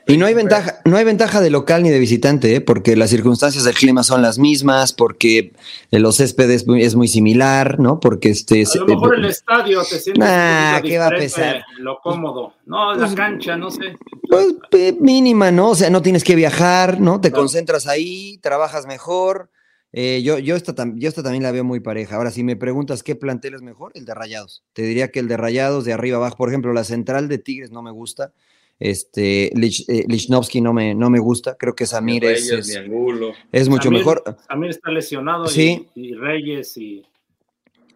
Speaker 3: Y no hay ventaja, no hay ventaja de local ni de visitante, ¿eh? porque las circunstancias del clima son las mismas, porque eh, los céspedes muy- es muy similar, ¿no? Porque este
Speaker 4: A
Speaker 3: se-
Speaker 4: lo mejor el estadio te sientes
Speaker 3: Nah,
Speaker 4: un poquito
Speaker 3: ¿qué va a
Speaker 4: diferente, lo cómodo. No, la
Speaker 3: Pues-
Speaker 4: cancha, no sé.
Speaker 3: pues, eh, mínima, ¿no? O sea, no tienes que viajar, ¿no? Te
Speaker 4: Claro.
Speaker 3: concentras ahí, trabajas mejor. Eh, yo, yo, esta tam- yo esta también la veo muy pareja. Ahora, si me preguntas qué plantel es mejor, el de Rayados. Te diría que el de Rayados de arriba abajo. Por ejemplo, la central de Tigres no me gusta. Este, Lich- eh, Lichnowsky no me, no me gusta. Creo que
Speaker 1: Ni
Speaker 3: Samir es, es-
Speaker 1: Reyes, ni Angulo.
Speaker 3: es mucho
Speaker 4: Samir-
Speaker 3: mejor.
Speaker 4: También está lesionado y-
Speaker 3: Sí.
Speaker 4: y, Reyes y.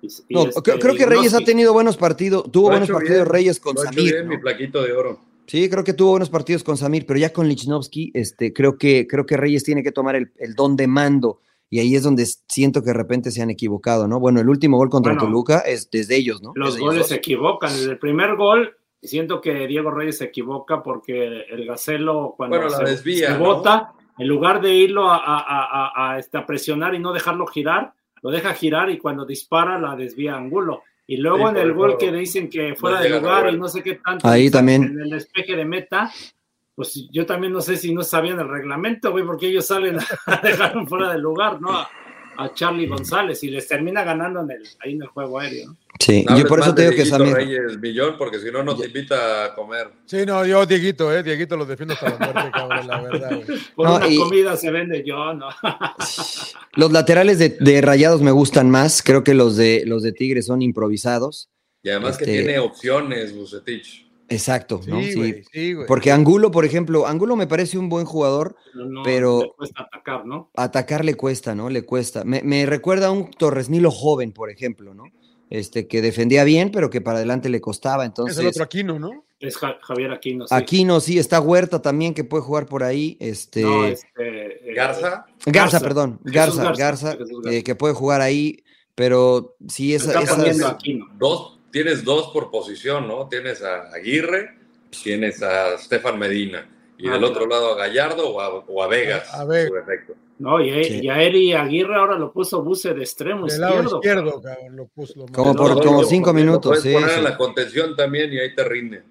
Speaker 4: y- y
Speaker 3: No,
Speaker 4: este,
Speaker 3: creo, creo que Reyes ha
Speaker 4: Gnocchi.
Speaker 3: tenido buenos partidos, tuvo
Speaker 1: Lo ha
Speaker 3: buenos
Speaker 1: hecho
Speaker 3: partidos
Speaker 1: bien,
Speaker 3: Reyes con
Speaker 1: Lo ha hecho
Speaker 3: Samir.
Speaker 1: bien mi
Speaker 3: ¿no?
Speaker 1: plaquito de oro.
Speaker 3: Sí, creo que tuvo buenos partidos con Samir, pero ya con Lichnowsky, este, creo que, creo que Reyes tiene que tomar el, el don de mando. Y ahí es donde s- siento que de repente se han equivocado, ¿no? Bueno, el último gol contra
Speaker 4: Bueno,
Speaker 3: Toluca es desde ellos, ¿no?
Speaker 4: Los
Speaker 3: Desde ellos
Speaker 4: goles
Speaker 3: dos.
Speaker 4: se equivocan. Desde el primer gol, siento que Diego Reyes se equivoca porque el Gacelo, cuando
Speaker 1: Bueno, la
Speaker 4: se,
Speaker 1: desvía,
Speaker 4: se
Speaker 1: ¿no?
Speaker 4: bota, en lugar de irlo a, a- a- a- a, este, a presionar y no dejarlo girar, lo deja girar y cuando dispara la desvía a Angulo. Y
Speaker 1: Sí,
Speaker 4: luego en
Speaker 1: por
Speaker 4: el
Speaker 1: el
Speaker 4: gol
Speaker 1: lado.
Speaker 4: que dicen que fuera de
Speaker 1: llega
Speaker 4: lugar y
Speaker 1: Nahuel.
Speaker 4: no sé qué tanto.
Speaker 3: Ahí también.
Speaker 4: En el despeje de meta. Pues yo también no sé si no sabían el reglamento, güey, porque ellos salen a dejar fuera de lugar, ¿no? A, a Charlie González y les termina ganando en el, ahí en el juego aéreo. ¿no?
Speaker 3: Sí,
Speaker 1: No
Speaker 3: yo por
Speaker 1: hables
Speaker 3: eso
Speaker 1: más
Speaker 3: te
Speaker 1: de
Speaker 3: digo que
Speaker 1: Dieguito
Speaker 3: Samir.
Speaker 1: Reyes Millón, porque si no, no te invita a comer.
Speaker 2: Sí, no, yo, Dieguito, eh, Dieguito lo defiendo hasta la muerte, cabrón, la verdad, güey.
Speaker 4: Por
Speaker 3: No,
Speaker 4: una
Speaker 3: y-
Speaker 4: comida se vende yo, ¿no?
Speaker 3: Los laterales de, de Rayados me gustan más. Creo que los de, los de Tigres son improvisados.
Speaker 1: Y además que
Speaker 3: Este-
Speaker 1: tiene opciones, Bucetich.
Speaker 3: Exacto, ¿no?
Speaker 2: Sí,
Speaker 3: Sí.
Speaker 2: güey, sí, güey.
Speaker 3: Porque Angulo, por ejemplo, Angulo me parece un buen jugador,
Speaker 4: No,
Speaker 3: Pero-
Speaker 4: le cuesta atacar, ¿no?
Speaker 3: atacar le cuesta, ¿no? Le cuesta. Me, me recuerda a un Torresnilo joven, por ejemplo, ¿no? Este, que defendía bien, pero que para adelante le costaba.
Speaker 2: es el
Speaker 3: Entonces,
Speaker 2: otro Aquino, ¿no?
Speaker 4: Es Ja- Javier Aquino. sí.
Speaker 3: aquí no, sí, está Huerta también que puede jugar por ahí. Este,
Speaker 4: No, este, eh,
Speaker 1: Garza,
Speaker 3: Garza,
Speaker 4: Garza.
Speaker 3: perdón.
Speaker 4: Jesús
Speaker 3: Garza, Garza,
Speaker 4: Garza, Jesús Garza.
Speaker 3: eh, que puede jugar ahí, pero sí,
Speaker 4: se
Speaker 3: esa,
Speaker 4: está
Speaker 3: esas-
Speaker 4: poniendo Aquino.
Speaker 1: dos, tienes dos por posición, ¿no? Tienes a Aguirre, tienes a Stefan Medina. y del otro lado a Gallardo o a, o a Vegas.
Speaker 2: Ah, A ver.
Speaker 1: por defecto.
Speaker 4: No, y, e,
Speaker 3: Sí.
Speaker 4: y a Eri Aguirre ahora lo puso Buse de extremo
Speaker 2: Del lado
Speaker 4: izquierdo.
Speaker 2: izquierdo, cabrón, lo puso. Lo
Speaker 3: Como
Speaker 2: mandó.
Speaker 3: por-
Speaker 1: No,
Speaker 3: como
Speaker 1: lo-
Speaker 3: cinco
Speaker 1: lo
Speaker 3: minutos,
Speaker 1: Puedes
Speaker 3: sí,
Speaker 1: poner
Speaker 3: sí.
Speaker 1: en la contención también y ahí te rinde.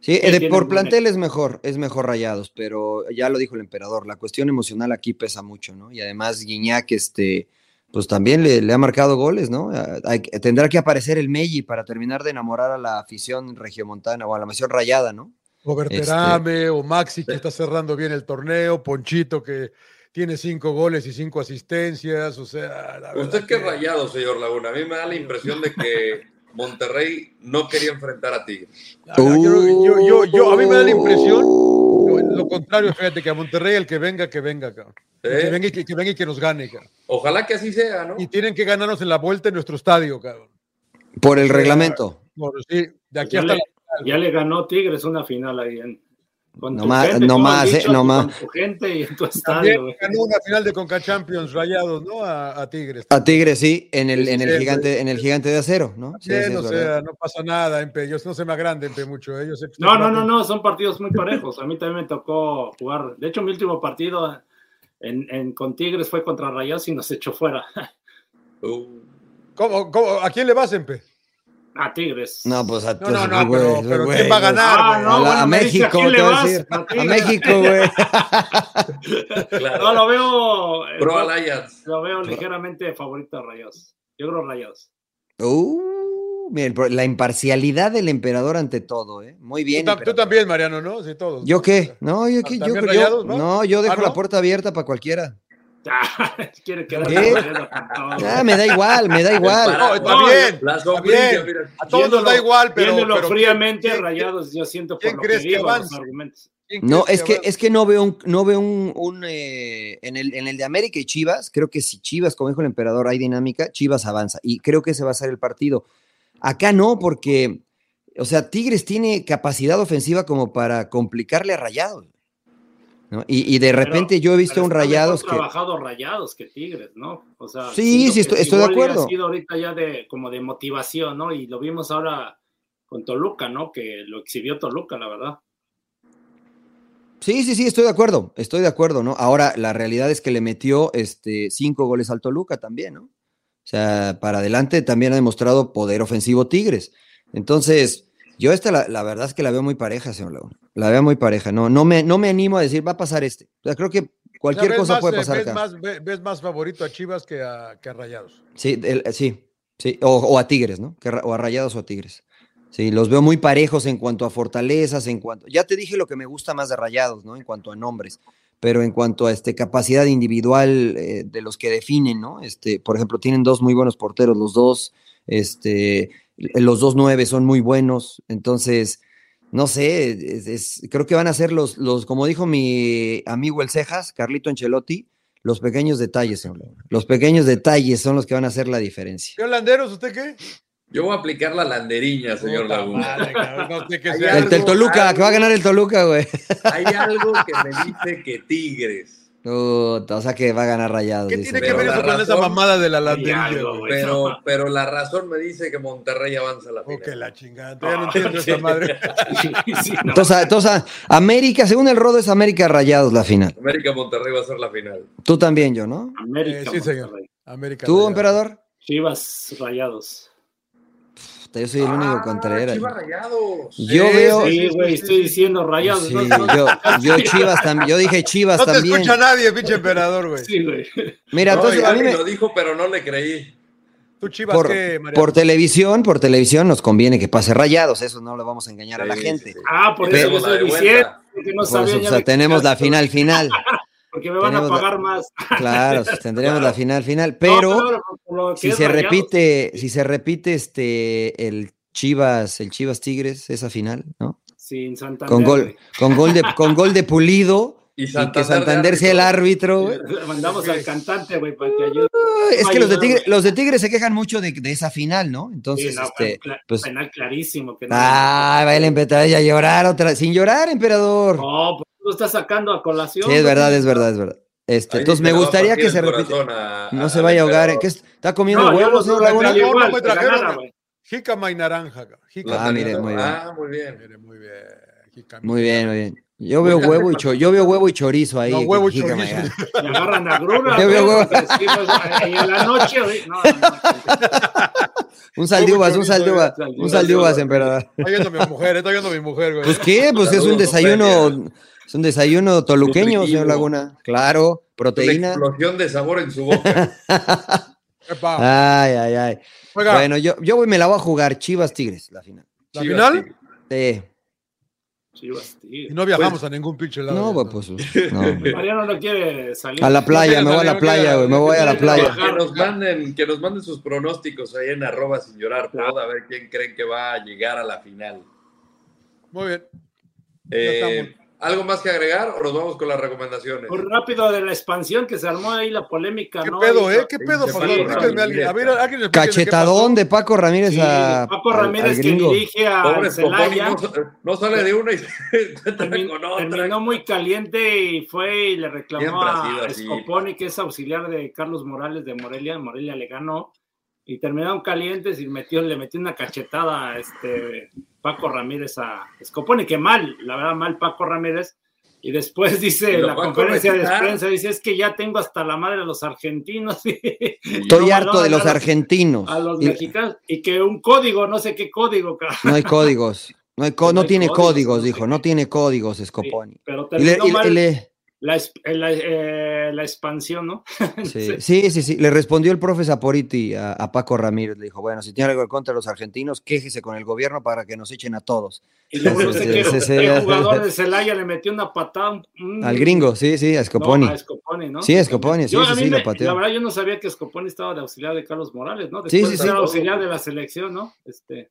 Speaker 3: Sí, eh,
Speaker 4: Sí,
Speaker 3: de-
Speaker 4: tiene
Speaker 3: por
Speaker 4: un
Speaker 3: plantel es mejor, es mejor Rayados, pero ya lo dijo el emperador, la cuestión emocional aquí pesa mucho, ¿no? Y además Guiñac, este, pues también le, le ha marcado goles, ¿no? Ah, hay que- tendrá que aparecer el Meji para terminar de enamorar a la afición regiomontana o a la afición rayada, ¿no?
Speaker 2: O Berterame, o Maxi, que está cerrando bien el torneo, Ponchito, que tiene cinco goles y cinco asistencias, o sea...
Speaker 3: Pues
Speaker 2: la verdad
Speaker 1: Usted qué rayado, señor Laguna. A mí me da la impresión de que Monterrey no quería enfrentar a Tigres.
Speaker 2: La verdad, Ah, yo- yo- yo- yo- a mí me da la impresión, lo, lo contrario, fíjate, que a Monterrey el que venga, que venga, cabrón.
Speaker 1: ¿eh?
Speaker 2: Que, venga y que, que venga y que nos gane, cabrón.
Speaker 1: Ojalá que así sea, ¿no?
Speaker 2: Y tienen que ganarnos en la vuelta en nuestro estadio, cabrón.
Speaker 3: Por el reglamento.
Speaker 2: Por- sí, de aquí
Speaker 4: Ya
Speaker 2: hasta
Speaker 4: le, ya le ganó Tigres una final ahí en. Con
Speaker 3: No más- no
Speaker 4: como han
Speaker 3: más, eh,
Speaker 4: dicho,
Speaker 3: no más.
Speaker 4: Con tu gente y en tu
Speaker 2: También
Speaker 4: estadio, güey.
Speaker 2: ganó una final de Conca Champions rayados, ¿no? A, a Tigres.
Speaker 3: A Tigres, sí, en el, en
Speaker 2: Sí,
Speaker 3: el
Speaker 2: sí,
Speaker 3: gigante, en el gigante de acero, ¿no? Sí, sí,
Speaker 2: Bien,
Speaker 3: es
Speaker 2: o
Speaker 3: verdad.
Speaker 2: sea, no pasa nada, Empe. Yo no se me agranden mucho. ¿eh? Yo sé que estoy
Speaker 4: No, no, no,
Speaker 2: hablando-
Speaker 4: no, son partidos muy parejos. A mí también me tocó jugar. De hecho, mi último partido en, en- con Tigres fue contra Rayados y nos echó fuera
Speaker 1: Uh,
Speaker 2: ¿Cómo- cómo- a quién le vas, Empe?
Speaker 4: a Tigres.
Speaker 3: No, pues a
Speaker 2: No, no,
Speaker 3: pues,
Speaker 2: no,
Speaker 3: güey,
Speaker 2: pero- pero
Speaker 3: güey,
Speaker 2: ¿quién va a
Speaker 3: güey.
Speaker 2: ganar?
Speaker 4: Ah, no,
Speaker 3: a, la-
Speaker 4: bueno,
Speaker 3: a
Speaker 4: me dice,
Speaker 3: México,
Speaker 4: quién
Speaker 3: te
Speaker 4: le
Speaker 3: voy a
Speaker 4: vas?
Speaker 3: decir. A
Speaker 4: Tigres.
Speaker 3: México, güey.
Speaker 1: claro.
Speaker 4: No, lo veo. eh,
Speaker 1: Pro Alliance.
Speaker 4: Lo veo ligeramente favorito a Rayados. Yo creo Rayados.
Speaker 3: Uh, miren, por- la imparcialidad del emperador ante todo, ¿eh? Muy
Speaker 2: Tú tam-
Speaker 3: bien.
Speaker 2: Tú,
Speaker 3: emperador.
Speaker 2: también, Mariano, ¿no? Sí, todos.
Speaker 3: ¿Yo qué? No, yo qué, yo,
Speaker 2: ¿También
Speaker 3: yo-
Speaker 2: rayados, no?
Speaker 3: no? yo dejo
Speaker 2: ¿Ah, no?
Speaker 3: la puerta abierta para cualquiera.
Speaker 4: Quiere quedar
Speaker 3: ¿Qué?
Speaker 4: Rayados con todo.
Speaker 3: Ah, me da igual, me da igual.
Speaker 1: Para-
Speaker 2: No, está bien,
Speaker 1: La
Speaker 2: está
Speaker 1: sombrilla,
Speaker 2: bien.
Speaker 1: mira.
Speaker 2: A todos nos da igual, pero.
Speaker 4: Viéndolo
Speaker 2: pero
Speaker 4: fríamente,
Speaker 2: ¿quién-
Speaker 4: Rayados, yo siento por
Speaker 2: quién
Speaker 4: lo que
Speaker 2: crees que
Speaker 4: digo los
Speaker 2: avanza?
Speaker 4: argumentos.
Speaker 2: quién
Speaker 3: No,
Speaker 2: crees
Speaker 3: es que,
Speaker 2: avanza?
Speaker 3: es que no veo un, no veo un, un, eh, en, el, en el de América y Chivas, creo que si Chivas, como dijo el emperador, hay dinámica, Chivas avanza. Y creo que ese va a ser el partido. Acá no, porque, o sea, Tigres tiene capacidad ofensiva como para complicarle a Rayados. ¿no? Y, y de repente yo he visto
Speaker 4: Pero
Speaker 3: un
Speaker 4: está mejor
Speaker 3: Rayados que...
Speaker 4: trabajado Rayados que Tigres, ¿no? O sea,
Speaker 3: Sí, sí,
Speaker 4: siento que
Speaker 3: estoy- estoy de
Speaker 4: Siboldi
Speaker 3: acuerdo.
Speaker 4: Ha sido ahorita ya de, como de motivación, ¿no? Y lo vimos ahora con Toluca, ¿no? Que lo exhibió Toluca, la verdad.
Speaker 3: Sí, sí, sí, estoy de acuerdo, estoy de acuerdo, ¿no? Ahora, la realidad es que le metió este, cinco goles al Toluca también, ¿no? O sea, para adelante también ha demostrado poder ofensivo Tigres. Entonces, yo esta la, la verdad es que la veo muy pareja, señor Laguna. La veo muy pareja. No, no me, no me animo a decir, va a pasar este. O sea, creo que
Speaker 2: O sea,
Speaker 3: cualquier
Speaker 2: ves
Speaker 3: cosa
Speaker 2: más,
Speaker 3: puede
Speaker 2: eh,
Speaker 3: pasar
Speaker 2: ves
Speaker 3: acá.
Speaker 2: Más, ve- ves más favorito a Chivas que a, que a Rayados.
Speaker 3: Sí, del- eh, sí, sí. O, o a Tigres, ¿no? Que ra- o a Rayados o a Tigres. Sí, los veo muy parejos en cuanto a fortalezas, en cuanto. Ya te dije lo que me gusta más de Rayados, ¿no? En cuanto a nombres. Pero en cuanto a este, capacidad individual eh, de los que definen, ¿no? Este, por ejemplo, tienen dos muy buenos porteros, los dos, este, l- los dos nueve son muy buenos. Entonces, no sé, es- es- creo que van a ser los, los, como dijo mi amigo el Cejas, Carlito Ancelotti, los pequeños detalles, señor Laguna. Los pequeños detalles son los que van a hacer la diferencia.
Speaker 2: ¿Señor Landeros, usted qué?
Speaker 1: Yo voy a aplicar la landeriña, señor
Speaker 2: Puta
Speaker 1: Laguna.
Speaker 2: madre, cabrón, no sé qué
Speaker 1: Ahí
Speaker 2: sea.
Speaker 1: algo,
Speaker 3: El del Toluca,
Speaker 1: algo.
Speaker 3: que va a ganar el Toluca, güey.
Speaker 1: Hay algo que me dice que Tigres.
Speaker 3: Puta, o sea que va a ganar rayados.
Speaker 2: ¿Qué
Speaker 3: dice.
Speaker 2: tiene que
Speaker 1: Pero
Speaker 2: ver
Speaker 1: la
Speaker 2: eso con esa
Speaker 1: razón-
Speaker 2: mamada de la
Speaker 4: Hay
Speaker 2: lanterilla?
Speaker 4: algo,
Speaker 2: güey?
Speaker 4: güey.
Speaker 1: Pero, pero la razón me dice que Monterrey avanza a la
Speaker 2: Oh, que
Speaker 1: final.
Speaker 2: la chingada. Todavía no
Speaker 4: Ah,
Speaker 2: entiendo esa madre.
Speaker 4: Sí, sí, no.
Speaker 3: Entonces, ah, entonces, América, según el rodo, es América rayados la final.
Speaker 1: América Monterrey va a ser la final.
Speaker 3: Tú también, yo, ¿no?
Speaker 4: América,
Speaker 2: Eh, sí, señor.
Speaker 4: Monterrey.
Speaker 2: América.
Speaker 3: ¿Tú,
Speaker 2: Rayados.
Speaker 3: emperador?
Speaker 4: Chivas Rayados.
Speaker 3: Puta, yo soy el único
Speaker 1: Ah,
Speaker 3: contrera.
Speaker 1: Chivas Rayados.
Speaker 3: Yo
Speaker 2: Sí,
Speaker 3: veo.
Speaker 2: Oh, sí,
Speaker 4: Sí, güey, estoy diciendo Rayados.
Speaker 3: Sí,
Speaker 4: no, no,
Speaker 3: yo, yo Chivas también. Yo dije Chivas
Speaker 2: No te
Speaker 3: también.
Speaker 2: escucha nadie, pinche emperador, güey.
Speaker 4: sí, güey.
Speaker 3: Mira,
Speaker 1: No,
Speaker 3: entonces a
Speaker 1: Gaby
Speaker 3: mí me-
Speaker 1: lo dijo, pero no le creí.
Speaker 2: ¿Tú, Chivas,
Speaker 3: por,
Speaker 2: qué, Mariano?
Speaker 3: por televisión, por televisión nos conviene que pase rayados. Eso no lo vamos a engañar a la
Speaker 1: Sí,
Speaker 3: gente.
Speaker 1: sí, sí.
Speaker 4: Ah, por
Speaker 3: Pero
Speaker 4: eso lo
Speaker 1: la de
Speaker 4: estoy
Speaker 1: vuelta.
Speaker 4: diciendo. que no
Speaker 3: Por
Speaker 4: sabía
Speaker 3: eso, o
Speaker 4: ya
Speaker 3: sea,
Speaker 4: de-
Speaker 3: tenemos la final final.
Speaker 4: Porque me van a
Speaker 3: tenemos la-
Speaker 4: pagar más.
Speaker 3: Claro, sí, tendríamos la final final.
Speaker 4: No,
Speaker 3: Pero
Speaker 4: por lo que
Speaker 3: si
Speaker 4: es
Speaker 3: se
Speaker 4: Rayados.
Speaker 3: repite, si se repite este el Chivas, el Chivas Tigres, esa final, ¿no?
Speaker 4: Sin Santander.
Speaker 3: Con
Speaker 4: güey.
Speaker 3: gol, con gol de, con gol de pulido.
Speaker 1: Y
Speaker 3: Y
Speaker 1: Santander
Speaker 3: que
Speaker 1: de
Speaker 3: Santander sea el árbitro, güey.
Speaker 4: Le mandamos
Speaker 2: Sí.
Speaker 4: al cantante, güey, para que ayude.
Speaker 3: Ay, Es que los de
Speaker 4: ayudando.
Speaker 3: Tigres, los de Tigres se quejan mucho de, de esa final, ¿no? Entonces,
Speaker 4: Sí, no,
Speaker 3: este,
Speaker 4: cla-
Speaker 3: pues.
Speaker 4: penal clarísimo. Que no,
Speaker 3: Ah, va el emperador a llorar otra, sin llorar, emperador.
Speaker 4: no, pues tú lo estás sacando a colación.
Speaker 3: Sí, es
Speaker 4: güey.
Speaker 3: verdad, es verdad, es verdad. Este,
Speaker 1: Ahí
Speaker 3: entonces me
Speaker 1: dice va a
Speaker 3: gustaría
Speaker 1: partir
Speaker 3: que
Speaker 1: el
Speaker 3: se repita.
Speaker 1: corazón a-
Speaker 3: No
Speaker 1: a-
Speaker 3: se vaya a
Speaker 1: al
Speaker 3: ahogar. ¿eh? ¿Qué
Speaker 1: emperador.
Speaker 3: es- está comiendo
Speaker 4: No, yo
Speaker 3: huevos,
Speaker 4: los
Speaker 3: señor
Speaker 4: dos me
Speaker 3: Laguna?
Speaker 4: peleé
Speaker 2: No, no
Speaker 4: igual,
Speaker 2: me
Speaker 4: que
Speaker 2: trajeron
Speaker 4: ganara,
Speaker 2: a-
Speaker 4: güey.
Speaker 2: Jícama y naranja. cabrón. Jícama
Speaker 3: Ah,
Speaker 2: y
Speaker 3: mire,
Speaker 2: naranja.
Speaker 3: muy bien.
Speaker 1: Ah, muy bien.
Speaker 2: Mire, muy bien. Jícama y
Speaker 3: Muy bien,
Speaker 2: naranja.
Speaker 3: muy bien. Yo veo huevo y, cho- yo veo huevo y chorizo ahí.
Speaker 2: No,
Speaker 3: que-
Speaker 2: huevo y
Speaker 3: jícama,
Speaker 2: chorizo.
Speaker 3: ya.
Speaker 4: Me agarran a grura.
Speaker 3: Yo veo
Speaker 4: güey,
Speaker 3: huevo.
Speaker 4: porque sí, pues, Y en la noche, güey, no, no,
Speaker 3: Un saldivas, un
Speaker 2: chorizo,
Speaker 3: saldivas,
Speaker 4: ya.
Speaker 3: un saldivas, emperador.
Speaker 2: Está viendo a mi mujer, está viendo a mi mujer, güey.
Speaker 3: Pues qué, pues es un
Speaker 1: Saludos,
Speaker 3: desayuno, es un desayuno toluqueño,
Speaker 1: Nutritivo.
Speaker 3: señor Laguna. Claro,
Speaker 1: Una
Speaker 3: proteína.
Speaker 1: explosión de sabor en su boca.
Speaker 2: Epa.
Speaker 3: Ay, ay, ay.
Speaker 2: Oiga,
Speaker 3: ah, Bueno, yo, yo voy, me la voy a jugar Chivas Tigres, la final.
Speaker 2: la
Speaker 1: Chivas,
Speaker 2: final
Speaker 3: Sí.
Speaker 4: Chivas,
Speaker 2: y
Speaker 4: tío.
Speaker 2: no viajamos a ningún pinche lado.
Speaker 3: Pues,
Speaker 2: güey.
Speaker 3: No, güey, pues. no.
Speaker 4: Mariano no quiere salir.
Speaker 3: A la playa, me voy a la playa, güey, me voy a la playa.
Speaker 1: Que nos manden, que nos manden sus pronósticos ahí en arroba sin llorar,
Speaker 4: Claro.
Speaker 1: pod, a ver quién creen que va a llegar a la final.
Speaker 3: pues.
Speaker 2: Muy bien.
Speaker 1: Eh,
Speaker 2: Ya estamos.
Speaker 1: ¿Algo más que agregar o nos vamos con las recomendaciones?
Speaker 4: Muy rápido de la expansión que se armó ahí la polémica.
Speaker 2: ¿Qué
Speaker 4: ¿no?
Speaker 2: pedo,
Speaker 4: Ahí,
Speaker 2: eh? ¿Qué pedo,
Speaker 1: Sí,
Speaker 2: por favor?
Speaker 1: sí,
Speaker 2: Explíquenme a alguien. A ver, alguien explíquenme qué
Speaker 3: Cachetadón de Paco Ramírez
Speaker 4: Sí,
Speaker 3: a.
Speaker 4: Paco
Speaker 3: al- al
Speaker 4: Ramírez que
Speaker 3: gringo.
Speaker 4: dirige a
Speaker 1: Pobre Popón,
Speaker 4: Celaya.
Speaker 1: no, sa- no sale de una y se encuentra
Speaker 4: Termin-
Speaker 1: con otra.
Speaker 4: terminó muy caliente y fue y le reclamó
Speaker 1: Siempre ha
Speaker 4: a
Speaker 1: sido así.
Speaker 4: Escoponi, que es auxiliar de Carlos Morales de Morelia. Morelia le ganó y terminaron calientes y metió, le metió una cachetada a este Paco Ramírez a Escoponi, que mal, la verdad, mal Paco Ramírez. Y después dice
Speaker 1: Y lo
Speaker 4: la
Speaker 1: va a
Speaker 4: conferencia de
Speaker 1: comentar.
Speaker 4: prensa, dice, es que ya tengo hasta la madre a los argentinos.
Speaker 3: Estoy
Speaker 4: No
Speaker 3: harto de
Speaker 4: valoran
Speaker 3: los
Speaker 4: a los-
Speaker 3: argentinos.
Speaker 4: A los
Speaker 3: Y-
Speaker 4: mexicanos, y que un código, no sé qué código, cara.
Speaker 3: No hay códigos. No, hay co-
Speaker 4: No
Speaker 3: no
Speaker 4: hay
Speaker 3: tiene
Speaker 4: códigos,
Speaker 3: códigos,
Speaker 4: no
Speaker 3: dijo.
Speaker 4: sé
Speaker 3: No
Speaker 4: qué.
Speaker 3: tiene códigos, Escoponi.
Speaker 4: pero
Speaker 3: Y le-
Speaker 4: terminó
Speaker 3: y- y
Speaker 4: mal
Speaker 3: le-
Speaker 4: la, es- eh, la- eh, la expansión, ¿no?
Speaker 3: sí, sí, sí, sí. Le respondió el profe Saporiti a, a Paco Ramírez. Le dijo, bueno, si tiene algo en contra de los argentinos, quéjese con el gobierno para que nos echen a todos.
Speaker 4: Y luego no sé
Speaker 3: Sí,
Speaker 4: qué,
Speaker 3: sí, sí.
Speaker 4: el jugador de Celaya le metió una patada mm,
Speaker 3: Al gringo, sí, sí, a Scoponi.
Speaker 4: No, a Scoponi, ¿no?
Speaker 3: Sí, a Scoponi, sí,
Speaker 4: Yo, a
Speaker 3: sí,
Speaker 4: mí
Speaker 3: sí,
Speaker 4: me-
Speaker 3: lo pateó.
Speaker 4: La verdad, yo no sabía que Scoponi estaba de auxiliar de Carlos Morales, ¿no?
Speaker 3: Sí,
Speaker 4: Después
Speaker 3: sí,
Speaker 4: era
Speaker 1: sí.
Speaker 4: auxiliar de la selección, ¿no? Este,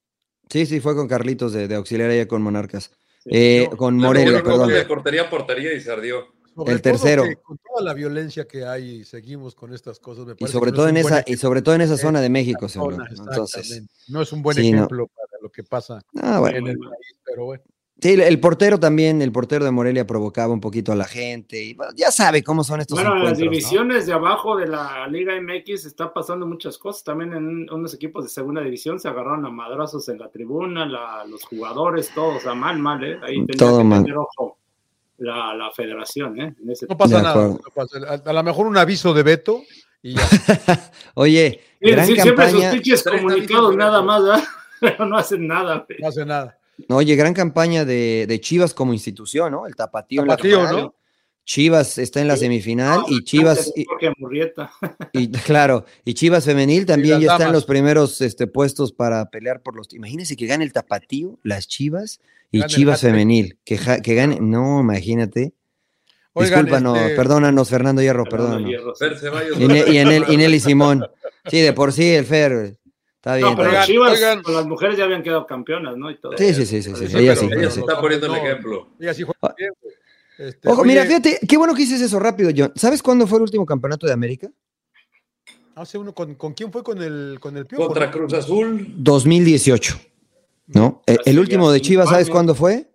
Speaker 3: Sí, sí, fue con Carlitos de, de auxiliar allá con Monarcas.
Speaker 4: Sí.
Speaker 3: Eh, con Morelia,
Speaker 1: Yo creo
Speaker 3: perdón.
Speaker 1: que De portería a portería y se ardió.
Speaker 2: Sobre
Speaker 3: el
Speaker 2: todo
Speaker 3: tercero.
Speaker 2: que con toda la violencia que hay, seguimos con estas cosas. me
Speaker 3: Y
Speaker 2: parece
Speaker 3: sobre
Speaker 2: que no
Speaker 3: todo
Speaker 2: es
Speaker 3: en
Speaker 2: un buen
Speaker 3: esa, y sobre todo en esa zona de México,
Speaker 2: ejemplo.
Speaker 3: seguro.
Speaker 2: Zona,
Speaker 3: Entonces,
Speaker 2: exactamente. no es un buen
Speaker 3: sí, no.
Speaker 2: ejemplo para lo que pasa
Speaker 3: ah, bueno.
Speaker 2: en el
Speaker 4: Bueno.
Speaker 2: país, pero bueno.
Speaker 3: Sí, el- el portero también, el portero de Morelia provocaba un poquito a la gente. Y, bueno, ya sabe cómo son estos
Speaker 4: bueno, en las
Speaker 3: encuentros. ¿no?
Speaker 4: divisiones de abajo de la Liga MX está pasando muchas cosas. También en unos equipos de segunda división se agarraron a madrazos en la tribuna, la- los jugadores, todos, a mal, mal, ¿eh? Ahí tenía
Speaker 3: Todo
Speaker 4: que
Speaker 3: mal.
Speaker 4: tener ojo la, la federación, ¿eh? En ese
Speaker 2: No pasa
Speaker 3: De
Speaker 2: nada.
Speaker 3: acuerdo.
Speaker 2: no pasa- A, a lo mejor un aviso de veto y ya.
Speaker 3: Oye,
Speaker 4: Sí,
Speaker 3: gran
Speaker 4: sí, siempre sus
Speaker 3: campaña.
Speaker 4: pinches
Speaker 1: Tres
Speaker 4: comunicados
Speaker 1: avisos,
Speaker 4: nada
Speaker 1: ¿verdad?
Speaker 4: más, ¿verdad? Pero no hacen nada, güey.
Speaker 2: No hace nada.
Speaker 3: No, oye, gran campaña de, de Chivas como institución, ¿no? El tapatío, en la
Speaker 2: Tapatío,
Speaker 3: final.
Speaker 2: ¿no?
Speaker 3: Chivas está en la
Speaker 4: Sí.
Speaker 3: semifinal y Chivas, y,
Speaker 4: Jorge Murrieta.
Speaker 3: y- claro, y Chivas femenil también
Speaker 2: las
Speaker 3: ya está en
Speaker 2: damas.
Speaker 3: los primeros este, puestos para pelear por los. Imagínense que gane el tapatío, las Chivas y
Speaker 2: Gane el
Speaker 3: Chivas
Speaker 2: hat-trick.
Speaker 3: femenil, que, ja- que gane. No, imagínate.
Speaker 2: Oigan,
Speaker 3: Discúlpanos,
Speaker 2: este,
Speaker 3: perdónanos, Fernando Hierro,
Speaker 4: Fernando
Speaker 3: perdónanos.
Speaker 4: Hierro, sí.
Speaker 1: Fer Ceballos.
Speaker 3: Y, Ne- y en el, y Nelly Simón. Sí, de por sí, el Fer. Está bien.
Speaker 4: No, pero
Speaker 3: está bien.
Speaker 4: Chivas,
Speaker 2: oigan.
Speaker 4: con las mujeres ya habían quedado campeonas, ¿no? Y todo.
Speaker 3: Sí, sí, sí, sí, sí,
Speaker 2: Sí,
Speaker 3: ella
Speaker 1: pero
Speaker 3: sí.
Speaker 1: ella
Speaker 2: pero
Speaker 1: se
Speaker 2: los
Speaker 1: está poniendo el
Speaker 2: hombres no.
Speaker 1: ejemplo.
Speaker 2: y así juega bien, güey. Este,
Speaker 3: Ah, Ojo,
Speaker 2: oye,
Speaker 3: mira, fíjate, qué bueno que hiciste eso rápido, John. ¿Sabes cuándo fue el último campeonato de América?
Speaker 2: Hace uno con, con quién fue con el con el piojo.
Speaker 1: Contra
Speaker 2: no?
Speaker 1: Cruz Azul.
Speaker 3: 2018. ¿No? E, El, el último de Chivas, ¿sabes cuándo fue?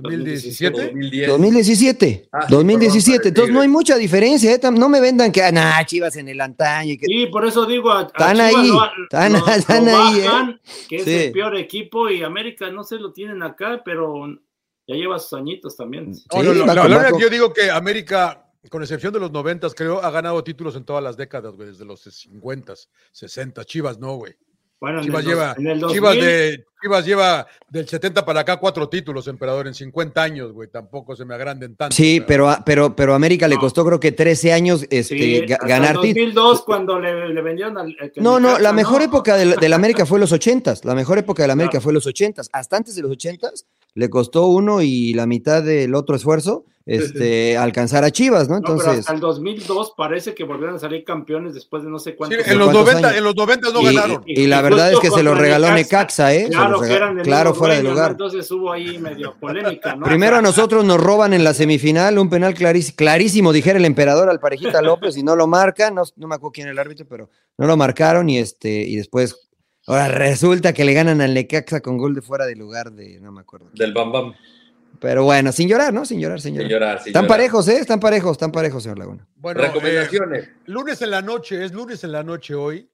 Speaker 2: 2017.
Speaker 1: 2010.
Speaker 3: 2017.
Speaker 1: Ah, sí,
Speaker 3: 2017.
Speaker 1: perdón,
Speaker 3: Entonces no hay
Speaker 1: Tigres.
Speaker 2: mucha
Speaker 3: diferencia, ¿eh? Tam- No me vendan que, ah, nah, Chivas en el antaño. y que-
Speaker 4: Sí, por eso digo a, a
Speaker 3: Están ahí,
Speaker 4: lo-
Speaker 3: están-
Speaker 4: lo- lo
Speaker 3: están ahí, ¿eh?
Speaker 4: bajan, que es
Speaker 3: Sí.
Speaker 4: el peor equipo y América no se lo tienen acá, pero ya lleva sus añitos también.
Speaker 2: No,
Speaker 3: Sí,
Speaker 2: no, no,
Speaker 3: va
Speaker 2: no,
Speaker 3: con-
Speaker 2: la
Speaker 3: va
Speaker 2: verdad
Speaker 3: con-
Speaker 2: que yo digo que América, con excepción de los 90, creo, ha ganado títulos en todas las décadas, güey, desde los 50, 60. Chivas no, güey.
Speaker 4: Bueno, en
Speaker 2: Chivas
Speaker 4: el dos-
Speaker 2: lleva,
Speaker 4: en el 2000,
Speaker 2: Chivas, de, Chivas lleva del 70 para acá cuatro títulos, emperador, en 50 años, güey. Tampoco se me agranden tanto.
Speaker 3: Sí,
Speaker 2: emperador.
Speaker 3: pero, a- pero, pero a América le
Speaker 4: No.
Speaker 3: costó creo que 13 años este,
Speaker 4: sí,
Speaker 3: ga-
Speaker 4: hasta
Speaker 3: ganar
Speaker 4: el
Speaker 3: títulos.
Speaker 4: 2002 cuando le, le vendieron al. al
Speaker 3: No, no,
Speaker 4: Necaxa,
Speaker 3: la mejor época del, del América fue los 80 La mejor época del América fue los 80 Hasta antes de los 80 le costó uno y la mitad del otro esfuerzo este, alcanzar a Chivas, ¿no?
Speaker 4: No, pero
Speaker 3: Entonces,
Speaker 4: hasta el 2002 parece que volvieron a salir campeones después de no sé
Speaker 2: Sí,
Speaker 4: cuántos.
Speaker 2: en, los
Speaker 3: ¿cuántos
Speaker 2: 90,
Speaker 3: años?
Speaker 2: en los 90 no
Speaker 3: y-
Speaker 2: ganaron.
Speaker 3: y, la
Speaker 4: Y
Speaker 3: verdad es
Speaker 4: justo
Speaker 3: que se lo
Speaker 4: contra
Speaker 3: regaló
Speaker 4: Necaxa.
Speaker 3: Necaxa, ¿eh? Se
Speaker 4: Claro,
Speaker 3: los
Speaker 4: que
Speaker 3: rega-
Speaker 4: eran el
Speaker 3: claro,
Speaker 4: mismo
Speaker 3: fuera de
Speaker 4: dueño, ¿no?
Speaker 3: lugar.
Speaker 4: Entonces hubo ahí medio polémica, ¿no?
Speaker 3: Primero a
Speaker 4: O sea,
Speaker 3: nosotros nos roban en la semifinal un penal claris- clarísimo, dijera el emperador al parejita López y no lo marcan, no, no me acuerdo quién era el árbitro, pero no lo marcaron y este y después ahora resulta que le ganan al Necaxa con gol de fuera de lugar de no me acuerdo.
Speaker 1: Del Bam Bam.
Speaker 3: Pero bueno, sin llorar, ¿no? Sin llorar, sin llorar.
Speaker 1: Señora, señora.
Speaker 3: Están parejos, ¿eh? Están parejos, están parejos, señor Laguna.
Speaker 2: Bueno, eh,
Speaker 1: Recomendaciones.
Speaker 2: lunes en la noche, es lunes en la noche hoy.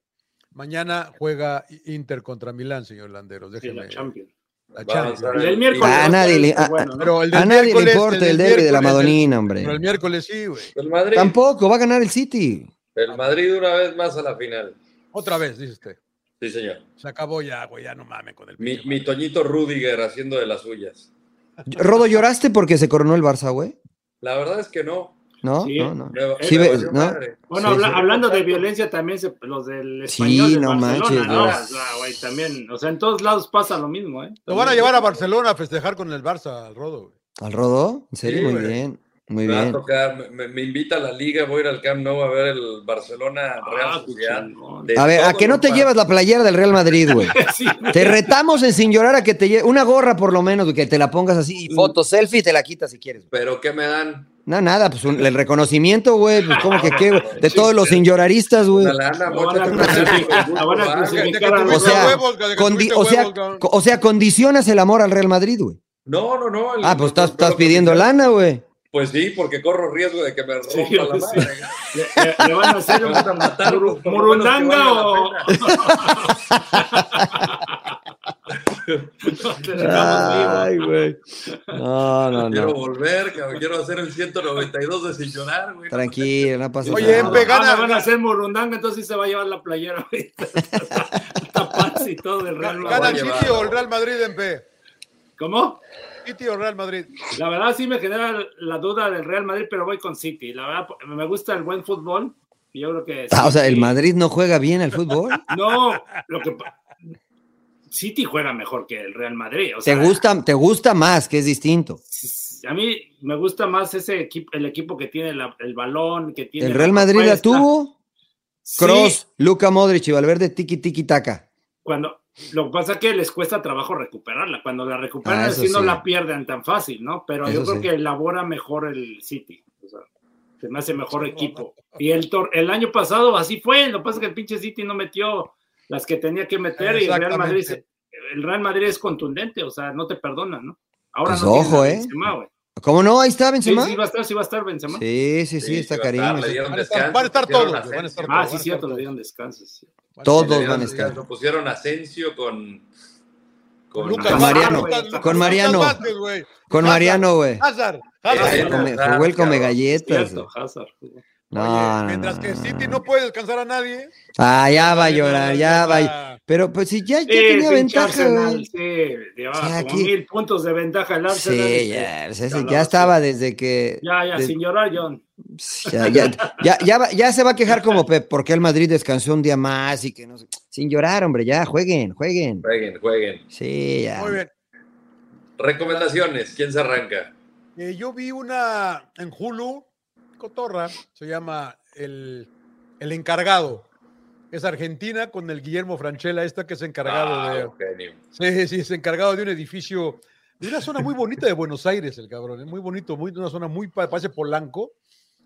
Speaker 2: Mañana juega Inter contra Milán, señor Landeros.
Speaker 4: en
Speaker 2: Déjeme.
Speaker 4: la Champions.
Speaker 2: La
Speaker 1: Va a
Speaker 2: Champions.
Speaker 1: avanzar
Speaker 4: El del
Speaker 1: el-
Speaker 4: miércoles.
Speaker 3: A Ah, nadie le-
Speaker 4: está
Speaker 3: a-
Speaker 4: bueno, ¿no?
Speaker 2: Pero el del
Speaker 3: A nadie le
Speaker 2: miércoles,
Speaker 3: importa el,
Speaker 2: del
Speaker 3: derby de la
Speaker 2: miércoles,
Speaker 3: Madonina, hombre.
Speaker 2: Pero el miércoles sí, güey.
Speaker 1: El Madrid,
Speaker 3: Tampoco, va a ganar el City.
Speaker 1: el Madrid una vez más a la final.
Speaker 2: Otra vez, dice usted.
Speaker 1: Sí, señor.
Speaker 2: Se acabó ya, güey, ya no mamen con el
Speaker 1: Mi,
Speaker 2: pinche
Speaker 1: mi
Speaker 2: Madrid.
Speaker 1: Toñito Rudiger haciendo de las suyas.
Speaker 3: Rodo, ¿lloraste porque se coronó el Barça, güey?
Speaker 1: La verdad es que no.
Speaker 3: No,
Speaker 4: Sí.
Speaker 3: no, no.
Speaker 1: Me- me
Speaker 3: Sí, ve-
Speaker 1: valió
Speaker 3: ¿no?
Speaker 1: madre.
Speaker 4: Bueno,
Speaker 3: Sí,
Speaker 4: habla-
Speaker 3: sí.
Speaker 4: hablando de violencia, también se- los del
Speaker 3: Sí,
Speaker 4: español de
Speaker 3: no
Speaker 4: Barcelona,
Speaker 3: manches,
Speaker 4: ¿no?
Speaker 3: no.
Speaker 4: O sea, güey, también, o sea, en todos lados pasa lo mismo, ¿eh?
Speaker 2: Lo van a llevar a Barcelona a festejar con el Barça, al Rodo. güey.
Speaker 3: ¿Al Rodo? En serio,
Speaker 2: Sí,
Speaker 3: muy
Speaker 2: güey.
Speaker 3: bien. Muy
Speaker 1: Me va a
Speaker 3: bien.
Speaker 1: tocar, me- me, me invita a la liga, voy a ir al Camp Nou a ver el Barcelona Real
Speaker 4: Ah,
Speaker 1: Sociedad.
Speaker 4: chingón.
Speaker 1: De
Speaker 3: A ver, ¿a
Speaker 1: todos
Speaker 3: que no
Speaker 1: los
Speaker 3: te
Speaker 1: par-
Speaker 3: llevas la playera del Real Madrid, güey?
Speaker 4: Sí,
Speaker 3: Te retamos en sin llorar a que te lleve una gorra por lo menos, güey, que te la pongas así, y foto, selfie, y te la quitas si quieres. güey.
Speaker 1: Pero ¿qué me dan?
Speaker 3: No, nada, pues un- el reconocimiento, güey, pues como que qué, güey, de todos los sin lloraristas, güey.
Speaker 1: Una lana,
Speaker 4: Lo van
Speaker 1: mocha,
Speaker 4: a
Speaker 1: te-
Speaker 4: crucificar, lo van a
Speaker 1: Ah,
Speaker 4: crucificar.
Speaker 2: De que
Speaker 4: O
Speaker 2: tuviste
Speaker 3: sea,
Speaker 2: huevos, de que
Speaker 3: Condi-
Speaker 2: tuviste
Speaker 3: o, sea,
Speaker 2: huevos, cabrón.
Speaker 3: co- o sea, condicionas el amor al Real Madrid, güey.
Speaker 1: No, no, no. el-
Speaker 3: Ah, pues estás,
Speaker 1: no,
Speaker 3: estás
Speaker 1: no,
Speaker 3: pidiendo
Speaker 1: no,
Speaker 3: lana, güey.
Speaker 1: Pues sí, porque corro riesgo de que me rompa
Speaker 4: Sí,
Speaker 1: la madre.
Speaker 4: sí. Le, le- le van a hacer
Speaker 1: Me
Speaker 4: un
Speaker 1: van a matar,
Speaker 4: muru-
Speaker 1: por lo menos que
Speaker 4: murundanga
Speaker 1: valga
Speaker 4: o.
Speaker 1: la
Speaker 4: Te dejamos vivo.
Speaker 3: güey. No, no,
Speaker 1: Quiero
Speaker 3: no.
Speaker 1: volver, cabrón, quiero hacer el 192 de sin llorar, güey.
Speaker 3: Tranquilo, no pasa
Speaker 2: Oye,
Speaker 3: nada.
Speaker 2: Empe,
Speaker 4: Ah,
Speaker 2: gana-
Speaker 4: le van a hacer murundanga, entonces sí se va a llevar la playera ahorita. Tapas y todo del Real
Speaker 2: ¿Gana el
Speaker 4: Madrid.
Speaker 1: llevar,
Speaker 2: City o el
Speaker 1: no.
Speaker 2: Real Madrid, MP?
Speaker 4: ¿Cómo?
Speaker 2: City o Real Madrid.
Speaker 4: La verdad sí me genera la duda del Real Madrid, pero voy con City. La verdad me gusta el buen fútbol. y Yo creo que.
Speaker 3: Ah, o sea,
Speaker 4: City-
Speaker 3: el Madrid no juega bien al fútbol.
Speaker 4: No, lo que. pa- City juega mejor que el Real Madrid. O
Speaker 3: Te
Speaker 4: sea,
Speaker 3: gusta, te gusta más, que es distinto.
Speaker 4: A mí me gusta más ese equipo, el equipo que tiene la- el balón, que tiene.
Speaker 3: El Real Madrid la
Speaker 4: propuesta.
Speaker 3: tuvo.
Speaker 4: Sí,
Speaker 3: Cross, Luca Modric y Valverde, tiki tiki taca.
Speaker 4: cuando lo que pasa es que les cuesta trabajo recuperarla. Cuando la recuperan,
Speaker 3: Ah, eso
Speaker 4: sí no
Speaker 3: sí.
Speaker 4: la pierden tan fácil, ¿no? Pero yo
Speaker 3: Eso
Speaker 4: creo
Speaker 3: sí.
Speaker 4: que elabora mejor el City. O sea, se me hace mejor equipo. Y el, tor- el año pasado así fue. Lo que pasa es que el pinche City no metió las que tenía que meter y el Real Madrid, se- el Real Madrid es contundente. O sea, no te perdona, ¿no? Ahora
Speaker 3: Pues
Speaker 4: no tiene
Speaker 3: ojo,
Speaker 4: a
Speaker 3: ¿eh?
Speaker 4: Benzema, güey.
Speaker 3: ¿Cómo no? Ahí está
Speaker 4: Sí,
Speaker 3: Benzema.
Speaker 4: sí, va a estar, sí va a estar Benzema.
Speaker 3: Sí, sí, sí, está
Speaker 1: va a estar,
Speaker 3: cariño.
Speaker 1: le dieron
Speaker 2: Van a estar-
Speaker 1: descanso,
Speaker 2: van a estar
Speaker 1: pusieron
Speaker 2: todos, güey, van a estar
Speaker 1: Asensio.
Speaker 4: Ah, sí, cierto, le dieron descanso. sí.
Speaker 3: Todos
Speaker 1: Le
Speaker 3: van a
Speaker 1: dieron
Speaker 3: estar.
Speaker 1: descanso, Pusieron Asensio con. Con
Speaker 2: Lucas Vázquez,
Speaker 3: Con Mariano,
Speaker 2: Lucas-
Speaker 4: con
Speaker 2: Lucas
Speaker 3: Mariano.
Speaker 2: Vázquez, güey.
Speaker 3: Con Mariano, güey.
Speaker 4: Ah,
Speaker 2: Hazard,
Speaker 1: Sí,
Speaker 2: Hazard.
Speaker 1: sí.
Speaker 3: Come-
Speaker 1: Hazard,
Speaker 3: Jugó el come
Speaker 1: cabrón.
Speaker 3: galletas.
Speaker 4: Cierto, Hazard.
Speaker 3: No,
Speaker 2: Oye,
Speaker 3: no,
Speaker 2: mientras
Speaker 3: no,
Speaker 2: que
Speaker 3: no,
Speaker 2: City
Speaker 3: no.
Speaker 2: no puede descansar a nadie.
Speaker 3: Ah, ya va a llorar, ya va. a-
Speaker 2: va.
Speaker 3: Pero pues si ya, ya
Speaker 4: Sí,
Speaker 3: tenía
Speaker 4: pinche
Speaker 3: ventaja,
Speaker 4: Arsenal,
Speaker 3: güey.
Speaker 4: Sí, llevaba
Speaker 3: O sea,
Speaker 4: como
Speaker 3: aquí-
Speaker 4: mil puntos de ventaja el Arsenal.
Speaker 3: Sí,
Speaker 4: y-
Speaker 3: ya, pues, ese
Speaker 4: Ya
Speaker 3: ya,
Speaker 4: lo hace.
Speaker 3: estaba desde que.
Speaker 4: Ya, ya,
Speaker 3: de-
Speaker 4: sin llorar, John.
Speaker 3: Pues, ya, ya, ya, ya va- ya se va a quejar como Pep, porque el Madrid descansó un día más y que no sé. Sin llorar, hombre, ya, jueguen, jueguen.
Speaker 1: Jueguen, jueguen.
Speaker 3: Sí, ya.
Speaker 2: Muy bien.
Speaker 1: Recomendaciones, ¿quién se arranca?
Speaker 2: Eh, yo vi una en Hulu, Cotorra, se llama El, El Encargado. Es Argentina con el Guillermo Franchella, esta que es encargado
Speaker 1: Ah,
Speaker 2: de.
Speaker 1: Eugenio.
Speaker 2: Sí, sí, es encargado de un edificio, de una zona muy bonita de Buenos Aires, el cabrón, es muy bonito, muy, una zona muy, pa- parece Polanco,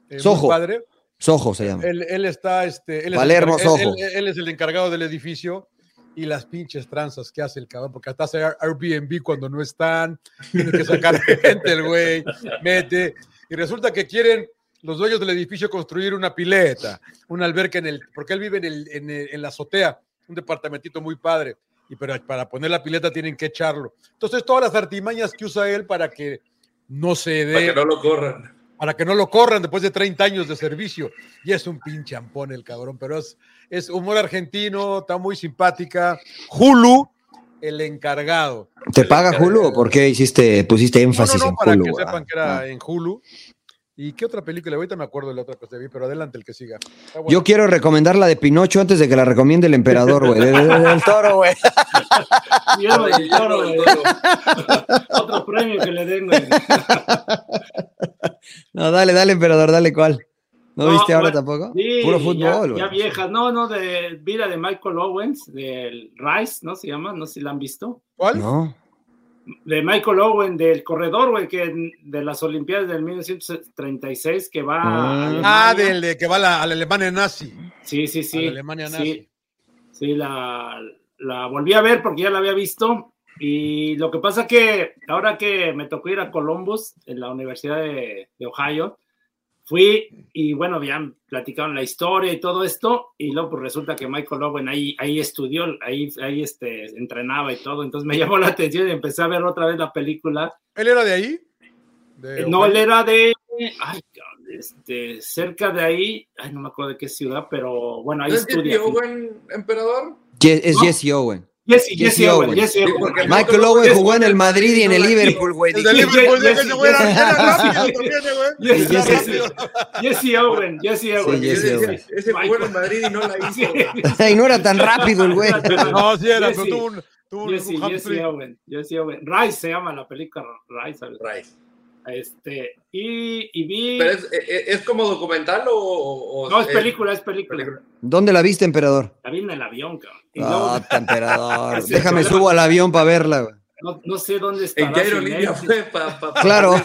Speaker 2: eh, muy
Speaker 3: Sojo.
Speaker 2: padre.
Speaker 3: Sojo se llama.
Speaker 2: Él, él está, este, él es,
Speaker 3: Palermo,
Speaker 2: el, encar- él-
Speaker 3: Soho.
Speaker 2: él- él es el encargado del edificio y las pinches tranzas que hace el cabrón, porque hasta hace Air- Airbnb cuando no están, tiene que sacar gente el güey, mete, y resulta que quieren los dueños del edificio construir una pileta, un alberca en el, porque él vive en, el, en, el- en la azotea, un departamentito muy padre, y pero para poner la pileta tienen que echarlo. Entonces todas las artimañas que usa él para que no se dé
Speaker 1: Para que no lo corran.
Speaker 2: para que no lo corran después de 30 años de servicio. Y es un pinche ampón el cabrón, pero es, es humor argentino, está muy simpática. Hulu, el encargado.
Speaker 3: ¿Te paga Hulu o por qué hiciste, pusiste
Speaker 2: eh, No, no,
Speaker 3: énfasis
Speaker 2: no, para
Speaker 3: en Hulu?
Speaker 2: que
Speaker 3: güey?
Speaker 2: sepan que
Speaker 3: Ah.
Speaker 2: era eh, en Hulu. ¿Y qué otra película? Ahorita me acuerdo de la otra cosa que vi, pero adelante el que siga. Está bueno.
Speaker 3: Yo quiero recomendar la de Pinocho antes de que la recomiende el emperador, güey. de- de- de- del toro, güey.
Speaker 4: Guillermo del Toro,
Speaker 1: Ay,
Speaker 4: güey. Otro premio que le den, güey.
Speaker 3: No, dale, dale, emperador, dale cuál. ¿No,
Speaker 4: No,
Speaker 3: viste
Speaker 2: pues,
Speaker 3: ahora
Speaker 4: bueno,
Speaker 3: tampoco?
Speaker 4: Sí,
Speaker 3: Puro
Speaker 4: ya-
Speaker 3: fútbol,
Speaker 4: Ya,
Speaker 3: güey.
Speaker 4: viejas. No, no, de vida de Michael Owens, del Rice, ¿no? Se llama, no sé si la han visto.
Speaker 2: ¿Cuál?
Speaker 3: No.
Speaker 4: De Michael Owen, del corredor, güey, que en- de las Olimpiadas del 1936, que
Speaker 3: Ah.
Speaker 4: va a Alemania.
Speaker 2: Ah, del de que va a la, a la Alemania nazi.
Speaker 4: Sí, sí,
Speaker 2: a
Speaker 4: sí.
Speaker 2: la Alemania nazi.
Speaker 4: sí, Sí, la, la volví a ver porque ya la había visto. Y lo que pasa que ahora que me tocó ir a Columbus, en la Universidad de, de Ohio, Fui y bueno, ya platicaron la historia y todo esto, y luego pues resulta que Michael Owen ahí, ahí estudió, ahí, ahí este, entrenaba y todo, entonces me llamó la atención y empecé a ver otra vez la película.
Speaker 2: ¿Él era de ahí?
Speaker 4: Eh, no, él era de, ay, este, cerca de ahí, ay, no me acuerdo de qué ciudad, pero bueno, ahí
Speaker 1: ¿No es
Speaker 4: estudia.
Speaker 1: Jesse Owen, emperador?
Speaker 3: Je- es
Speaker 4: No.
Speaker 3: Jesse Owen.
Speaker 4: Jesse, Jesse
Speaker 3: Jesse
Speaker 4: Owen,
Speaker 3: Owen.
Speaker 4: Jesse
Speaker 1: Sí,
Speaker 4: Owen.
Speaker 1: porque el
Speaker 3: Michael Owen jugó en el Madrid y en el
Speaker 1: Sí,
Speaker 3: Liverpool, güey.
Speaker 2: El de
Speaker 3: Dije,
Speaker 2: Liverpool,
Speaker 4: Jesse-
Speaker 2: dije que güey, era, era rápido también, eh,
Speaker 4: Jesse-
Speaker 2: güey. Era
Speaker 3: Jesse-
Speaker 2: rápido.
Speaker 4: Jesse Owen, Jesse Owen.
Speaker 3: Jesse
Speaker 1: Yo decía,
Speaker 3: Owen.
Speaker 1: Ese jugó en el
Speaker 4: Michael.
Speaker 1: Madrid y no la hizo.
Speaker 4: Sí.
Speaker 3: y no era tan rápido el güey.
Speaker 2: No, sí era,
Speaker 4: Jesse-
Speaker 2: pero tuvo un, tuvo un-
Speaker 4: Jesse,
Speaker 2: un
Speaker 4: Jesse
Speaker 2: hamstring.
Speaker 4: Owen, Jesse Owen. Rice se llama la película Rice. ¿sabes?
Speaker 1: Rice.
Speaker 4: Este, y, y vi.
Speaker 1: ¿Pero es, es- es como documental o, o-
Speaker 4: no, es película, es película.
Speaker 1: película.
Speaker 3: ¿Dónde la viste, emperador?
Speaker 4: La vi en el avión, cabrón. Y
Speaker 3: Ah,
Speaker 4: luego,
Speaker 3: emperador.
Speaker 4: Sí,
Speaker 3: Déjame
Speaker 4: claro.
Speaker 3: subo al avión para verla, güey.
Speaker 4: no, no sé dónde está.
Speaker 1: ¿En qué aerolínea fue? Pa- pa- pa-
Speaker 3: Claro.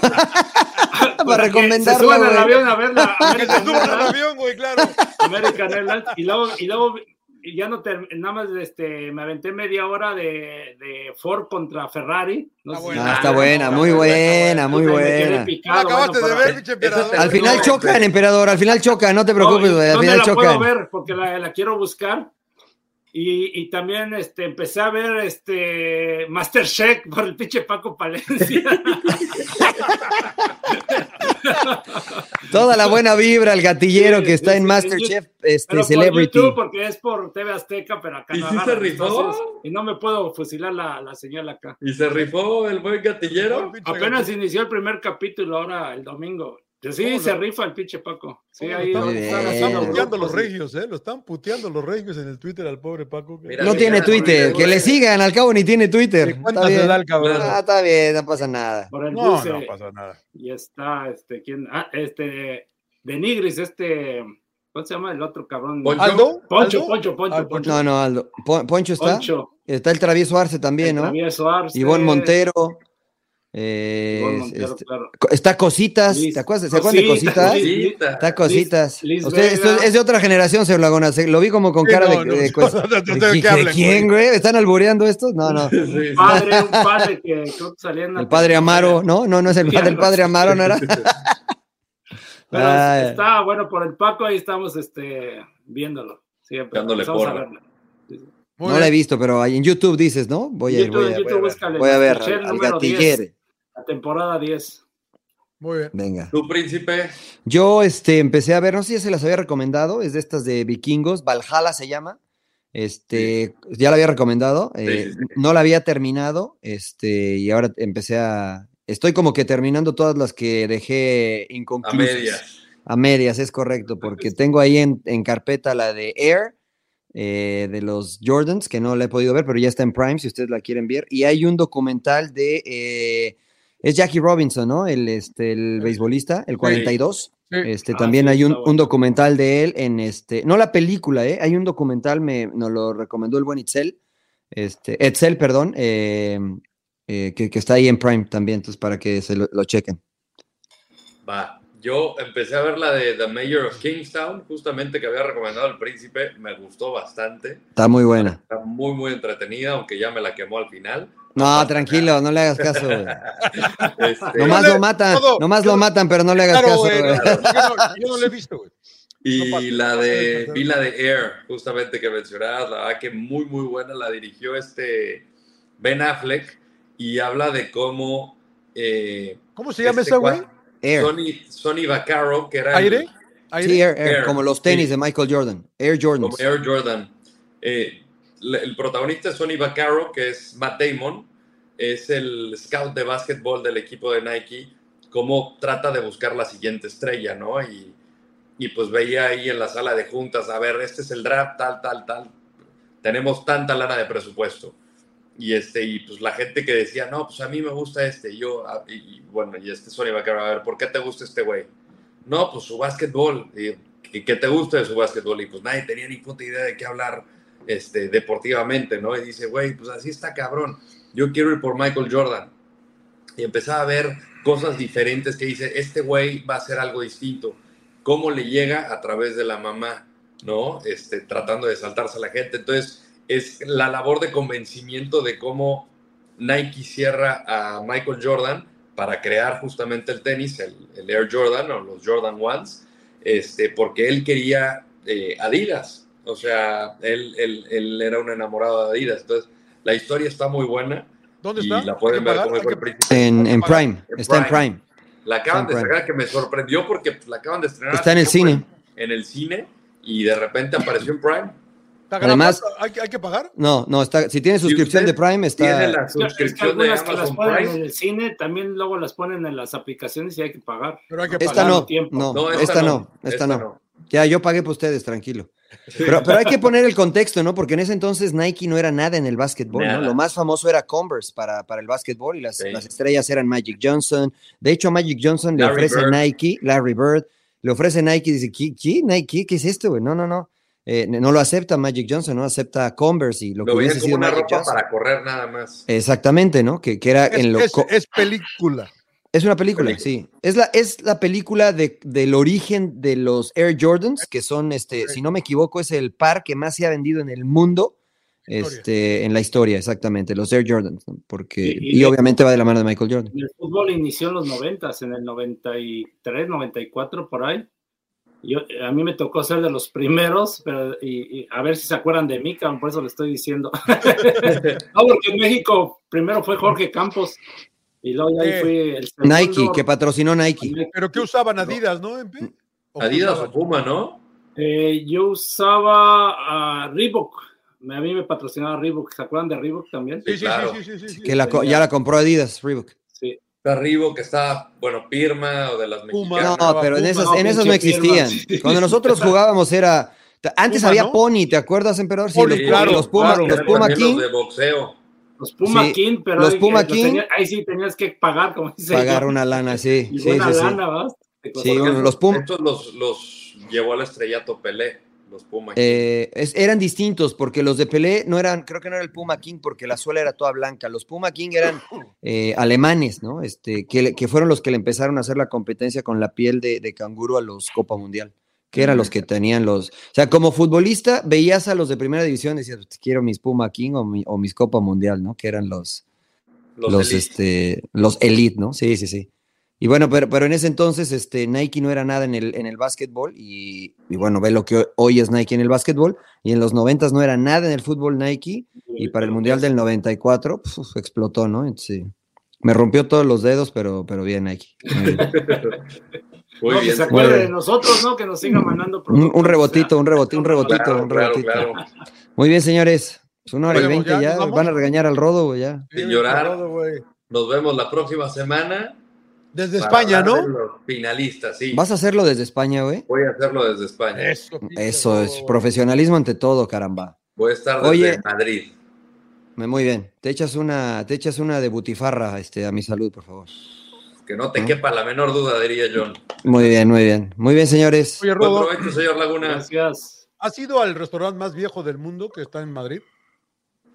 Speaker 4: Para
Speaker 3: recomendarla,
Speaker 4: Se suban al
Speaker 3: güey.
Speaker 4: avión a ver la
Speaker 2: Que se
Speaker 4: American
Speaker 2: suban al
Speaker 4: Airlines,
Speaker 2: avión, güey, claro.
Speaker 4: American Airlines, Y luego, y luego y ya no term- nada más este, me aventé media hora de, de Ford contra Ferrari. No
Speaker 2: Ah,
Speaker 4: sé si-
Speaker 2: bueno.
Speaker 3: Ah, está buena, muy buena, muy
Speaker 4: Me quedé
Speaker 3: buena.
Speaker 2: No la
Speaker 4: picado,
Speaker 2: acabaste
Speaker 4: bueno,
Speaker 2: de
Speaker 4: para-
Speaker 2: ver, pinche emperador.
Speaker 1: Eso
Speaker 3: Al final
Speaker 1: No,
Speaker 3: chocan,
Speaker 1: pero-
Speaker 3: emperador. Al final chocan, no te preocupes,
Speaker 4: No,
Speaker 3: güey. Al
Speaker 4: ¿dónde
Speaker 3: final
Speaker 4: la puedo
Speaker 3: chocan.
Speaker 4: ver? Porque la, la quiero buscar. Y, y también este, empecé a ver este Masterchef por el pinche Paco Palencia.
Speaker 3: Toda la buena vibra, el gatillero
Speaker 4: Sí,
Speaker 3: que está
Speaker 4: sí,
Speaker 3: en
Speaker 4: sí,
Speaker 3: Masterchef, este
Speaker 4: pero
Speaker 3: Celebrity.
Speaker 4: por YouTube porque es por TV Azteca, pero acá
Speaker 1: ¿Y
Speaker 4: no
Speaker 1: sí se
Speaker 4: agarran,
Speaker 1: rifó?
Speaker 4: entonces, y no me puedo fusilar la, la señal acá.
Speaker 1: ¿Y se rifó el buen gatillero?
Speaker 2: Pinche
Speaker 4: Apenas
Speaker 2: gato.
Speaker 4: inició el primer capítulo ahora el domingo. Sí,
Speaker 2: ¿Cómo
Speaker 4: se
Speaker 2: lo-
Speaker 4: rifa el pinche Paco. Sí,
Speaker 2: Oye,
Speaker 4: ahí
Speaker 2: lo
Speaker 4: donde
Speaker 3: bien.
Speaker 2: están,
Speaker 4: están
Speaker 2: lo
Speaker 4: haciendo
Speaker 2: están puteando los
Speaker 4: grupos, sí.
Speaker 2: regios, ¿eh? Lo están puteando los regios en el Twitter al pobre Paco.
Speaker 1: Mira,
Speaker 3: No tiene
Speaker 1: Mira,
Speaker 3: Twitter,
Speaker 1: mira,
Speaker 3: que le
Speaker 1: mira.
Speaker 3: sigan, al cabo ni tiene Twitter. Está
Speaker 2: ¿Cuántas le
Speaker 3: bien.
Speaker 2: da el cabrón?
Speaker 3: Ah, está bien, no pasa nada.
Speaker 4: Por el
Speaker 2: No,
Speaker 4: bus,
Speaker 2: no
Speaker 4: eh,
Speaker 2: pasa nada.
Speaker 4: y está este quién ah, este de Nigris este ¿cómo se llama el otro cabrón? Ah,
Speaker 1: Poncho.
Speaker 2: ¿Aldo?
Speaker 4: Poncho,
Speaker 2: ¿Aldo?
Speaker 4: Poncho, Poncho,
Speaker 2: Ah,
Speaker 4: Poncho.
Speaker 3: No, no, Aldo. Pon- Poncho está.
Speaker 4: Poncho,
Speaker 3: Está el travieso Arce también, ¿no?
Speaker 4: Javier Suárez,
Speaker 3: Ivonne Montero. eh,
Speaker 4: Ivonne Montero,
Speaker 3: este,
Speaker 4: claro.
Speaker 3: co- está Cositas.
Speaker 4: Liz-
Speaker 3: ¿Te acuerdas, ¿Se acuerdan de
Speaker 4: Cositas,
Speaker 3: Cositas?
Speaker 4: Liz-
Speaker 1: Cosita.
Speaker 3: Está Cositas.
Speaker 4: Liz
Speaker 3: Usted- esto
Speaker 4: Vega.
Speaker 3: es de otra generación, señor Laguna. se- Lo vi como con
Speaker 2: Sí,
Speaker 3: cara
Speaker 2: no,
Speaker 3: de,
Speaker 2: no,
Speaker 3: de-
Speaker 2: no, no, no, no,
Speaker 3: dije,
Speaker 2: que hablen,
Speaker 3: ¿Quién, güey? ¿Están albureando estos? No, no.
Speaker 1: Sí, sí.
Speaker 4: Un
Speaker 2: Ah.
Speaker 4: padre, un padre que creo que salía en la
Speaker 3: El padre
Speaker 4: película.
Speaker 3: Amaro, ¿no? No, no es el
Speaker 4: Sí,
Speaker 3: padre, el
Speaker 4: algo
Speaker 3: padre
Speaker 4: así.
Speaker 3: Amaro, ¿no era?
Speaker 4: Pero
Speaker 3: Ah,
Speaker 4: está bueno por el Paco, ahí estamos este, viéndolo. Siempre.
Speaker 1: Dándole
Speaker 4: Empezamos
Speaker 1: porra.
Speaker 4: verlo.
Speaker 2: Muy
Speaker 3: no
Speaker 2: bien.
Speaker 3: la he visto, pero ahí en YouTube dices, ¿no? Voy a ir, voy a,
Speaker 4: YouTube,
Speaker 3: voy a ver.
Speaker 4: búscale,
Speaker 3: Voy a ver
Speaker 4: Michelle
Speaker 3: al, al
Speaker 4: número 10,
Speaker 3: gatillere.
Speaker 4: La temporada 10.
Speaker 2: Muy bien.
Speaker 3: Venga.
Speaker 1: Tu príncipe.
Speaker 3: Yo este, empecé a ver, no sé si ya se las había recomendado, es de estas de vikingos, Valhalla se llama. Este, ya la había recomendado, eh,
Speaker 1: sí, sí.
Speaker 3: no la había terminado, este, y ahora empecé a. Estoy como que terminando todas las que dejé
Speaker 1: A
Speaker 3: inconclusas.
Speaker 1: medias.
Speaker 3: A medias, es correcto, porque tengo ahí en, en carpeta la de Air, eh, de los Jordans, que no la he podido ver, pero ya está en Prime si ustedes la quieren ver. Y hay un documental de, eh, es Jackie Robinson, ¿no? El, este, el beisbolista, el 42.
Speaker 2: Sí.
Speaker 3: Este,
Speaker 4: Ah,
Speaker 3: también
Speaker 4: sí,
Speaker 3: hay un,
Speaker 4: está
Speaker 3: un
Speaker 4: bueno.
Speaker 3: documental de él en este, no la película, ¿eh? Hay un documental, me, nos lo recomendó el buen Itzel, este, Etzel, perdón, eh, eh, que, que está ahí en Prime también, entonces para que se lo, lo chequen.
Speaker 1: Va. Yo empecé a ver la de The Mayor of Kingstown, justamente que había recomendado el príncipe. Me gustó bastante.
Speaker 3: Está muy buena.
Speaker 1: Está muy, muy entretenida, aunque ya me la quemó al final.
Speaker 3: No, tranquilo, no le hagas caso. güey.
Speaker 1: Este,
Speaker 3: Nomás
Speaker 2: Yo
Speaker 3: lo
Speaker 2: le-
Speaker 3: matan,
Speaker 2: todo,
Speaker 3: nomás
Speaker 2: yo
Speaker 3: lo
Speaker 2: le-
Speaker 3: matan, pero no le hagas
Speaker 2: Claro,
Speaker 3: caso.
Speaker 2: güey.
Speaker 3: güey.
Speaker 2: no, Yo no, yo no la he visto, güey. No pasa-
Speaker 1: Y
Speaker 2: no
Speaker 1: la
Speaker 2: pasa
Speaker 1: de,
Speaker 2: nada.
Speaker 1: vi la de Air, justamente que mencionabas, la verdad que muy, muy buena, la dirigió este Ben Affleck y habla de cómo eh,
Speaker 2: ¿Cómo se llama
Speaker 1: este
Speaker 2: esa, güey?
Speaker 1: cuate,
Speaker 3: Air.
Speaker 1: Sony, Sony Vaccaro, que era el-
Speaker 2: ¿Aire? ¿Aire?
Speaker 3: Sí, Air, Air,
Speaker 1: Air,
Speaker 3: como los tenis
Speaker 1: sí.
Speaker 3: de Michael Jordan. Air Jordan.
Speaker 1: como Air Jordan. Eh, le- el protagonista es Sonny Vaccaro, que es Matt Damon, es el scout de básquetbol del equipo de Nike, cómo trata de buscar la siguiente estrella, ¿no? Y, y pues veía ahí en la sala de juntas, a ver, este es el draft, tal, tal, tal, tenemos tanta lana de presupuesto. Y, este, y pues la gente que decía, no, pues a mí me gusta este, y yo, a- y, y bueno, y este Sonny Vaccaro, a ver, ¿por qué te gusta este güey? No, pues su básquetbol. Y, ¿qué, qué te gusta de su básquetbol? Y pues nadie tenía ni puta idea de qué hablar este, deportivamente, ¿no? Y dice, güey, pues así está cabrón. Yo quiero ir por Michael Jordan. Y empezaba a ver cosas diferentes que dice, este güey va a hacer algo distinto. ¿Cómo le llega? A través de la mamá, ¿no? Este, tratando de saltarse a la gente. Entonces, es la labor de convencimiento de cómo Nike cierra a Michael Jordan para crear justamente el tenis, el, el Air Jordan o los Jordan Ones, este, porque él quería eh, Adidas. O sea, él, él, él era un enamorado de Adidas. Entonces, la historia está muy buena.
Speaker 2: ¿Dónde
Speaker 1: y
Speaker 2: está?
Speaker 1: la pueden
Speaker 2: ¿Hay que
Speaker 1: ver
Speaker 2: pagar?
Speaker 1: como
Speaker 2: ¿Hay que-
Speaker 1: fue el príncipe.
Speaker 3: En, en Prime,
Speaker 1: En
Speaker 3: está en
Speaker 1: Prime.
Speaker 3: Prime.
Speaker 1: La acaban de
Speaker 3: Prime.
Speaker 1: sacar que me sorprendió porque pues, la acaban de estrenar.
Speaker 3: Está en el cine.
Speaker 1: En el cine y de repente apareció en Prime.
Speaker 2: ¿Está grabado?
Speaker 3: Además-
Speaker 2: ¿Hay, que- hay que pagar?
Speaker 3: No, no, está, si tiene suscripción de
Speaker 1: usted
Speaker 3: Prime,
Speaker 1: Tiene
Speaker 3: está.
Speaker 1: la
Speaker 4: Es que- es que
Speaker 1: suscripción de
Speaker 4: algunas que las
Speaker 1: Amazon
Speaker 4: ponen
Speaker 1: Prime.
Speaker 4: en el cine, también luego las ponen en las aplicaciones y hay que pagar.
Speaker 2: Pero hay que
Speaker 3: Esta
Speaker 2: pagar.
Speaker 3: no,
Speaker 4: tiempo.
Speaker 3: no, esta no, esta no. Ya, yo pagué por ustedes, tranquilo.
Speaker 1: Sí.
Speaker 3: Pero, pero hay que poner el contexto, ¿no? Porque en ese entonces Nike no era nada en el básquetbol, ¿no?
Speaker 1: Nada.
Speaker 3: Lo más famoso era Converse para, para el básquetbol y las,
Speaker 1: Sí.
Speaker 3: las estrellas eran Magic Johnson. De hecho, a Magic Johnson le
Speaker 1: Larry
Speaker 3: ofrece
Speaker 1: Bird.
Speaker 3: Nike, Larry Bird, le ofrece Nike y dice, ¿qué, qué? Nike? ¿Qué es esto, güey? No, no, no. Eh, no lo acepta Magic Johnson, no acepta Converse y lo, que
Speaker 1: Lo veían
Speaker 3: hubiese sido
Speaker 1: como
Speaker 3: Eh,
Speaker 1: una
Speaker 3: Magic
Speaker 1: ropa
Speaker 3: Johnson.
Speaker 1: para correr nada más.
Speaker 3: Exactamente, ¿no? Que, que era
Speaker 2: Es,
Speaker 3: en lo...
Speaker 2: es-
Speaker 3: co-
Speaker 2: es película.
Speaker 3: es una película,
Speaker 1: Película.
Speaker 3: sí. Es la, es la película de, del origen de los Air Jordans, que son, este, si no me equivoco, es el par que más se ha vendido en el mundo,
Speaker 2: Historia.
Speaker 3: este, en la historia, exactamente, los Air Jordans, ¿no? porque,
Speaker 4: Y-
Speaker 3: y,
Speaker 4: y-
Speaker 3: obviamente va de la mano de Michael Jordan.
Speaker 4: El fútbol inició en los 90, en el 93, 94, por ahí. Yo, a mí me tocó ser de los primeros, pero y, y a ver si se acuerdan de mí, cabrón, por eso le estoy diciendo. no, porque en México primero fue Jorge Campos y luego ya ahí
Speaker 2: Sí.
Speaker 4: fue el segundo.
Speaker 3: Eh, Nike, que patrocinó Nike.
Speaker 2: ¿Pero qué usaban Adidas, no, Empe? ¿O qué
Speaker 1: Mm. Adidas o
Speaker 2: usaban?
Speaker 1: Puma, ¿no?
Speaker 4: Eh, yo usaba a Reebok, a mí me patrocinaba Reebok, ¿se acuerdan de Reebok también?
Speaker 2: Sí, sí,
Speaker 1: Claro.
Speaker 2: sí, sí, sí, sí.
Speaker 3: Que la, co-
Speaker 4: tenía-
Speaker 3: ya la compró Adidas, Reebok.
Speaker 4: Sí.
Speaker 1: Está Arriba, que está, bueno, Pirma o de las
Speaker 2: Puma.
Speaker 1: mexicanas.
Speaker 3: No,
Speaker 2: ganaba
Speaker 3: pero en
Speaker 2: Puma,
Speaker 3: esas,
Speaker 4: no,
Speaker 3: en esas no
Speaker 4: pinche firma,
Speaker 3: existían.
Speaker 4: sí.
Speaker 3: Cuando nosotros jugábamos era... ta- Antes
Speaker 2: Puma,
Speaker 3: había
Speaker 2: ¿no?
Speaker 3: Pony, ¿te acuerdas, emperador? Sí,
Speaker 2: Pony,
Speaker 3: los,
Speaker 2: claro,
Speaker 3: los Puma,
Speaker 2: claro.
Speaker 3: los Puma
Speaker 1: También
Speaker 3: King.
Speaker 1: de boxeo.
Speaker 4: Los Puma
Speaker 3: Sí,
Speaker 4: King, pero
Speaker 3: los
Speaker 4: ahí,
Speaker 3: Puma
Speaker 4: lo
Speaker 3: King.
Speaker 4: tenía- ahí sí tenías que pagar, como dice.
Speaker 3: Pagar
Speaker 4: yo.
Speaker 3: una lana, sí.
Speaker 4: Y
Speaker 3: sí,
Speaker 4: buena
Speaker 3: sí, sí.
Speaker 4: lana, ¿vas? Te
Speaker 3: Sí,
Speaker 4: costaba.
Speaker 3: bueno, los Puma.
Speaker 1: Estos los, los llevó al estrellato Pelé, los Puma.
Speaker 3: Eh, es- eran distintos porque los de Pelé no eran, creo que no era el Puma King porque la suela era toda blanca. Los Puma King eran eh, alemanes, ¿no? Este, que, le- que fueron los que le empezaron a hacer la competencia con la piel de, de canguro a los Copa Mundial, que eran los que tenían los. O sea, como futbolista veías a los de primera división y decías, "Pues, quiero mis Puma King o, mi- o mis Copa Mundial, ¿no? Que eran los, los,
Speaker 1: Elite.
Speaker 3: este, los elite, ¿no? Sí, sí, sí. Y bueno, pero, pero en ese entonces este, Nike no era nada en el, en el básquetbol y, y bueno, ve lo que ho- hoy es Nike en el básquetbol y en los 90 no era nada en el fútbol Nike y para el Mundial del 94 pf, explotó, ¿no? Entonces, sí. Me rompió todos los dedos, pero, pero bien Nike. Muy bien.
Speaker 1: Muy
Speaker 4: no, que
Speaker 1: bien.
Speaker 4: se acuerde
Speaker 3: Muy
Speaker 4: de
Speaker 3: bien.
Speaker 4: nosotros, ¿no? Que nos siga mandando
Speaker 3: Un,
Speaker 4: productos.
Speaker 3: un rebotito, un rebotito, un rebotito,
Speaker 1: Claro,
Speaker 3: un
Speaker 1: claro,
Speaker 3: rebotito.
Speaker 1: claro. pues
Speaker 3: Muy bien, señores. Es una hora y
Speaker 2: Bueno,
Speaker 3: veinte
Speaker 2: ya,
Speaker 3: ya.
Speaker 2: ¿nos vamos?
Speaker 3: Van a regañar al rodo, güey, ya.
Speaker 2: Sí,
Speaker 1: Sin llorar.
Speaker 2: todo, güey.
Speaker 1: Nos vemos la próxima semana.
Speaker 2: Desde
Speaker 1: para
Speaker 2: España,
Speaker 1: hablar de
Speaker 2: ¿no?
Speaker 1: Los finalistas, sí.
Speaker 3: ¿Vas a hacerlo desde España, güey?
Speaker 1: Voy a hacerlo desde España.
Speaker 2: Eso, pinche
Speaker 3: Eso es
Speaker 2: rodo, güey.
Speaker 3: profesionalismo ante todo, caramba.
Speaker 1: Voy a estar desde
Speaker 3: Oye.
Speaker 1: Madrid.
Speaker 3: Me- Muy bien. Te echas una, te echas una de butifarra, este, a mi salud, por favor.
Speaker 1: Que no te
Speaker 3: ¿Eh?
Speaker 1: quepa la menor duda, diría John.
Speaker 3: Muy bien, muy bien. Muy bien, señores.
Speaker 2: Oye,
Speaker 1: Buen
Speaker 2: Rodo,
Speaker 1: provecho, señor Laguna.
Speaker 4: Gracias.
Speaker 2: ¿has ido al restaurante más viejo del mundo que está en Madrid?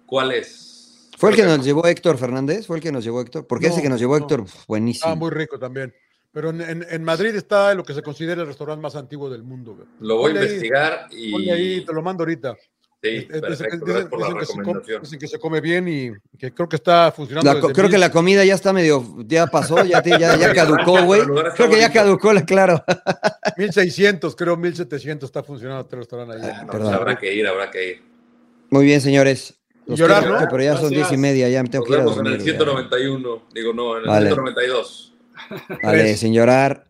Speaker 1: ¿Cuál es?
Speaker 3: ¿Fue el que
Speaker 1: Creo
Speaker 3: nos llevó Héctor Fernández? ¿Fue el que nos llevó Héctor? Porque ese
Speaker 2: No,
Speaker 3: que nos llevó
Speaker 2: no.
Speaker 3: Héctor, pf, buenísimo.
Speaker 2: Ah, muy rico también. Pero en, en- en Madrid está lo que se considera el restaurante más antiguo del mundo. güey.
Speaker 1: Lo voy a
Speaker 2: Ponle ahí,
Speaker 1: investigar y.
Speaker 2: Ponle ahí, te lo mando ahorita.
Speaker 1: Sí,
Speaker 2: Eh,
Speaker 1: perfecto.
Speaker 2: dicen que-
Speaker 1: Gracias por la
Speaker 2: dicen que se come-
Speaker 1: recomendación.
Speaker 2: dicen que se come bien y que creo que está funcionando.
Speaker 3: La co-
Speaker 2: desde
Speaker 3: creo que
Speaker 2: mil-
Speaker 3: la comida ya está medio, ya pasó, ya, te- ya, ya caducó,
Speaker 1: Pero
Speaker 3: güey.
Speaker 1: el lugar está
Speaker 3: Creo que ya
Speaker 1: bonito.
Speaker 3: caducó, la, claro.
Speaker 2: 1600, creo 1700 está funcionando este restaurante ahí.
Speaker 1: Ah, no,
Speaker 3: Perdón.
Speaker 1: pues habrá que ir, habrá que ir.
Speaker 3: Muy bien, señores. Los
Speaker 2: Llorar,
Speaker 3: quiero
Speaker 2: ¿no?
Speaker 3: mucho, Pero ya son
Speaker 4: Gracias.
Speaker 3: diez y media, ya me tengo
Speaker 1: Nos
Speaker 3: que ir a
Speaker 1: vemos en
Speaker 3: dormir.
Speaker 1: el
Speaker 3: ya.
Speaker 1: 191. Digo, no, en el
Speaker 3: Vale.
Speaker 1: 192.
Speaker 3: Vale,
Speaker 2: Tres.
Speaker 3: sin llorar.